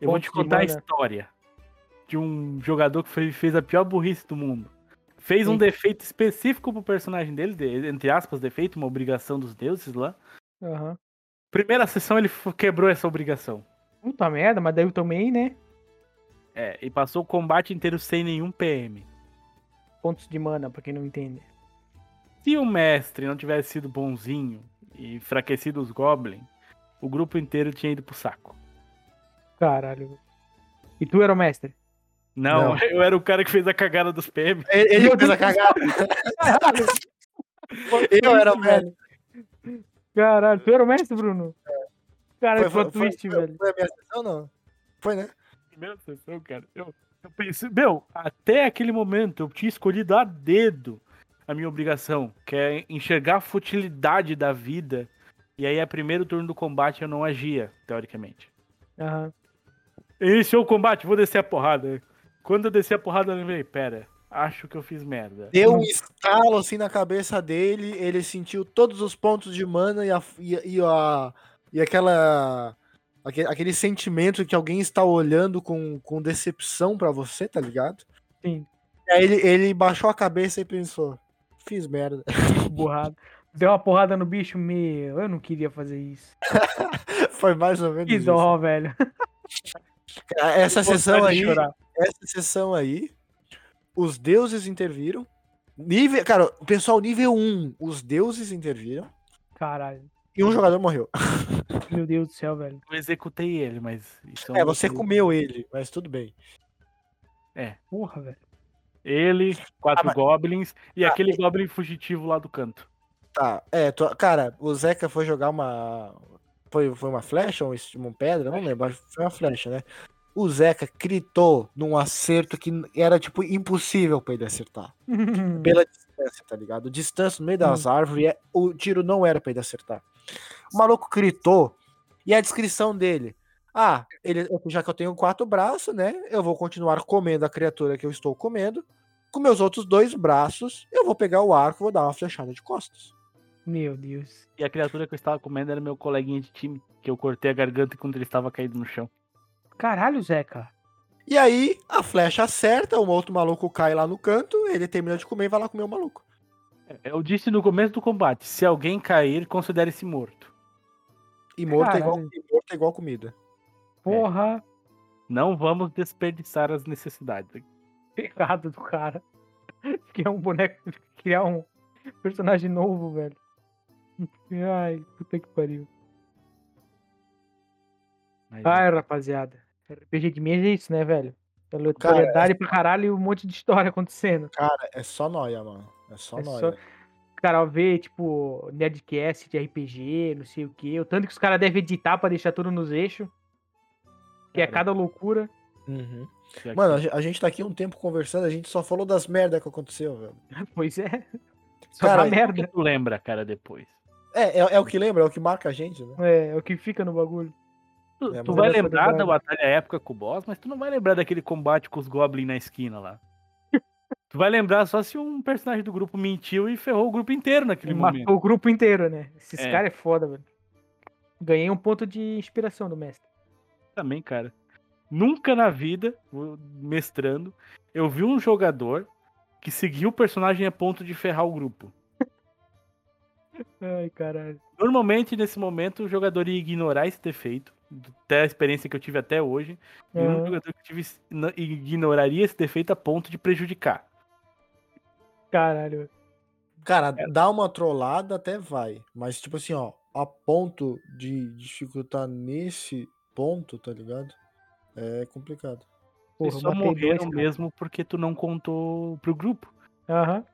eu vou
Ponto
te
de
contar a
mana.
história de um jogador que foi- fez a pior burrice do mundo. Fez um
Sim.
defeito específico pro personagem dele, de- entre aspas, defeito, uma obrigação dos deuses lá.
Aham.
Primeira sessão ele f- quebrou essa obrigação.
Puta merda, mas daí eu também, né?
É, e passou o combate inteiro sem nenhum PM.
Pontos de mana, pra quem não entende.
Se o mestre não tivesse sido bonzinho e enfraquecido os goblins, o grupo inteiro tinha ido pro saco.
Caralho. E tu era o mestre?
Não, eu era o cara que fez a cagada dos PM.
Ele, ele fez a cagada. eu era o velho.
Caralho, tu era o mestre, Bruno? Cara, que
Foi, É. foi,
plot
foi,
twist,
foi,
velho.
foi a minha sessão, não? Foi, né?
Primeira sessão, cara. Eu, eu pensei, meu, até aquele momento eu tinha escolhido a dedo a minha obrigação, que é enxergar a futilidade da vida. E aí, a primeiro turno do combate, eu não agia, teoricamente.
Aham.
Iniciou o combate, vou descer a porrada. Quando eu desci a porrada, eu lembrei, pera, acho que eu fiz merda.
Deu um estalo assim na cabeça dele, ele sentiu todos os pontos de mana e, a, e, e a, e aquela. aque- Aquele, sentimento que alguém está olhando com, com decepção pra você, tá ligado?
Sim.
E aí ele, ele baixou a cabeça e pensou: fiz merda.
Borrado. Deu uma porrada no bicho, meu, eu não queria fazer isso.
Foi mais ou menos
Que
isso.
dó, velho.
Essa sessão
Vontade de
aí,
chorar.
essa sessão aí, os deuses interviram. Nível, cara, pessoal, nível 1, os deuses interviram
Caralho.
e um jogador morreu.
Meu Deus do céu, velho.
Eu executei ele, mas. Isso um
É, você
outro-
comeu ele, mas tudo bem.
Porra, velho.
Ele, quatro
Ah, mas-
goblins e
Ah,
aquele goblin fugitivo lá do canto.
Tá, é, tu- cara, o Zeca foi jogar uma. Foi, foi uma flecha ou um est- uma pedra? Não lembro, acho que foi uma flecha, né? O Zeca gritou num acerto que era, tipo, impossível pra ele acertar. pela distância, tá ligado? Distância no meio das árvores, é- o tiro não era pra ele acertar. O maluco gritou, e a descrição dele. Ah, ele, já que eu tenho quatro braços, né? Eu vou continuar comendo a criatura que eu estou comendo. Com meus outros dois braços, eu vou pegar o arco e vou dar uma flechada de costas.
Meu Deus.
E a criatura que eu estava comendo era meu coleguinha de time, que eu cortei a garganta quando ele estava caído no chão.
Caralho, Zeca.
E aí, a flecha acerta, o outro maluco cai lá no canto, ele termina de comer e vai lá comer o maluco.
É, Eu disse no começo do combate: se alguém cair, considere-se morto.
E morto é, igual,
Caralho.
e morto é igual comida.
Porra.
Não vamos desperdiçar as necessidades.
Pecado do cara. Criar um boneco. Criar um personagem novo, velho. Ai, puta que pariu.
Mas,
Ah,
Ai, rapaziada. RPG de mesa é isso, né, velho?
é
Aleatoriedade pra caralho e um monte de história acontecendo.
Cara, é só noia, mano. É só
É
nóia.
só- O cara vê, tipo, Nerdcast de RPG, não sei o quê. O tanto que os caras devem editar pra deixar tudo nos eixos. Que é
Cara.
cada loucura.
Uhum.
já que-
Mano, a ge- a gente tá aqui um tempo conversando, a gente só falou das merda que aconteceu, velho.
Pois é. Só
Cara,
dá merda.
tu lembra, cara, depois.
É, é, é o que lembra, é o que marca a gente, né?
É, é o que fica no bagulho.
Tu,
É,
tu
mas
vai
essa
lembrar da
verdade.
batalha épica com o boss, mas tu não vai lembrar daquele combate com os goblins na esquina lá. tu vai lembrar só se um personagem do grupo mentiu e ferrou o grupo inteiro
É
naquele
Ele
momento.
matou o grupo inteiro, né? Esses
É.
caras é foda, velho. Ganhei um ponto de inspiração do mestre.
Também, cara. Nunca na vida, vou mestrando, eu vi um jogador que seguiu o personagem a ponto de ferrar o grupo.
Ai, caralho.
Normalmente, nesse momento, o jogador ia ignorar esse defeito, até a experiência que eu tive até hoje. Nenhum
Ah,
jogador que eu tive na- ignoraria esse defeito a ponto de prejudicar. assim,
caralho. velho.
Cara,
É.
dá uma trollada até vai. Mas, tipo assim, ó, a ponto de dificultar nesse ponto, tá ligado? É complicado.
Porra,
Eles
eu
só
matei dois, cara.
morreram mesmo porque tu não contou pro grupo.
Aham.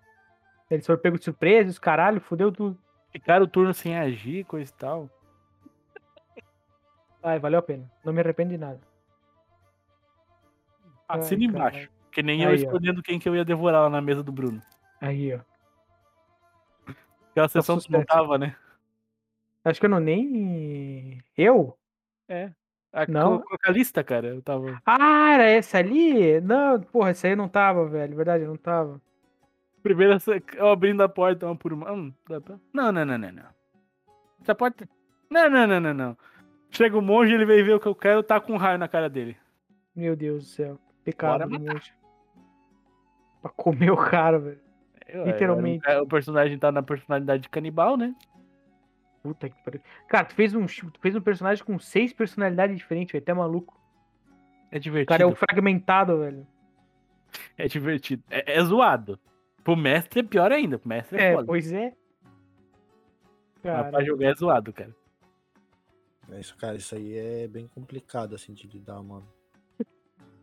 Eles foram pegos de surpresa, os caralho, fudeu tudo.
Ficaram o turno sem agir, coisa e tal.
Ai, valeu a pena. Não me arrependo de nada. Ai,
Assina Ah, embaixo. Que nem eu
Aí, ó.
escolhendo quem que eu ia devorar lá na mesa do Bruno.
Aí, ó. Tá
Aquela sessão tu não
suspense.
tava, né?
Acho que eu não nem. Eu?
A,
Não.
Com, com Ah, a lista, cara, eu tava.
Ah, era essa ali? Não, porra, essa aí eu não tava, velho. Verdade, eu não tava.
Primeiro essa- eu abrindo a porta uma por uma. Hum, dá pra- Não, não, não, não, não. Essa porta. Não, não, não, não, não. Chega o monge, ele vem ver o que eu quero, tá com um raio na cara dele.
Meu Deus do céu. Pecado
Bora
do monte. Pra comer o cara, velho.
Eu- eu era um
Literalmente.
cara- o personagem tá na personalidade de canibal, né?
Puta que pariu. Cara, tu fez um, chi- tu fez um personagem com seis personalidades diferentes, velho. Até maluco.
É
O cara é
divertido.
o fragmentado, velho.
É divertido. É- é zoado. Pro mestre é pior ainda. Pro mestre é,
É,
foda.
pois é.
Mas
Cara,
pra jogar é zoado, cara.
É Isso, cara, isso aí é bem complicado, assim, de lidar, mano.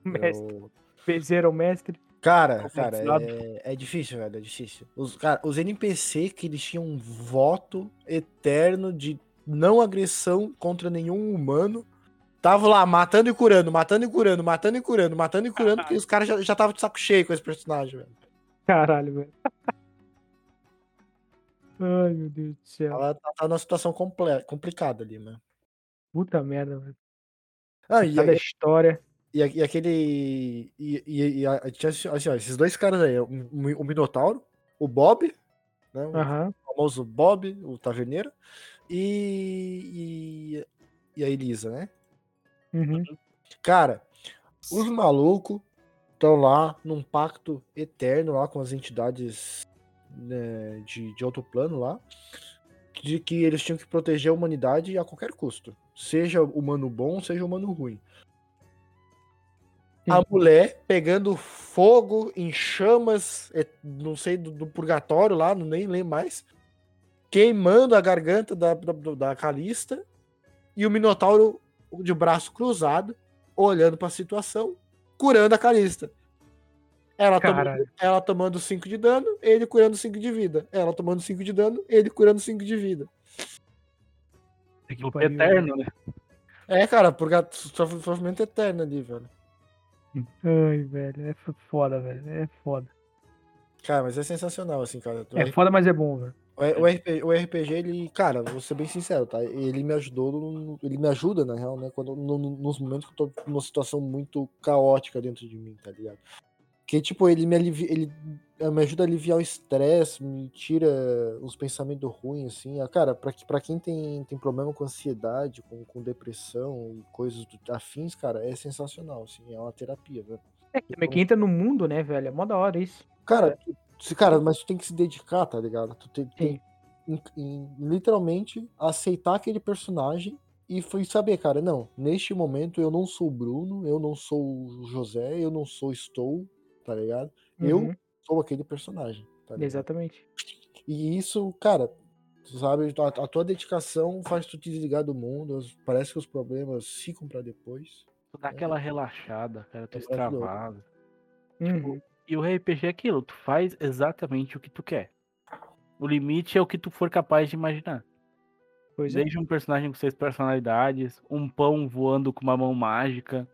o mestre,
Eu-
Bezeiro é o mestre.
Cara, cara,
Complicado.
é, é difícil, velho, é difícil. Os, cara, os NPC que eles tinham um voto eterno de não agressão contra nenhum humano, tava lá matando e curando, matando e curando, matando e curando, matando e curando, porque os caras já, já tava de saco cheio com esse personagem, velho.
Caralho, velho. Ai, meu Deus do céu.
Ela tá, tá numa situação comple- complicada ali, né?
Puta merda, velho.
Ah, e,
Cada história.
E, a- e aquele. E, e, e a- a- tinha assim, assim, ó, esses dois caras aí, o, Mi- o Minotauro, o Bob, né? O
Aham.
famoso Bob, o Taverneiro, e, e. e a Elisa, né?
Uhum.
Cara, os malucos estão lá num pacto eterno lá com as entidades né, de, de outro plano lá, de que eles tinham que proteger a humanidade a qualquer custo. Seja humano bom, seja humano ruim. A
Sim.
mulher pegando fogo em chamas, é, não sei, do, do purgatório lá, não nem lembro mais, queimando a garganta da, da, da Calista, e o Minotauro de braço cruzado, olhando pra situação, curando a Calista. Ela tomando,
Caralho.
ela tomando 5 de dano, ele curando 5 de vida. Ela tomando 5 de dano, ele curando 5 de vida.
que
Loop
pariu,
eterno, né?
É, cara, por gato, sofr- sofrimento eterno é ali, velho.
Ai, velho. É f- foda, velho. É foda.
Cara, mas é sensacional, assim, cara. O
É foda, mas é bom, velho.
O, o RP o RPG, ele, cara, vou ser bem sincero, tá? Ele me ajudou, num- ele me ajuda, na real, né? Quando, no- no- nos momentos que eu tô numa situação muito caótica dentro de mim, tá ligado? Que, tipo, ele me alivia, ele eh, me ajuda a aliviar o estresse, me tira os pensamentos ruins, assim. Ah, Cara, pra, que- pra quem tem, tem problema com ansiedade, com, com depressão e coisas do- afins, cara, é sensacional, assim, é uma terapia, né?
É que também que entra no mundo, né, velho? É mó da hora isso.
Cara, tu- se- cara, mas tu tem que se dedicar, tá ligado? Tu tem, tem
Sim.
em- em- literalmente aceitar aquele personagem e foi saber, cara, não, neste momento eu não sou o Bruno, eu não sou o José, eu não sou Estou, tá ligado? Eu
Uhum,
Sou aquele personagem. tá ligado?
Exatamente.
E isso, cara, tu sabe, a, a tua dedicação faz tu te desligar do mundo, as- parece que os problemas ficam pra depois.
Tu dá aquela relaxada, cara. Tu
Eu gosto do outro.
extravasa.
Tipo,
Uhum,
E o RPG é aquilo, tu faz exatamente o que tu quer. O limite é o que tu for capaz de imaginar.
Pois é.
Desde um personagem com seis personalidades, um pão voando com uma mão mágica.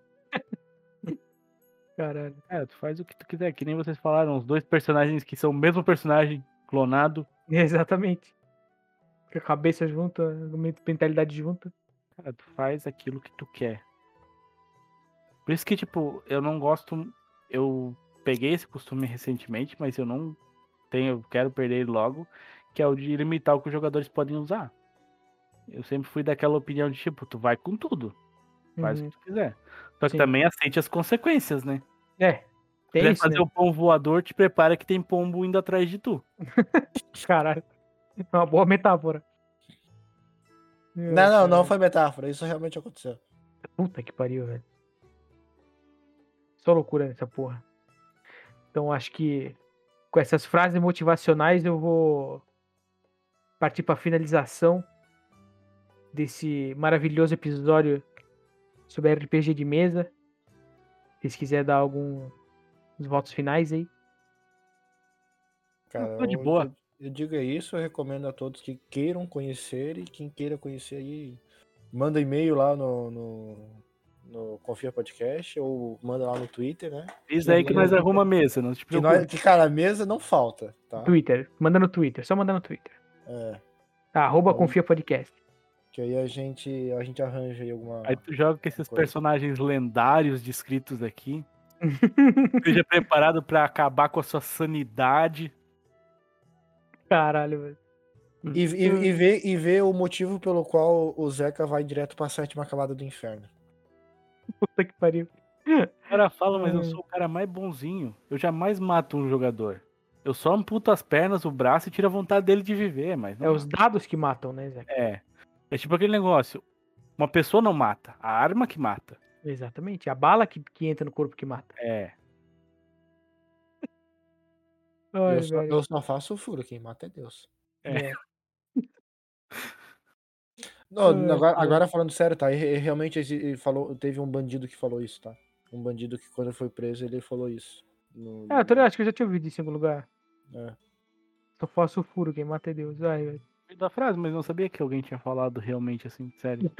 Caralho.
É, tu faz o que tu quiser, que nem vocês falaram, os dois personagens que são o mesmo personagem, clonado.
Exatamente. Com a cabeça junta, com a mentalidade junta.
Cara, tu faz aquilo que tu quer. Por isso que, tipo, eu não gosto. Eu peguei esse costume recentemente, mas eu não tenho, eu quero perder ele logo, que é o de limitar o que os jogadores podem usar. Eu sempre fui daquela opinião de tipo, tu vai com tudo, faz
Uhum.
o que tu quiser. Só que
Sim.
também aceite as consequências, né?
É. Tem
Quer
isso, né?
fazer o pão voador, te prepara que tem pombo indo atrás de tu.
Caralho. É uma boa metáfora. Meu
Não, não, não
caralho.
foi metáfora, isso realmente aconteceu.
Puta que pariu, velho. Só loucura nessa porra. Então acho que com essas frases motivacionais eu vou partir pra finalização desse maravilhoso episódio sobre RPG de mesa. Se vocês quiserem dar algum os votos finais aí.
Cara,
tô de
eu-
boa.
Eu, eu digo é isso, eu recomendo a todos que queiram conhecer e quem queira conhecer aí, manda e-mail lá no, no, no Confia Podcast ou manda lá no Twitter, né?
Diz aí que nós arruma a mesa, não te
Que,
preocupa.
nós- que, cara, a mesa não falta, tá?
Twitter, manda no Twitter, só mandar no Twitter.
É,
Tá, arroba
Aí.
confia podcast.
que aí a gente, a gente arranja aí alguma.
Aí tu joga com
É,
esses
Coisa.
personagens lendários descritos aqui. Seja preparado pra acabar com a sua sanidade.
Caralho, velho.
E, e, e, ver, e ver o motivo pelo qual o Zeca vai direto pra sétima camada do inferno.
Puta que pariu.
O cara fala, mas eu
Ai.
sou o cara mais bonzinho. Eu jamais mato um jogador. Eu só amputo as pernas, o braço e tiro a vontade dele de viver, mas não
É os dados que matam, né, Zé?
é. É tipo aquele negócio. Uma pessoa não mata, a arma que mata.
Exatamente. A bala que, que entra no corpo que mata.
É.
Ai,
eu, só,
velho.
eu só faço o furo, quem mata é Deus.
É.
Não,
Ai,
agora,
cara.
agora falando sério, tá? e- e Realmente exi- falou, teve um bandido que falou isso, tá? Um bandido que quando foi preso, ele falou isso. No-
Ah, eu tô ligado, acho que eu já tinha ouvido isso em algum lugar.
É.
Só faço o furo, quem mata é Deus. Ai, velho.
Eu da frase, mas não sabia que alguém tinha falado realmente assim, sério.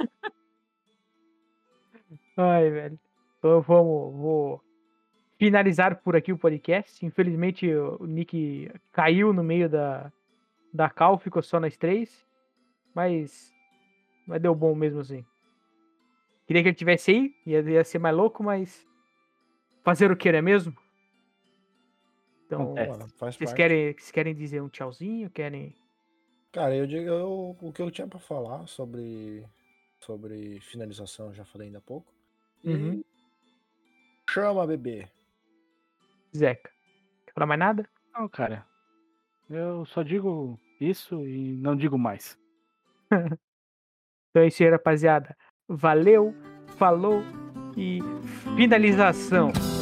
Ai, velho. Então vamos, vou finalizar por aqui o podcast. Infelizmente o Nick caiu no meio da, da cal, ficou só nas três. Mas, mas deu bom mesmo assim. Queria que ele tivesse aí, ia, ia ser mais louco, mas fazer o que, não é mesmo? Então,
Acontece.
Mano, faz
vocês
parte.
querem, vocês querem dizer um tchauzinho? Querem.
Cara, eu digo eu- o que eu tinha pra falar sobre, sobre finalização, eu já falei ainda há pouco. E
Uhum.
Chama, bebê.
Zeca. Quer falar mais nada?
Não, cara. Eu só digo isso e não digo mais.
Então é isso aí, rapaziada. Valeu, falou e finalização.